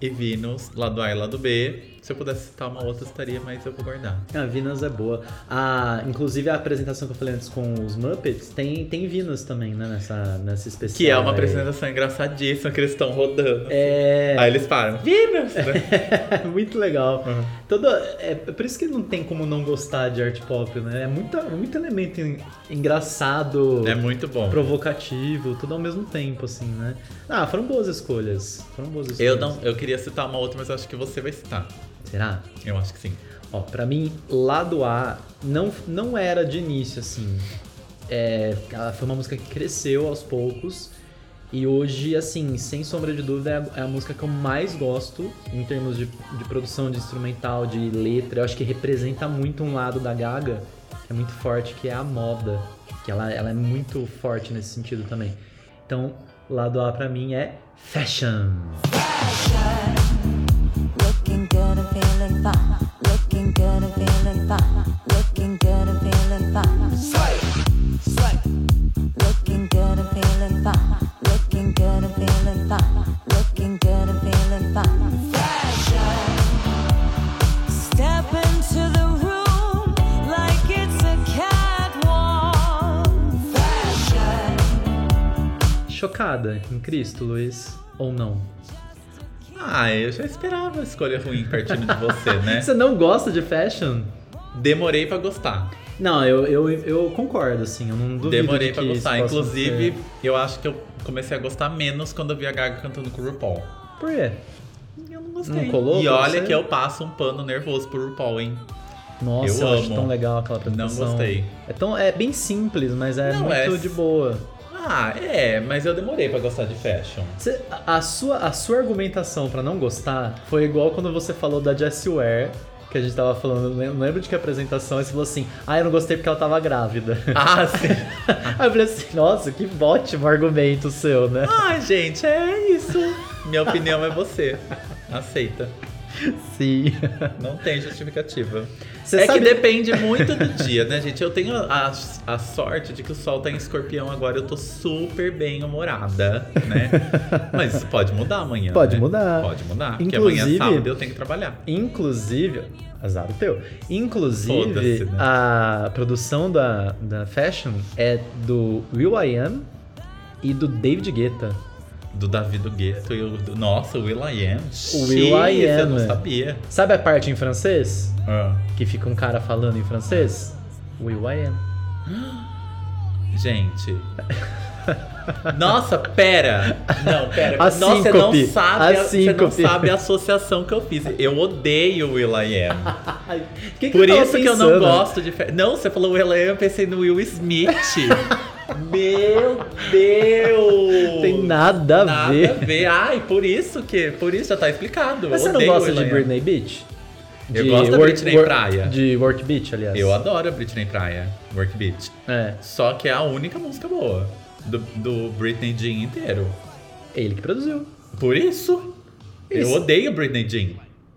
[SPEAKER 2] e Venus, lado A e lado B. Se eu pudesse citar uma outra, eu citaria, mas eu vou guardar.
[SPEAKER 1] A Venus é boa. Ah, inclusive a apresentação que eu falei antes com os Muppets tem, tem Venus também, né? Nessa, nessa especial.
[SPEAKER 2] Que é
[SPEAKER 1] aí.
[SPEAKER 2] uma apresentação engraçadíssima, que eles estão rodando.
[SPEAKER 1] É.
[SPEAKER 2] Aí eles param. Venus! né? Uhum.
[SPEAKER 1] muito legal. Todo, é por isso que não tem como não gostar de art pop, né? É muita, muito elemento en- engraçado,
[SPEAKER 2] é muito bom.
[SPEAKER 1] provocativo, tudo ao mesmo tempo, assim, né? Ah, foram boas escolhas. Foram boas escolhas.
[SPEAKER 2] Eu, não, eu queria citar uma outra, mas eu acho que você vai citar.
[SPEAKER 1] Será?
[SPEAKER 2] Eu acho que sim.
[SPEAKER 1] Ó, pra mim, lado A não, não era de início, assim. É, ela foi uma música que cresceu aos poucos. E hoje, assim, sem sombra de dúvida, é a, é a música que eu mais gosto em termos de, de produção, de instrumental, de letra. Eu acho que representa muito um lado da Gaga, que é muito forte, que é a moda. Que ela, ela é muito forte nesse sentido também. Então, lado A pra mim é Fashion.
[SPEAKER 4] Looking good and feeling fine. Looking good and feeling fine. Looking good and feeling fine. Slay, slay. Looking good and feeling fine. Looking good and feeling fine. Looking good and feeling fine. Fashion. Step into the room like it's a catwalk. Fashion.
[SPEAKER 1] Chocada em Cristo, Luiz, ou não?
[SPEAKER 2] Ah, eu já esperava a escolha ruim partindo de você, né?
[SPEAKER 1] Você não gosta de fashion?
[SPEAKER 2] Demorei pra gostar.
[SPEAKER 1] Não, eu, eu, eu concordo, assim, eu não duvido.
[SPEAKER 2] Demorei
[SPEAKER 1] de
[SPEAKER 2] pra
[SPEAKER 1] que
[SPEAKER 2] gostar.
[SPEAKER 1] isso possa
[SPEAKER 2] Inclusive,
[SPEAKER 1] ser-
[SPEAKER 2] eu acho que eu comecei a gostar menos quando eu vi a Gaga cantando com o RuPaul.
[SPEAKER 1] Por quê?
[SPEAKER 2] Eu não gostei.
[SPEAKER 1] Não colou
[SPEAKER 2] e
[SPEAKER 1] pra
[SPEAKER 2] olha
[SPEAKER 1] você?
[SPEAKER 2] que eu passo um pano nervoso pro RuPaul, hein?
[SPEAKER 1] Nossa,
[SPEAKER 2] Eu
[SPEAKER 1] eu, acho
[SPEAKER 2] amo.
[SPEAKER 1] tão legal aquela apresentação.
[SPEAKER 2] gostei.
[SPEAKER 1] É, tão, é bem simples, mas é
[SPEAKER 2] Não,
[SPEAKER 1] muito
[SPEAKER 2] é-
[SPEAKER 1] de boa.
[SPEAKER 2] Ah, é, mas eu demorei pra gostar de fashion.
[SPEAKER 1] Você- a, a sua, a sua argumentação pra não gostar foi igual quando você falou da Jessie Ware, que a gente tava falando, não lem- não lembro de que apresentação, aí você falou assim, ah, eu não gostei porque ela tava grávida.
[SPEAKER 2] Ah, sim.
[SPEAKER 1] aí eu falei assim, nossa, que ótimo argumento seu, né?
[SPEAKER 2] Ah, gente, é isso. Minha opinião é você. Aceita.
[SPEAKER 1] Sim.
[SPEAKER 2] Não tem justificativa.
[SPEAKER 1] Você
[SPEAKER 2] é
[SPEAKER 1] sabe-
[SPEAKER 2] que depende muito do dia, né, gente? Eu tenho a, a sorte de que o sol tá em escorpião agora, eu tô super bem humorada, né? Mas isso pode mudar amanhã.
[SPEAKER 1] Pode
[SPEAKER 2] né?
[SPEAKER 1] mudar.
[SPEAKER 2] Pode mudar. Porque amanhã
[SPEAKER 1] Inclusive-
[SPEAKER 2] é sábado e eu tenho que trabalhar.
[SPEAKER 1] Inclusive, azar o teu.
[SPEAKER 2] Foda-se,
[SPEAKER 1] Inclusive,
[SPEAKER 2] né?
[SPEAKER 1] a produção da, da Fashion é do Will I Am e do David Guetta.
[SPEAKER 2] Do Davi do Gueto e o. do- Nossa, o Will I Am.
[SPEAKER 1] O Will I
[SPEAKER 2] Xiii, Eu
[SPEAKER 1] Am,
[SPEAKER 2] não
[SPEAKER 1] é.
[SPEAKER 2] sabia.
[SPEAKER 1] Sabe a parte em francês?
[SPEAKER 2] Ah.
[SPEAKER 1] Que fica um cara falando em francês? Will I Am.
[SPEAKER 2] Gente. Nossa, pera! Não, pera.
[SPEAKER 1] A
[SPEAKER 2] Nossa, você não
[SPEAKER 1] síncope.
[SPEAKER 2] sabe.
[SPEAKER 1] A
[SPEAKER 2] você não
[SPEAKER 1] síncope.
[SPEAKER 2] sabe a associação que eu fiz. Eu odeio o Will I Am.
[SPEAKER 1] Ai, que que
[SPEAKER 2] Por
[SPEAKER 1] eu tava
[SPEAKER 2] isso que eu não
[SPEAKER 1] pensando?
[SPEAKER 2] gosto de. fe- Não, você falou Will I Am, eu pensei no Will Smith. Meu Deus!
[SPEAKER 1] Tem nada a
[SPEAKER 2] Nada
[SPEAKER 1] ver.
[SPEAKER 2] Ai, por isso que. Por isso já tá explicado.
[SPEAKER 1] Mas você não
[SPEAKER 2] Odeio
[SPEAKER 1] gosta
[SPEAKER 2] Will
[SPEAKER 1] de
[SPEAKER 2] I Am.
[SPEAKER 1] Britney Beach?
[SPEAKER 2] Eu gosto da Britney Praia.
[SPEAKER 1] De Work Beach, aliás.
[SPEAKER 2] Eu adoro a Britney Praia, Work Beat.
[SPEAKER 1] É,
[SPEAKER 2] Só que é a única música boa do, do Britney Jean inteiro.
[SPEAKER 1] ele que produziu.
[SPEAKER 2] Por isso,
[SPEAKER 1] Isso.
[SPEAKER 2] eu odeio Britney Jean.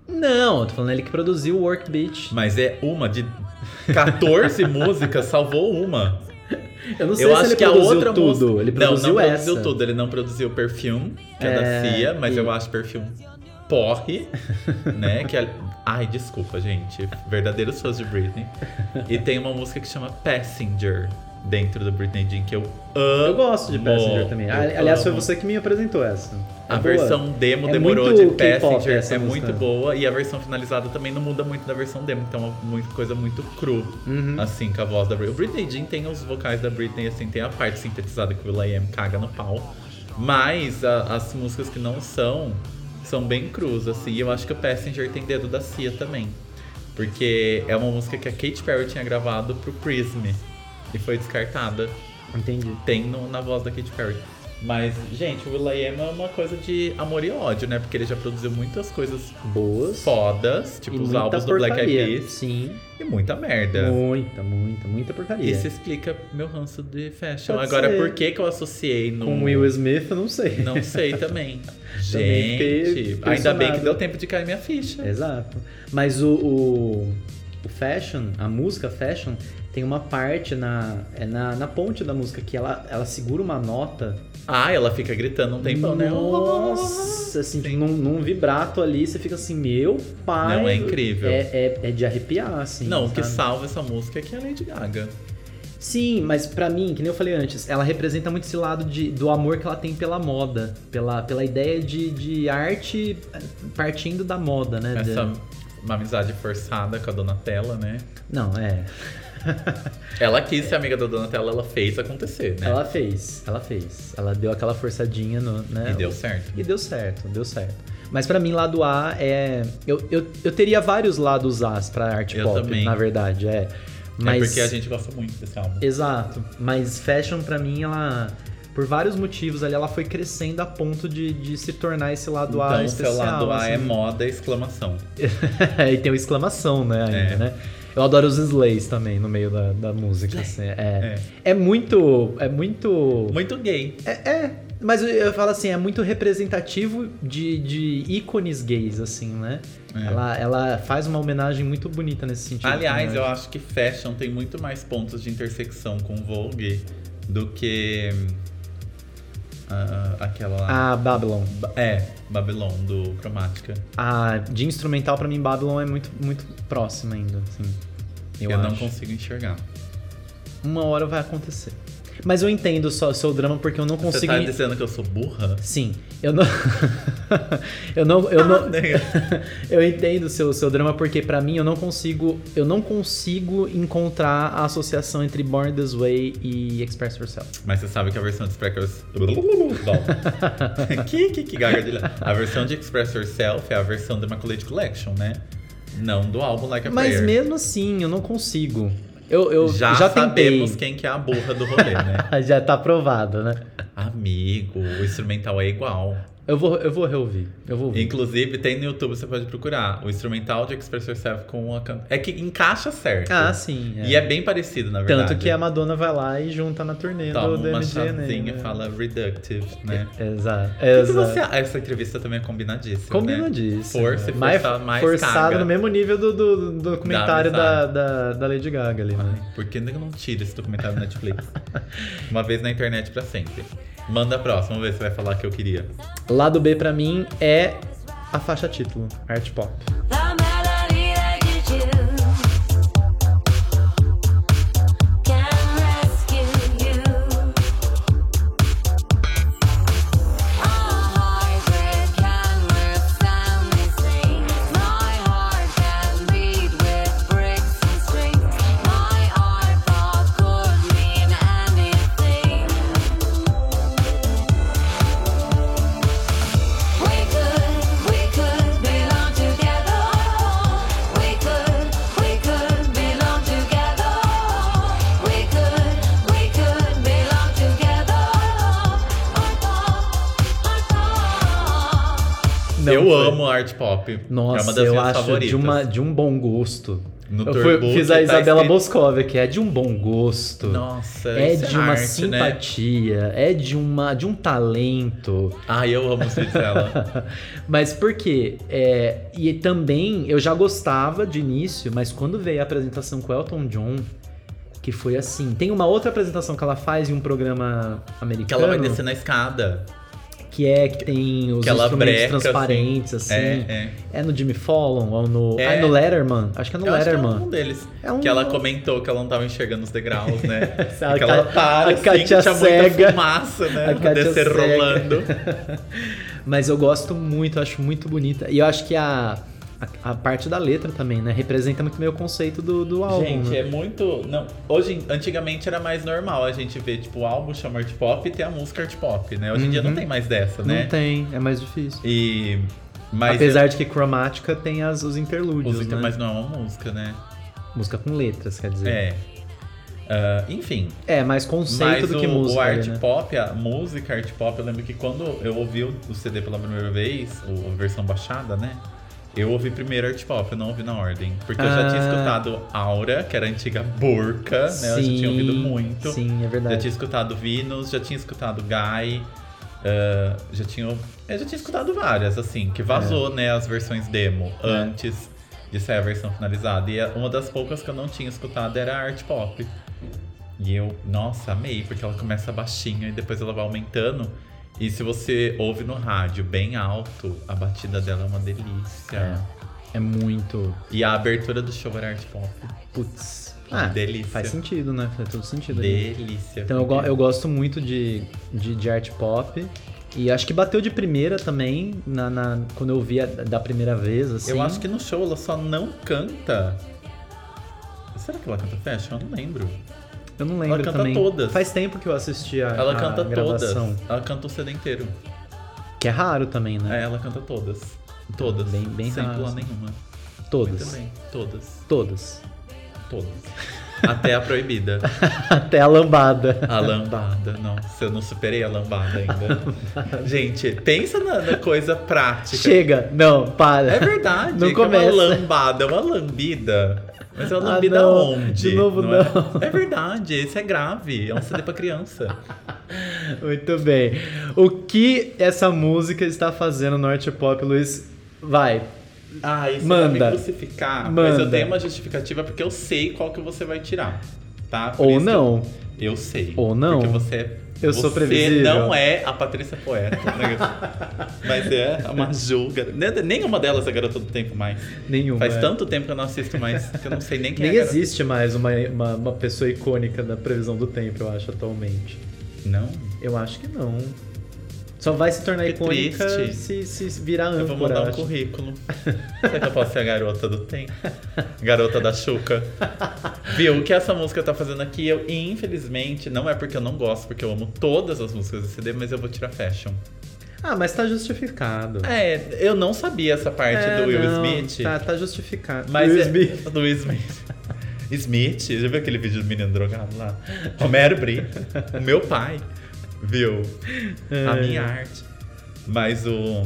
[SPEAKER 1] Não, eu tô falando ele que produziu Work Beach.
[SPEAKER 2] Mas é uma de 14 músicas, salvou uma.
[SPEAKER 1] Eu não sei
[SPEAKER 2] Eu
[SPEAKER 1] se
[SPEAKER 2] acho
[SPEAKER 1] ele
[SPEAKER 2] que a
[SPEAKER 1] produziu
[SPEAKER 2] outra
[SPEAKER 1] tudo.
[SPEAKER 2] música.
[SPEAKER 1] Ele produziu
[SPEAKER 2] não, não
[SPEAKER 1] essa.
[SPEAKER 2] produziu tudo. Ele não produziu Perfume, que é,
[SPEAKER 1] É,
[SPEAKER 2] da Cia, mas
[SPEAKER 1] e-
[SPEAKER 2] eu acho Perfume porre, né? Que é... Ai, desculpa, gente. Verdadeiros fãs de Britney. E tem uma música que chama Passenger, dentro do Britney Jean que eu amo.
[SPEAKER 1] Eu gosto de Passenger também. Ali-
[SPEAKER 2] Eu
[SPEAKER 1] Aliás, foi
[SPEAKER 2] amo.
[SPEAKER 1] você que me apresentou essa. É
[SPEAKER 2] A
[SPEAKER 1] boa.
[SPEAKER 2] versão demo
[SPEAKER 1] É
[SPEAKER 2] demorou
[SPEAKER 1] muito
[SPEAKER 2] de
[SPEAKER 1] K-pop
[SPEAKER 2] Passenger,
[SPEAKER 1] essa
[SPEAKER 2] é
[SPEAKER 1] música.
[SPEAKER 2] muito boa. E a versão finalizada também não muda muito da versão demo, então é uma muito- coisa muito cru,
[SPEAKER 1] Uhum.
[SPEAKER 2] assim, com a voz da Britney. O Britney Jean tem os vocais da Britney, assim, tem a parte sintetizada que o Will.i.am caga no pau. Mas a- as músicas que não são, são bem crus, assim. E eu acho que o Passenger tem dedo da Cia também. Porque é uma música que a Katy Perry tinha gravado pro Prism. E foi descartada
[SPEAKER 1] Entendi.
[SPEAKER 2] tem no- na voz da Katy Perry. Mas, gente, o Will.i.am é uma coisa de amor e ódio, né? Porque ele já produziu muitas coisas
[SPEAKER 1] Boas.
[SPEAKER 2] fodas, tipo
[SPEAKER 1] E
[SPEAKER 2] os
[SPEAKER 1] muita
[SPEAKER 2] álbuns do Black Eyed
[SPEAKER 1] porcaria.
[SPEAKER 2] Peas, É.
[SPEAKER 1] Sim.
[SPEAKER 2] e muita merda.
[SPEAKER 1] Muita, muita, muita porcaria.
[SPEAKER 2] Isso explica meu ranço de fashion.
[SPEAKER 1] Pode
[SPEAKER 2] Agora,
[SPEAKER 1] ser.
[SPEAKER 2] por que que eu associei no...
[SPEAKER 1] Com Will Smith, eu não sei.
[SPEAKER 2] é. Não sei também.
[SPEAKER 1] Também fiquei
[SPEAKER 2] gente, ainda bem que
[SPEAKER 1] impressionado.
[SPEAKER 2] deu tempo de cair minha ficha.
[SPEAKER 1] Exato. Mas o, o, o fashion, a música fashion, tem uma parte na, é na, na ponte da música que ela, ela segura uma nota.
[SPEAKER 2] Ah, ela fica gritando um tempão, né?
[SPEAKER 1] Nossa, assim, tipo, num, num vibrato ali, você fica assim, meu pai.
[SPEAKER 2] Não, é incrível.
[SPEAKER 1] É, é, é de arrepiar, assim.
[SPEAKER 2] Não, o que
[SPEAKER 1] sabe?
[SPEAKER 2] salva essa música é que é a Lady Gaga.
[SPEAKER 1] Sim, mas pra mim, que nem eu falei antes, ela representa muito esse lado de, do amor que ela tem pela moda, pela, pela ideia de, de arte partindo da moda, né?
[SPEAKER 2] Essa
[SPEAKER 1] De-
[SPEAKER 2] uma amizade forçada com a Donatella, né?
[SPEAKER 1] Não, é.
[SPEAKER 2] Ela quis ser amiga da Donatella, ela fez acontecer, né?
[SPEAKER 1] Ela fez, ela fez. Ela deu aquela forçadinha no. Né?
[SPEAKER 2] E deu certo. É
[SPEAKER 1] E deu certo, deu certo. Mas pra mim, lado A é. Eu, eu, eu teria vários lados As pra arte
[SPEAKER 2] Eu
[SPEAKER 1] pop,
[SPEAKER 2] também.
[SPEAKER 1] na verdade, é. Mas...
[SPEAKER 2] É porque a gente gosta muito desse álbum.
[SPEAKER 1] Exato. Mas fashion, pra mim, ela. Por vários motivos ali, ela foi crescendo a ponto de, de se tornar esse lado A
[SPEAKER 2] Então,
[SPEAKER 1] especial.
[SPEAKER 2] seu lado A
[SPEAKER 1] assim.
[SPEAKER 2] é moda, exclamação.
[SPEAKER 1] e tem uma exclamação, né, ainda,
[SPEAKER 2] É.
[SPEAKER 1] né? Eu adoro os slays também no meio da, da música. Assim. É,
[SPEAKER 2] É.
[SPEAKER 1] é muito. É muito.
[SPEAKER 2] Muito gay.
[SPEAKER 1] É, é, mas eu, eu falo assim, é muito representativo de, de ícones gays, assim, né?
[SPEAKER 2] É.
[SPEAKER 1] Ela, é ela faz uma homenagem muito bonita nesse sentido.
[SPEAKER 2] Aliás,
[SPEAKER 1] também,
[SPEAKER 2] eu acho que fashion tem muito mais pontos de intersecção com Vogue do que ah, aquela lá.
[SPEAKER 1] A Babylon.
[SPEAKER 2] É, Babylon, do Cromática.
[SPEAKER 1] A, de instrumental, pra mim, Babylon é muito, muito próxima ainda, assim. Eu,
[SPEAKER 2] Eu,
[SPEAKER 1] acho.
[SPEAKER 2] não consigo enxergar.
[SPEAKER 1] Uma hora vai acontecer. Mas eu entendo só o seu drama porque eu não
[SPEAKER 2] Você
[SPEAKER 1] consigo.
[SPEAKER 2] tá dizendo que eu sou burra?
[SPEAKER 1] Sim, eu não. eu não. Eu
[SPEAKER 2] Ah,
[SPEAKER 1] não.
[SPEAKER 2] né?
[SPEAKER 1] eu entendo o seu, seu drama, porque pra mim eu não consigo. Eu não consigo encontrar a associação entre Born This Way e Express Yourself.
[SPEAKER 2] Mas você sabe que a versão de Express Yourself. que, que, que gagadilha. A versão de Express Yourself é a versão da Immaculate Collection, né? Não do álbum Like a
[SPEAKER 1] Mas
[SPEAKER 2] Prayer.
[SPEAKER 1] mesmo assim, eu não consigo. Eu, eu já,
[SPEAKER 2] já,
[SPEAKER 1] tentei.
[SPEAKER 2] sabemos quem que é a burra do rolê, né?
[SPEAKER 1] já tá aprovado, né?
[SPEAKER 2] Amigo, o instrumental é igual.
[SPEAKER 1] Eu vou, eu vou reouvir. Eu vou ouvir.
[SPEAKER 2] Inclusive, tem no YouTube, você pode procurar. O instrumental de Express Yourself com a can... É que encaixa certo.
[SPEAKER 1] Ah, sim.
[SPEAKER 2] E é bem parecido, na verdade.
[SPEAKER 1] Tanto que é a Madonna vai lá e junta na turnê
[SPEAKER 2] Toma
[SPEAKER 1] do
[SPEAKER 2] uma
[SPEAKER 1] DMG,
[SPEAKER 2] chazinha
[SPEAKER 1] né?
[SPEAKER 2] e fala reductive, né?
[SPEAKER 1] Exato.
[SPEAKER 2] O que que
[SPEAKER 1] Exato.
[SPEAKER 2] você acha? Essa entrevista também é combinadíssima. né?
[SPEAKER 1] Combinadíssimo.
[SPEAKER 2] For- se
[SPEAKER 1] né? mais,
[SPEAKER 2] forçar, mais
[SPEAKER 1] forçado
[SPEAKER 2] caga.
[SPEAKER 1] no mesmo nível do, do, do documentário da,
[SPEAKER 2] amizade.
[SPEAKER 1] da, da Lady Gaga ali, né?
[SPEAKER 2] Ai, Por que eu não tira esse documentário da Netflix? Uma vez na internet pra sempre. Manda a próxima, vamos ver se vai falar que eu queria.
[SPEAKER 1] Lado B pra mim é a faixa título, Art Pop.
[SPEAKER 3] La melodía que you can rescue you. Our heart can withstand these things. My heart can beat with bricks and strings. My art thought could mean anything. We could, we could belong together. We could, we could belong together. We could, we could belong together.
[SPEAKER 1] Não
[SPEAKER 2] eu
[SPEAKER 1] foi.
[SPEAKER 2] amo art pop.
[SPEAKER 1] Nossa,
[SPEAKER 2] é uma das
[SPEAKER 1] eu
[SPEAKER 2] minhas
[SPEAKER 1] acho
[SPEAKER 2] favoritas.
[SPEAKER 1] de, uma, de um bom gosto.
[SPEAKER 2] No
[SPEAKER 1] eu
[SPEAKER 2] Turbo
[SPEAKER 1] fiz
[SPEAKER 2] que
[SPEAKER 1] a
[SPEAKER 2] tá
[SPEAKER 1] Isabela
[SPEAKER 2] escrito-
[SPEAKER 1] Boscov aqui, é de um bom gosto.
[SPEAKER 2] Nossa,
[SPEAKER 1] É
[SPEAKER 2] isso
[SPEAKER 1] de uma
[SPEAKER 2] arte, Né?
[SPEAKER 1] simpatia, é de, uma, de um talento.
[SPEAKER 2] Ai, eu amo os vídeos dela.
[SPEAKER 1] Mas por quê? É, e também eu já gostava de início, mas quando veio a apresentação com o Elton John, que foi assim. Tem uma outra apresentação que ela faz em um programa
[SPEAKER 2] que
[SPEAKER 1] americano.
[SPEAKER 2] ela vai descer na escada.
[SPEAKER 1] que é que tem os
[SPEAKER 2] Que ela
[SPEAKER 1] instrumentos
[SPEAKER 2] breca,
[SPEAKER 1] transparentes, assim.
[SPEAKER 2] É, é.
[SPEAKER 1] É no Jimmy Fallon ou no.
[SPEAKER 2] É.
[SPEAKER 1] Ah, é no Letterman? Acho que é no
[SPEAKER 2] Eu acho que é
[SPEAKER 1] Letterman.
[SPEAKER 2] um deles.
[SPEAKER 1] É um-
[SPEAKER 2] Que ela comentou que ela não tava enxergando os degraus, né?
[SPEAKER 1] A
[SPEAKER 2] que
[SPEAKER 1] Ca-
[SPEAKER 2] ela para,
[SPEAKER 1] a
[SPEAKER 2] assim, que
[SPEAKER 1] Kátia
[SPEAKER 2] tinha
[SPEAKER 1] cega.
[SPEAKER 2] muita fumaça, né?
[SPEAKER 1] A
[SPEAKER 2] Pra
[SPEAKER 1] Kátia
[SPEAKER 2] descer
[SPEAKER 1] cega.
[SPEAKER 2] rolando.
[SPEAKER 1] Mas eu gosto muito, eu acho muito bonita. E eu acho que a, a, a parte da letra também, né? Representa muito bem o conceito do, do álbum.
[SPEAKER 2] Gente,
[SPEAKER 1] né?
[SPEAKER 2] é muito. Não, hoje, antigamente era mais normal a gente ver, tipo, o álbum chama art pop e ter a música art pop, né? Hoje em dia não tem mais dessa,
[SPEAKER 1] Uhum. Não
[SPEAKER 2] né?
[SPEAKER 1] tem, é mais difícil.
[SPEAKER 2] E. Mas, é-
[SPEAKER 1] Apesar de que cromática tem as, os interlúdios,
[SPEAKER 2] os inter-
[SPEAKER 1] né?
[SPEAKER 2] mas não é uma música, né?
[SPEAKER 1] Música com letras, quer dizer.
[SPEAKER 2] É. Ah, enfim,
[SPEAKER 1] É, mais conceito
[SPEAKER 2] mas
[SPEAKER 1] do que
[SPEAKER 2] o,
[SPEAKER 1] música.
[SPEAKER 2] o art
[SPEAKER 1] né?
[SPEAKER 2] pop, a música art pop, eu lembro que quando eu ouvi o, o CD pela primeira vez, o- a versão baixada, né? Eu ouvi primeiro art pop, eu não ouvi na ordem. Porque eu já tinha
[SPEAKER 1] Ah.
[SPEAKER 2] escutado Aura, que era a antiga Burca, né? eu já tinha ouvido muito.
[SPEAKER 1] Sim, é
[SPEAKER 2] Já
[SPEAKER 1] verdade.
[SPEAKER 2] tinha escutado Venus, já tinha escutado Guy, ah, já tinha. Eu já tinha escutado várias, assim, que
[SPEAKER 1] É.
[SPEAKER 2] vazou, né, as versões demo antes de sair a versão finalizada. E é uma das poucas que eu não tinha escutado era a Art Pop. E eu, nossa, amei, porque ela começa baixinha e depois ela vai aumentando. E se você ouve no rádio bem alto, a batida dela é uma delícia.
[SPEAKER 1] É. É muito.
[SPEAKER 2] E a abertura do show era Art Pop.
[SPEAKER 1] Putz. Ah,
[SPEAKER 2] delícia.
[SPEAKER 1] faz sentido, né? Faz todo sentido. ali.
[SPEAKER 2] Delícia.
[SPEAKER 1] Então eu, go- eu gosto muito de, de, de arte pop. E acho que bateu de primeira também, na, na- quando eu vi a- da primeira vez, assim.
[SPEAKER 2] Eu acho que no show ela só não canta. Será que ela canta fashion? Eu não lembro.
[SPEAKER 1] Eu não lembro
[SPEAKER 2] Ela canta
[SPEAKER 1] também.
[SPEAKER 2] todas.
[SPEAKER 1] Faz tempo que eu assisti a,
[SPEAKER 2] Ela
[SPEAKER 1] a
[SPEAKER 2] canta
[SPEAKER 1] gravação.
[SPEAKER 2] todas. Ela canta o CD inteiro.
[SPEAKER 1] Que é raro também, né?
[SPEAKER 2] É, ela canta todas. Todas.
[SPEAKER 1] Bem- bem
[SPEAKER 2] Sem
[SPEAKER 1] raro,
[SPEAKER 2] pular
[SPEAKER 1] assim.
[SPEAKER 2] nenhuma. É, Muito
[SPEAKER 1] Todas.
[SPEAKER 2] bem. Todas.
[SPEAKER 1] Todas.
[SPEAKER 2] Todas. Até a proibida.
[SPEAKER 1] Até a lambada.
[SPEAKER 2] A lambada. Nossa, eu não superei a lambada ainda. Gente, pensa na, na coisa prática.
[SPEAKER 1] Chega. Não, para.
[SPEAKER 2] É verdade.
[SPEAKER 1] Não
[SPEAKER 2] é que É
[SPEAKER 1] começa.
[SPEAKER 2] uma lambada, é uma lambida. Mas é uma
[SPEAKER 1] Ah,
[SPEAKER 2] lambida
[SPEAKER 1] não.
[SPEAKER 2] onde?
[SPEAKER 1] De novo,
[SPEAKER 2] é?
[SPEAKER 1] não.
[SPEAKER 2] É? verdade, isso é grave. É um CD pra criança.
[SPEAKER 1] Muito bem. O que essa música está fazendo no arte pop, Luiz? Vai.
[SPEAKER 2] Ah, isso
[SPEAKER 1] Manda.
[SPEAKER 2] vai me crucificar. Mas eu
[SPEAKER 1] Manda.
[SPEAKER 2] tenho uma justificativa porque eu sei qual que você vai tirar. Tá? Por
[SPEAKER 1] Ou
[SPEAKER 2] isso
[SPEAKER 1] não.
[SPEAKER 2] Eu sei.
[SPEAKER 1] Ou não.
[SPEAKER 2] Porque você é.
[SPEAKER 1] Eu sou
[SPEAKER 2] você
[SPEAKER 1] previsível.
[SPEAKER 2] não é a Patrícia Poeta. né? Mas é uma julga. Nem- Nenhuma delas é garota do tempo mais.
[SPEAKER 1] Nenhuma.
[SPEAKER 2] Faz
[SPEAKER 1] é.
[SPEAKER 2] tanto tempo que eu não assisto mais que eu não sei nem quem
[SPEAKER 1] Nem
[SPEAKER 2] é. a garota.
[SPEAKER 1] existe mais uma, uma, uma pessoa icônica da previsão do tempo, eu acho, atualmente.
[SPEAKER 2] Não.
[SPEAKER 1] Eu acho que não. Só vai se tornar
[SPEAKER 2] Que
[SPEAKER 1] icônica
[SPEAKER 2] triste.
[SPEAKER 1] se, se virar
[SPEAKER 2] Eu vou
[SPEAKER 1] âncora.
[SPEAKER 2] mandar um
[SPEAKER 1] acho.
[SPEAKER 2] currículo. Será que eu posso ser a garota do tempo? Garota da Xuca. Viu? O que essa música tá fazendo aqui, eu infelizmente, não é porque eu não gosto, porque eu amo todas as músicas do CD, mas eu vou tirar fashion.
[SPEAKER 1] Ah, mas tá justificado.
[SPEAKER 2] É, eu não sabia essa parte
[SPEAKER 1] É,
[SPEAKER 2] do Will
[SPEAKER 1] não,
[SPEAKER 2] Smith.
[SPEAKER 1] Tá, tá justificado.
[SPEAKER 2] Mas
[SPEAKER 1] Will
[SPEAKER 2] é-
[SPEAKER 1] Smith.
[SPEAKER 2] do Will Smith. Smith, já viu aquele vídeo do menino drogado lá? Romero Brito, o meu pai, viu? A
[SPEAKER 1] É.
[SPEAKER 2] minha arte. Mas o.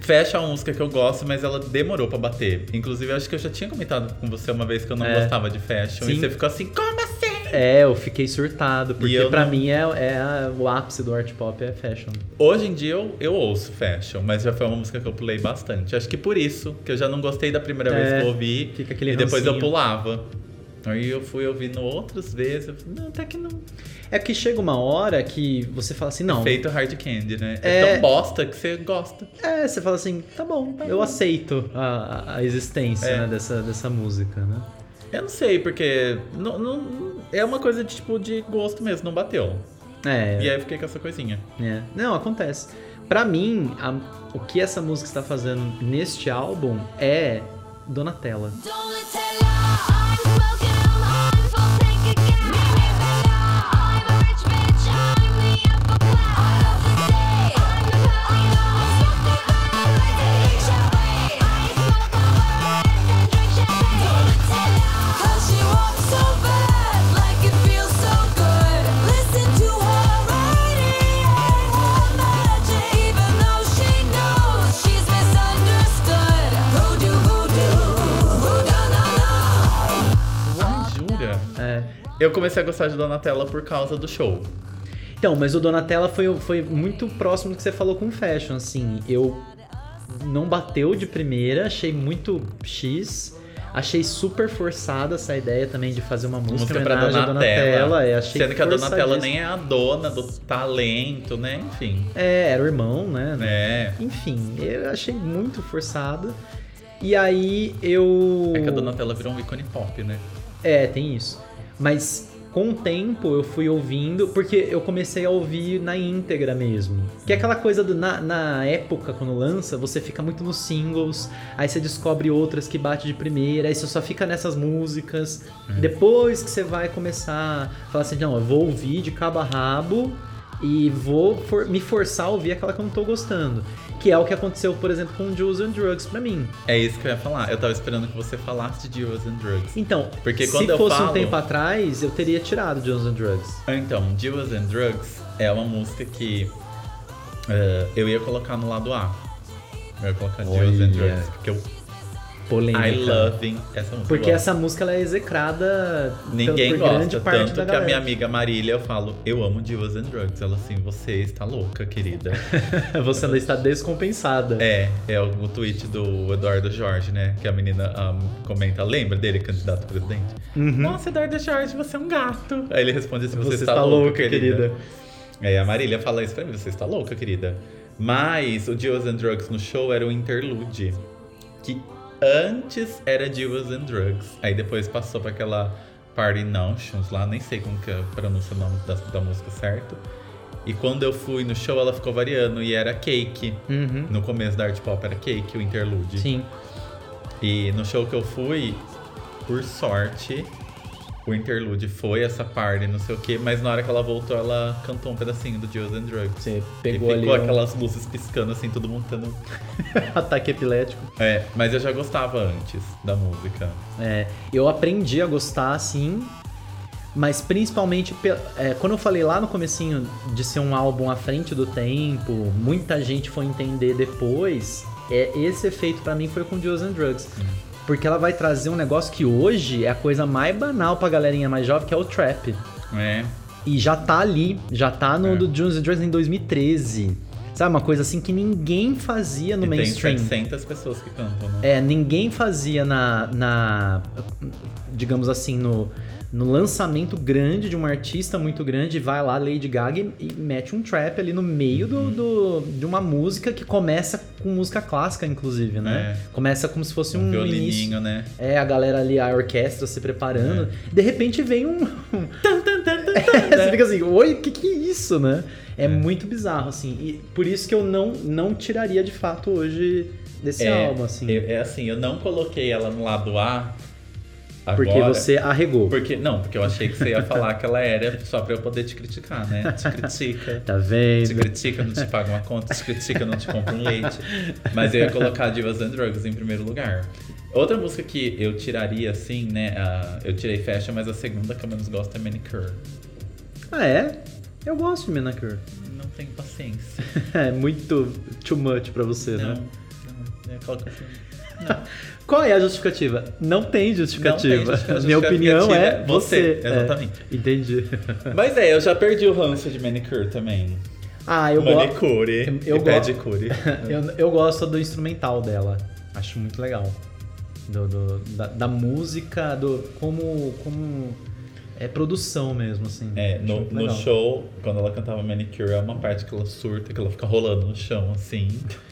[SPEAKER 2] Fecha a música que eu gosto, mas ela demorou pra bater. Inclusive, eu acho que eu já tinha comentado com você uma vez que eu não
[SPEAKER 1] É.
[SPEAKER 2] gostava de fashion.
[SPEAKER 1] Sim.
[SPEAKER 2] E você ficou assim, como assim?
[SPEAKER 1] É, eu fiquei surtado,
[SPEAKER 2] E
[SPEAKER 1] porque
[SPEAKER 2] eu
[SPEAKER 1] pra
[SPEAKER 2] não-
[SPEAKER 1] mim é, é a- o ápice do art pop é fashion.
[SPEAKER 2] Hoje em dia eu, eu ouço fashion, mas já foi uma música que eu pulei bastante. Acho que por isso, que eu já não gostei da primeira vez
[SPEAKER 1] É,
[SPEAKER 2] que eu ouvi.
[SPEAKER 1] fica aquele
[SPEAKER 2] e depois eu
[SPEAKER 1] rancinho.
[SPEAKER 2] pulava. Aí eu fui ouvindo outras vezes. Eu falei, não, até que não.
[SPEAKER 1] É que chega uma hora que você fala assim, não.
[SPEAKER 2] Feito hard candy, né?
[SPEAKER 1] É-
[SPEAKER 2] É... tão bosta que você gosta.
[SPEAKER 1] É, você fala assim, tá bom, eu aceito a, a- a existência
[SPEAKER 2] É.
[SPEAKER 1] né, dessa, dessa música, né?
[SPEAKER 2] Eu não sei, porque. Não, não- é uma coisa de tipo de gosto mesmo, não bateu.
[SPEAKER 1] É,
[SPEAKER 2] E aí eu fiquei com essa coisinha.
[SPEAKER 1] é. Não, acontece. Pra mim, a- o que essa música está fazendo neste álbum é Donatella.
[SPEAKER 3] Don't listen loud, I'm smoking, I'm high, so take a gap. I'm a rich bitch, I'm the upper class. I love to say, I'm a ballerina, I'm smoking high, like the Big Champagne. I smoke a lot and drink champagne. Don't listen loud, 'cause she walks so fast, like it feels so good. Listen to her radiate her magic, even though she knows she's misunderstood. Voodoo, voodoo, voodoo, na na.
[SPEAKER 2] Ai, jura?
[SPEAKER 1] É.
[SPEAKER 2] Eu comecei a gostar de Donatella por causa do show.
[SPEAKER 1] Então, mas o Donatella foi, foi muito próximo do que você falou com o Fashion, assim. Eu não bateu de primeira, achei muito X, Achei super forçada essa ideia também de fazer uma música,
[SPEAKER 2] Música pra
[SPEAKER 1] homenagem à
[SPEAKER 2] Donatella.
[SPEAKER 1] Donatella. É, achei
[SPEAKER 2] Sendo que a Donatella
[SPEAKER 1] forçadíssimo.
[SPEAKER 2] nem é a dona do talento, né? Enfim.
[SPEAKER 1] É, era o irmão, né?
[SPEAKER 2] É.
[SPEAKER 1] Enfim, eu achei muito forçada. E aí eu.
[SPEAKER 2] É que a Donatella virou um ícone pop, né?
[SPEAKER 1] É, tem isso. Mas com o tempo eu fui ouvindo, porque eu comecei a ouvir na íntegra mesmo. Que é aquela coisa do. Na, na época, quando lança, você fica muito nos singles, aí você descobre outras que bate de primeira, aí você só fica nessas músicas. Depois que você vai começar a falar assim: não, eu vou ouvir de cabo a rabo e vou for- me forçar a ouvir aquela que eu não tô gostando. Que é o que aconteceu, por exemplo, com Jules and Drugs pra mim.
[SPEAKER 2] É isso que eu ia falar. Eu tava esperando que você falasse de Heroes and Drugs.
[SPEAKER 1] Então,
[SPEAKER 2] Porque
[SPEAKER 1] se
[SPEAKER 2] quando eu
[SPEAKER 1] fosse um
[SPEAKER 2] falo-
[SPEAKER 1] tempo atrás, eu teria tirado Jones and Drugs.
[SPEAKER 2] Então, Divas and Drugs é uma música que eh, eu ia colocar no lado A. Eu ia colocar Divas
[SPEAKER 1] Olha.
[SPEAKER 2] and Drugs, porque eu
[SPEAKER 1] Polêmica.
[SPEAKER 2] I loving essa música.
[SPEAKER 1] Porque
[SPEAKER 2] Eu
[SPEAKER 1] essa música ela é execrada
[SPEAKER 2] amo. Ninguém
[SPEAKER 1] por grande
[SPEAKER 2] gosta,
[SPEAKER 1] parte
[SPEAKER 2] tanto que
[SPEAKER 1] da
[SPEAKER 2] a minha
[SPEAKER 1] galera.
[SPEAKER 2] amiga Marília, eu falo, eu amo Divas and Drugs. Ela assim, você está louca, querida.
[SPEAKER 1] Você ainda está descompensada.
[SPEAKER 2] é, é o tweet do Eduardo Jorge, né? Que a menina um, comenta, lembra dele, candidato a presidente? Nossa, Eduardo Jorge, você é um gato. Aí ele responde assim, Uhum. você, está, louca, querida. É, a Marília fala isso pra mim, você está louca, querida. Mas o Divas and Drugs no show era um interlude. Que antes era Divas and Drugs. Aí depois passou pra aquela Party Notions lá, nem sei como que é, pronuncia o nome da, da música certo. E quando eu fui no show, ela ficou variando e era Cake.
[SPEAKER 1] Uhum.
[SPEAKER 2] No começo da Art Pop era Cake, o interlude.
[SPEAKER 1] Sim.
[SPEAKER 2] E no show que eu fui, por sorte, o interlude foi essa parte, não sei o quê, mas na hora que ela voltou, ela cantou um pedacinho do Jules and Drugs.
[SPEAKER 1] Você
[SPEAKER 2] E
[SPEAKER 1] pegou
[SPEAKER 2] ficou
[SPEAKER 1] ali um
[SPEAKER 2] aquelas luzes piscando assim, todo mundo tendo. um
[SPEAKER 1] ataque epilético.
[SPEAKER 2] É, mas eu já gostava antes da música.
[SPEAKER 1] É, eu aprendi a gostar, sim. Mas principalmente, pe- é, quando eu falei lá no comecinho de ser um álbum à frente do tempo, muita gente foi entender depois, é, esse efeito pra mim foi com Jules and Drugs.
[SPEAKER 2] Hum.
[SPEAKER 1] Porque ela vai trazer um negócio que hoje é a coisa mais banal pra galerinha mais jovem, que é o trap.
[SPEAKER 2] É.
[SPEAKER 1] E já tá ali, já tá no
[SPEAKER 2] É.
[SPEAKER 1] do Jules and Drugs em 2013. Sabe, uma coisa assim que ninguém fazia no
[SPEAKER 2] e
[SPEAKER 1] mainstream.
[SPEAKER 2] tem 700 pessoas que cantam, né?
[SPEAKER 1] É, ninguém fazia na, na digamos assim, no, no lançamento grande de um artista muito grande, vai lá Lady Gaga e, e mete um trap ali no meio
[SPEAKER 2] Uhum.
[SPEAKER 1] do, do- de uma música que começa com música clássica, inclusive, né? Começa como se fosse um,
[SPEAKER 2] É. um
[SPEAKER 1] início.
[SPEAKER 2] violininho, né?
[SPEAKER 1] É, a galera ali, a orquestra se preparando. De repente vem um.
[SPEAKER 2] É. Tan, tan, tan, tan, né? tan.
[SPEAKER 1] É, você fica assim, oi, o que, que é isso, né? É, muito bizarro, assim. E por isso que eu não, não tiraria de fato hoje desse
[SPEAKER 2] É,
[SPEAKER 1] álbum, assim.
[SPEAKER 2] Eu- é assim, eu não coloquei ela no lado A. Agora,
[SPEAKER 1] porque você arregou.
[SPEAKER 2] Porque, não, porque eu achei que você ia falar que ela era só pra eu poder te criticar, né? Te critica.
[SPEAKER 1] Tá
[SPEAKER 2] Te
[SPEAKER 1] vendo?
[SPEAKER 2] critica, não te paga uma conta, te critica, não te compra um leite. Mas eu ia colocar Divas and Drugs em primeiro lugar. Outra música que eu tiraria, assim, né? a- eu tirei Fashion, mas a segunda que eu menos gosto é Manicure.
[SPEAKER 1] Ah, é? Eu gosto de Menacure.
[SPEAKER 2] Não tenho paciência.
[SPEAKER 1] É muito too much pra você, né?
[SPEAKER 2] Não, não. Eu coloco assim.
[SPEAKER 1] Qual é a justificativa? Não tem justificativa.
[SPEAKER 2] Não tem justificativa.
[SPEAKER 1] Minha opinião é
[SPEAKER 2] Você,
[SPEAKER 1] você.
[SPEAKER 2] exatamente.
[SPEAKER 1] É, entendi.
[SPEAKER 2] Mas é, eu já perdi o ranço de Manicure também.
[SPEAKER 1] Ah, eu gosto.
[SPEAKER 2] Manicure
[SPEAKER 1] eu
[SPEAKER 2] e
[SPEAKER 1] go-
[SPEAKER 2] Pedicure.
[SPEAKER 1] Eu, eu gosto do instrumental dela. Acho muito legal. Do, do- da, da música, do como, como é produção mesmo, assim.
[SPEAKER 2] É,
[SPEAKER 1] Acho
[SPEAKER 2] no,
[SPEAKER 1] muito
[SPEAKER 2] no
[SPEAKER 1] legal.
[SPEAKER 2] show, quando ela cantava Manicure, é uma parte que ela surta, que ela fica rolando no chão, assim.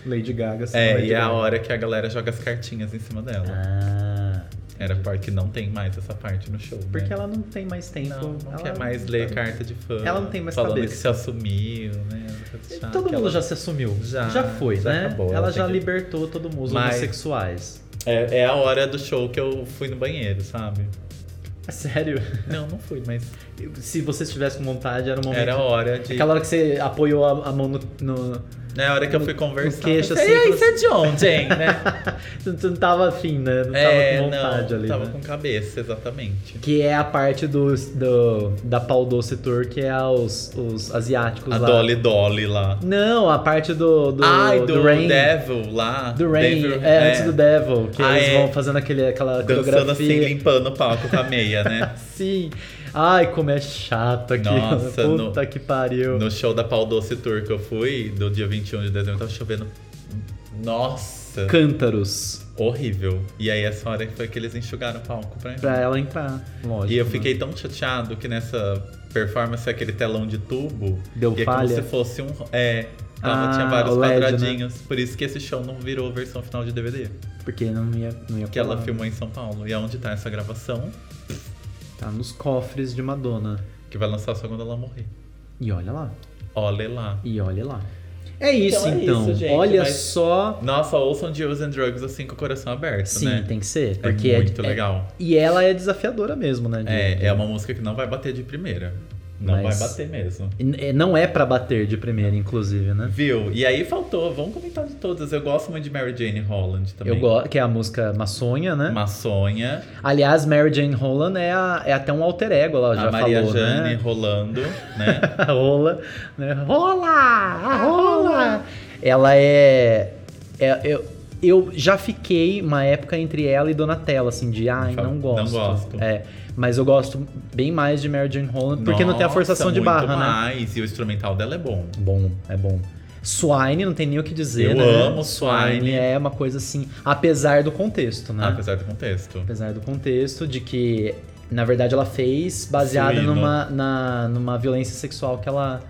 [SPEAKER 1] Lady Gaga. assim,
[SPEAKER 2] É,
[SPEAKER 1] Lady
[SPEAKER 2] e é a
[SPEAKER 1] Gaga.
[SPEAKER 2] hora que a galera joga as cartinhas em cima dela.
[SPEAKER 1] Ah,
[SPEAKER 2] Era a parte que não tem mais essa parte no show. né?
[SPEAKER 1] porque ela não tem mais tempo.
[SPEAKER 2] não, não
[SPEAKER 1] ela tá
[SPEAKER 2] quer mais ler carta de fã.
[SPEAKER 1] Ela não tem mais
[SPEAKER 2] falando
[SPEAKER 1] cabeça.
[SPEAKER 2] que se assumiu, né? Ela tá chata,
[SPEAKER 1] Todo
[SPEAKER 2] que
[SPEAKER 1] mundo
[SPEAKER 2] ela-
[SPEAKER 1] já se assumiu.
[SPEAKER 2] Já,
[SPEAKER 1] foi,
[SPEAKER 2] já
[SPEAKER 1] né?
[SPEAKER 2] acabou,
[SPEAKER 1] ela
[SPEAKER 2] ela
[SPEAKER 1] já
[SPEAKER 2] tem que-
[SPEAKER 1] libertou todo mundo, os
[SPEAKER 2] Mas-
[SPEAKER 1] homossexuais.
[SPEAKER 2] É, é a hora do show que eu fui no banheiro, sabe?
[SPEAKER 1] É Sério?
[SPEAKER 2] Não, não fui, mas
[SPEAKER 1] Se você estivesse com vontade, era o momento.
[SPEAKER 2] era a hora de.
[SPEAKER 1] Aquela hora que você apoiou a, a mão no. no-
[SPEAKER 2] É a hora que eu fui conversar.
[SPEAKER 1] queixo,
[SPEAKER 2] Mas,
[SPEAKER 1] assim,
[SPEAKER 2] E aí,
[SPEAKER 1] falou
[SPEAKER 2] você é de onde, hein? né?
[SPEAKER 1] Você não tava afim, né? Não tava
[SPEAKER 2] é,
[SPEAKER 1] com vontade
[SPEAKER 2] não,
[SPEAKER 1] ali.
[SPEAKER 2] tava
[SPEAKER 1] né?
[SPEAKER 2] com cabeça, exatamente.
[SPEAKER 1] Que é a parte do, do- da pau doce tour, que é os, os asiáticos
[SPEAKER 2] A
[SPEAKER 1] lá.
[SPEAKER 2] Dolly Dolly lá.
[SPEAKER 1] Não, a parte do. do
[SPEAKER 2] Ai, do,
[SPEAKER 1] Rain.
[SPEAKER 2] Devil lá.
[SPEAKER 1] Do Rain,
[SPEAKER 2] Devil-
[SPEAKER 1] é, antes do Devil, que
[SPEAKER 2] Ah,
[SPEAKER 1] eles
[SPEAKER 2] é.
[SPEAKER 1] vão fazendo aquele, aquela
[SPEAKER 2] Dançando assim,
[SPEAKER 1] coreografia.
[SPEAKER 2] limpando o palco com a meia, né?
[SPEAKER 1] Sim. Ai, como é chato aqui.
[SPEAKER 2] Nossa,
[SPEAKER 1] Puta
[SPEAKER 2] no-
[SPEAKER 1] que pariu.
[SPEAKER 2] No show da Pau Doce Tour um que eu fui, do dia 21 de dezembro, tava chovendo. Nossa!
[SPEAKER 1] Cântaros.
[SPEAKER 2] horrível. E aí essa hora foi que eles enxugaram o palco pra mim.
[SPEAKER 1] Pra ela entrar.
[SPEAKER 5] Lógico.
[SPEAKER 2] E eu
[SPEAKER 5] né?
[SPEAKER 2] fiquei tão chateado que nessa performance, aquele telão de tubo,
[SPEAKER 1] Deu
[SPEAKER 2] e é
[SPEAKER 1] falha?
[SPEAKER 2] como se fosse um. É, tava,
[SPEAKER 1] Ah,
[SPEAKER 2] tinha vários
[SPEAKER 1] o LED,
[SPEAKER 2] quadradinhos. Por isso que esse show não virou versão final de DVD.
[SPEAKER 1] Porque não ia, não ia
[SPEAKER 2] né? Que ela
[SPEAKER 1] colar.
[SPEAKER 2] filmou em São Paulo. E aonde tá essa gravação?
[SPEAKER 1] Tá nos cofres de Madonna.
[SPEAKER 2] Que vai lançar só quando ela morrer.
[SPEAKER 1] E olha lá.
[SPEAKER 2] Olha lá.
[SPEAKER 1] E olha lá. É isso
[SPEAKER 2] Então é
[SPEAKER 1] então.
[SPEAKER 2] isso, gente,
[SPEAKER 1] olha
[SPEAKER 2] mas-
[SPEAKER 1] só.
[SPEAKER 2] Nossa, ouçam Deals and Drugs assim com o coração aberto,
[SPEAKER 1] Sim,
[SPEAKER 2] né?
[SPEAKER 1] tem que ser.
[SPEAKER 2] É
[SPEAKER 1] Porque
[SPEAKER 2] muito legal.
[SPEAKER 1] E ela é desafiadora mesmo, né? de-
[SPEAKER 2] É, é uma música que não vai bater de primeira. Não
[SPEAKER 1] Mas-
[SPEAKER 2] vai bater mesmo.
[SPEAKER 1] E- Não é pra bater de primeira, inclusive, né?
[SPEAKER 2] Viu? E aí faltou, vamos comentar de todas. Eu gosto muito de Mary Jane Holland também.
[SPEAKER 1] Eu gosto, que é a música maçonha, né?
[SPEAKER 2] Maçonha,
[SPEAKER 1] Aliás, Mary Jane Holland é, a- é até um alter ego, ela já
[SPEAKER 2] a Maria
[SPEAKER 1] falou,
[SPEAKER 2] Jane
[SPEAKER 1] né?
[SPEAKER 2] rolando, né?
[SPEAKER 1] rola, né? Rola! A rola! Ela é, é- eu, eu já fiquei uma época entre ela e Donatella, assim, de ai,
[SPEAKER 2] Não
[SPEAKER 1] não
[SPEAKER 2] gosto.
[SPEAKER 1] gosto.
[SPEAKER 2] Não gosto.
[SPEAKER 1] É, mas eu gosto bem mais de Mary Jane Holland, porque não tem a
[SPEAKER 2] Nossa,
[SPEAKER 1] forçação de
[SPEAKER 2] muito
[SPEAKER 1] barra, né?
[SPEAKER 2] mais. E o instrumental dela é bom.
[SPEAKER 1] Bom, é bom. Swine, não tem nem o que dizer,
[SPEAKER 2] Eu
[SPEAKER 1] né?
[SPEAKER 2] amo Swine.
[SPEAKER 1] é uma coisa assim, apesar do contexto, né?
[SPEAKER 2] Apesar do contexto.
[SPEAKER 1] apesar do contexto de que na verdade ela fez baseada
[SPEAKER 2] Suíno.
[SPEAKER 1] numa, na- numa violência sexual que ela,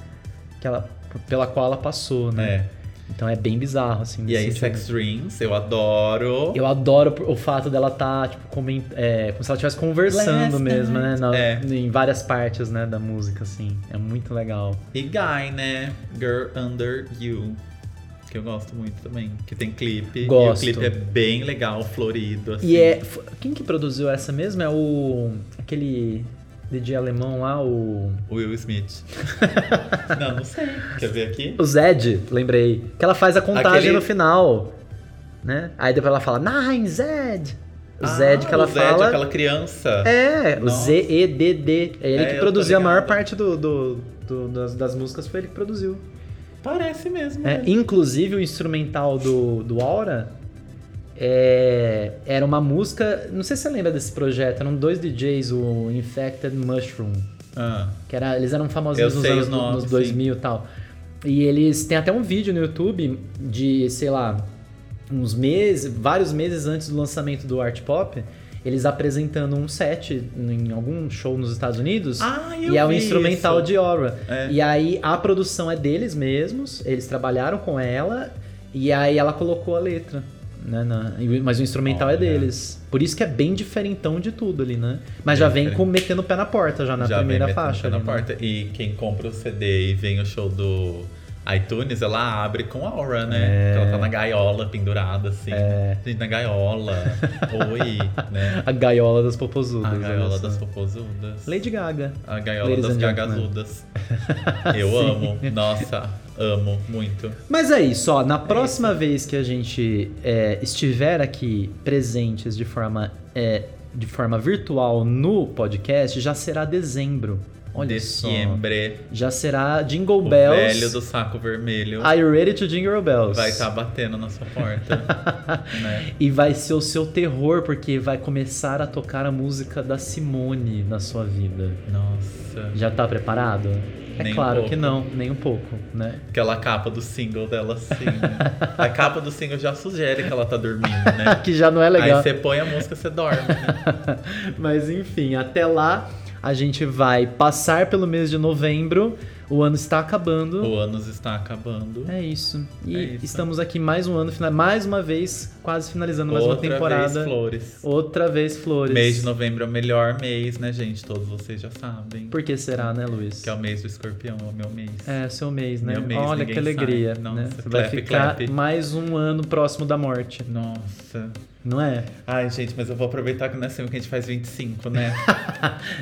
[SPEAKER 1] que ela pela qual ela passou, né?
[SPEAKER 2] É.
[SPEAKER 1] Então é bem bizarro assim.
[SPEAKER 2] E
[SPEAKER 1] nesse
[SPEAKER 2] aí,
[SPEAKER 1] sentido.
[SPEAKER 2] Sex Dreams, eu adoro.
[SPEAKER 1] Eu adoro o fato dela tá tipo coment... é, como se ela estivesse conversando
[SPEAKER 2] Last
[SPEAKER 1] mesmo, né? Na-
[SPEAKER 2] É.
[SPEAKER 1] Em várias partes, né, da música assim. É muito legal.
[SPEAKER 2] E Guy, né? Girl Under You. Que eu gosto muito também. Que tem clipe.
[SPEAKER 1] Gosto.
[SPEAKER 2] E o clipe é bem legal, florido, assim.
[SPEAKER 1] E é f- quem que produziu essa mesmo? É o aquele DJ alemão lá, o
[SPEAKER 2] assim, Will Smith. não, não sei. Quer ver aqui?
[SPEAKER 1] O Zed, lembrei. Que ela faz a contagem
[SPEAKER 2] Aquele-
[SPEAKER 1] no final. Né? Aí depois ela fala, Nine, Zed! O
[SPEAKER 2] Ah,
[SPEAKER 1] Zed que ela
[SPEAKER 2] o Zed,
[SPEAKER 1] fala.
[SPEAKER 2] aquela criança.
[SPEAKER 1] É, o
[SPEAKER 2] Nossa.
[SPEAKER 1] Z-E-D-D. É ele
[SPEAKER 2] É, eu
[SPEAKER 1] que
[SPEAKER 2] tô
[SPEAKER 1] produziu a maior
[SPEAKER 2] ligado.
[SPEAKER 1] parte do, do- do- das, das músicas, foi ele que produziu.
[SPEAKER 2] Parece mesmo.
[SPEAKER 1] É,
[SPEAKER 2] né?
[SPEAKER 1] inclusive o instrumental do, do Aura é, era uma música. Não sei se você lembra desse projeto, eram dois DJs, o Infected Mushroom.
[SPEAKER 2] Ah,
[SPEAKER 1] Que era, eles eram
[SPEAKER 2] Eu
[SPEAKER 1] famosinhos nos
[SPEAKER 2] sei
[SPEAKER 1] anos
[SPEAKER 2] o nome,
[SPEAKER 1] nos
[SPEAKER 2] sim.
[SPEAKER 1] 2000 e tal. E eles têm até um vídeo no YouTube de, sei lá, uns meses, vários meses antes do lançamento do Art Pop, eles apresentando um set em algum show nos Estados Unidos.
[SPEAKER 2] Ah, eu
[SPEAKER 1] e é o
[SPEAKER 2] vi
[SPEAKER 1] instrumental
[SPEAKER 2] isso.
[SPEAKER 1] de Aura.
[SPEAKER 2] É.
[SPEAKER 1] E aí a produção é deles mesmos, eles trabalharam com ela, e aí ela colocou a letra. Né, na- e o- mas o instrumental é
[SPEAKER 2] Olha.
[SPEAKER 1] deles. Por isso que é bem diferentão de tudo ali, né? Mas
[SPEAKER 2] Bem
[SPEAKER 1] já vem
[SPEAKER 2] diferente.
[SPEAKER 1] com metendo o pé na porta já é na
[SPEAKER 2] já vem
[SPEAKER 1] primeira
[SPEAKER 2] metendo
[SPEAKER 1] faixa.
[SPEAKER 2] Na
[SPEAKER 1] ali, né?
[SPEAKER 2] porta. E quem compra o CD e vem o show do iTunes, ela abre com a Aura,
[SPEAKER 1] É.
[SPEAKER 2] né? Ela tá na gaiola pendurada, assim. Gente, na gaiola. Oi, né?
[SPEAKER 1] A gaiola das
[SPEAKER 2] A
[SPEAKER 1] popozudas. olha
[SPEAKER 2] gaiola
[SPEAKER 1] só.
[SPEAKER 2] das popozudas.
[SPEAKER 1] Lady Gaga.
[SPEAKER 2] A gaiola
[SPEAKER 1] Ladies
[SPEAKER 2] das
[SPEAKER 1] né? and gentlemen.
[SPEAKER 2] gagazudas. Eu
[SPEAKER 1] Sim.
[SPEAKER 2] amo. Nossa, amo muito.
[SPEAKER 1] Mas é isso, ó. Na próxima vez que a gente é, estiver aqui presentes de forma, é, de forma virtual no podcast, já será dezembro. Olha
[SPEAKER 2] Dezembro.
[SPEAKER 1] só. Já será Jingle
[SPEAKER 2] O
[SPEAKER 1] Bells.
[SPEAKER 2] velho do saco vermelho
[SPEAKER 1] Are you ready to Jingle Bells?
[SPEAKER 2] vai tá estar batendo na sua porta. né?
[SPEAKER 1] E vai ser o seu terror, porque vai começar a tocar a música da Simone na sua vida.
[SPEAKER 2] Nossa.
[SPEAKER 1] Já tá preparado? É
[SPEAKER 2] Nem um
[SPEAKER 1] claro que
[SPEAKER 2] pouco.
[SPEAKER 1] não, nem um pouco, né?
[SPEAKER 2] Aquela capa do single dela assim. a capa do single já sugere que ela tá dormindo, né?
[SPEAKER 1] Que já não é legal.
[SPEAKER 2] Aí você põe a música, você dorme. Né?
[SPEAKER 1] Mas enfim, até lá a gente vai passar pelo mês de novembro. O ano está acabando.
[SPEAKER 2] O anos está acabando.
[SPEAKER 1] É isso. E
[SPEAKER 2] É isso.
[SPEAKER 1] estamos aqui mais um ano, fina- mais uma vez, quase finalizando mais
[SPEAKER 2] Outra
[SPEAKER 1] uma temporada.
[SPEAKER 2] vez, flores.
[SPEAKER 1] Outra vez flores.
[SPEAKER 2] Mês de novembro é o melhor mês, né, gente? Todos vocês já sabem.
[SPEAKER 1] Por que será, né, Luiz?
[SPEAKER 2] Que é o mês do escorpião, é o meu mês.
[SPEAKER 1] É, seu mês, né?
[SPEAKER 2] Meu mês,
[SPEAKER 1] Olha que
[SPEAKER 2] ninguém
[SPEAKER 1] alegria.
[SPEAKER 2] sabe.
[SPEAKER 1] né?
[SPEAKER 2] Nossa,
[SPEAKER 1] Você vai
[SPEAKER 2] clap,
[SPEAKER 1] ficar
[SPEAKER 2] clap.
[SPEAKER 1] mais um ano próximo da morte,
[SPEAKER 2] Nossa.
[SPEAKER 1] não é?
[SPEAKER 2] Ai, gente, mas eu vou aproveitar que não é sempre que a gente faz 25, né?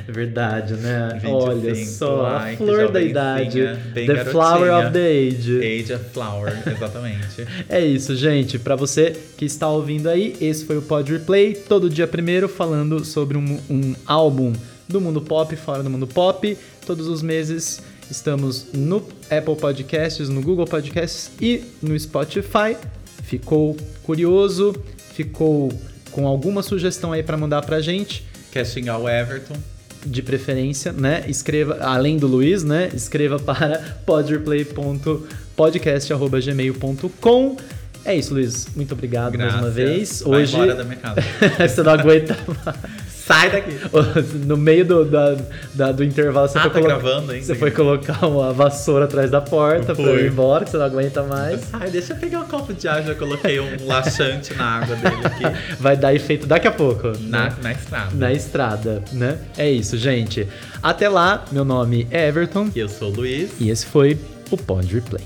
[SPEAKER 1] É Verdade, né?
[SPEAKER 2] 25,
[SPEAKER 1] Olha só,
[SPEAKER 2] ai,
[SPEAKER 1] a
[SPEAKER 2] que
[SPEAKER 1] flor da
[SPEAKER 2] jovenzinha,
[SPEAKER 1] idade. The
[SPEAKER 2] bem
[SPEAKER 1] flower
[SPEAKER 2] garotinha.
[SPEAKER 1] of the age.
[SPEAKER 2] Age of Flower, exatamente.
[SPEAKER 1] É isso, gente. Pra você que está ouvindo aí, esse foi o Pod Replay, todo dia primeiro falando sobre um, um álbum do mundo pop, fora do mundo pop. Todos os meses estamos no Apple Podcasts, no Google Podcasts e no Spotify. Ficou curioso? Ficou com alguma sugestão aí pra mandar pra gente?
[SPEAKER 2] Quer xingar o Everton?
[SPEAKER 1] de preferência, né? Escreva, além do Luiz, né? Escreva para podreplay.podcast.gmail.com. É isso, Luiz. Muito obrigado mais uma
[SPEAKER 2] Graças.
[SPEAKER 1] vez.
[SPEAKER 2] Vai
[SPEAKER 1] Hoje.
[SPEAKER 2] embora da minha casa.
[SPEAKER 1] você não aguenta mais.
[SPEAKER 2] Sai daqui.
[SPEAKER 1] No meio do, da- da- do intervalo, você
[SPEAKER 2] Ah,
[SPEAKER 1] foi
[SPEAKER 2] tá
[SPEAKER 1] colo-
[SPEAKER 2] gravando, hein?
[SPEAKER 1] Você foi colocar uma vassoura atrás da porta pra eu
[SPEAKER 2] Foi.
[SPEAKER 1] ir embora, que você não aguenta mais.
[SPEAKER 2] Ai, deixa eu pegar um copo de água. Eu coloquei um laxante na água dele aqui.
[SPEAKER 1] Vai dar efeito daqui a pouco.
[SPEAKER 2] Na,
[SPEAKER 1] né?
[SPEAKER 2] na estrada.
[SPEAKER 1] Na estrada, né? É isso, gente. Até lá, meu nome é Everton
[SPEAKER 2] E eu sou o Luiz.
[SPEAKER 1] e esse foi o Pod Replay.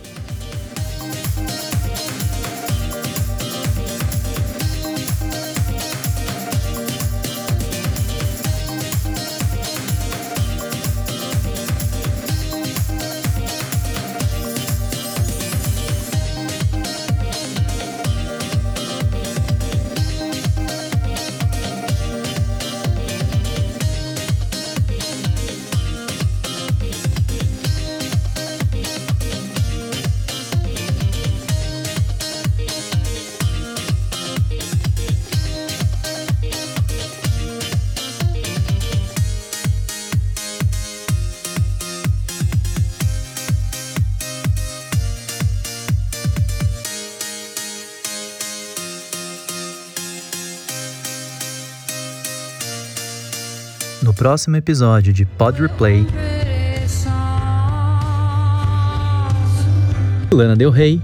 [SPEAKER 1] No próximo episódio de Pod Replay, Lana Del Rey,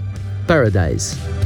[SPEAKER 1] Paradise.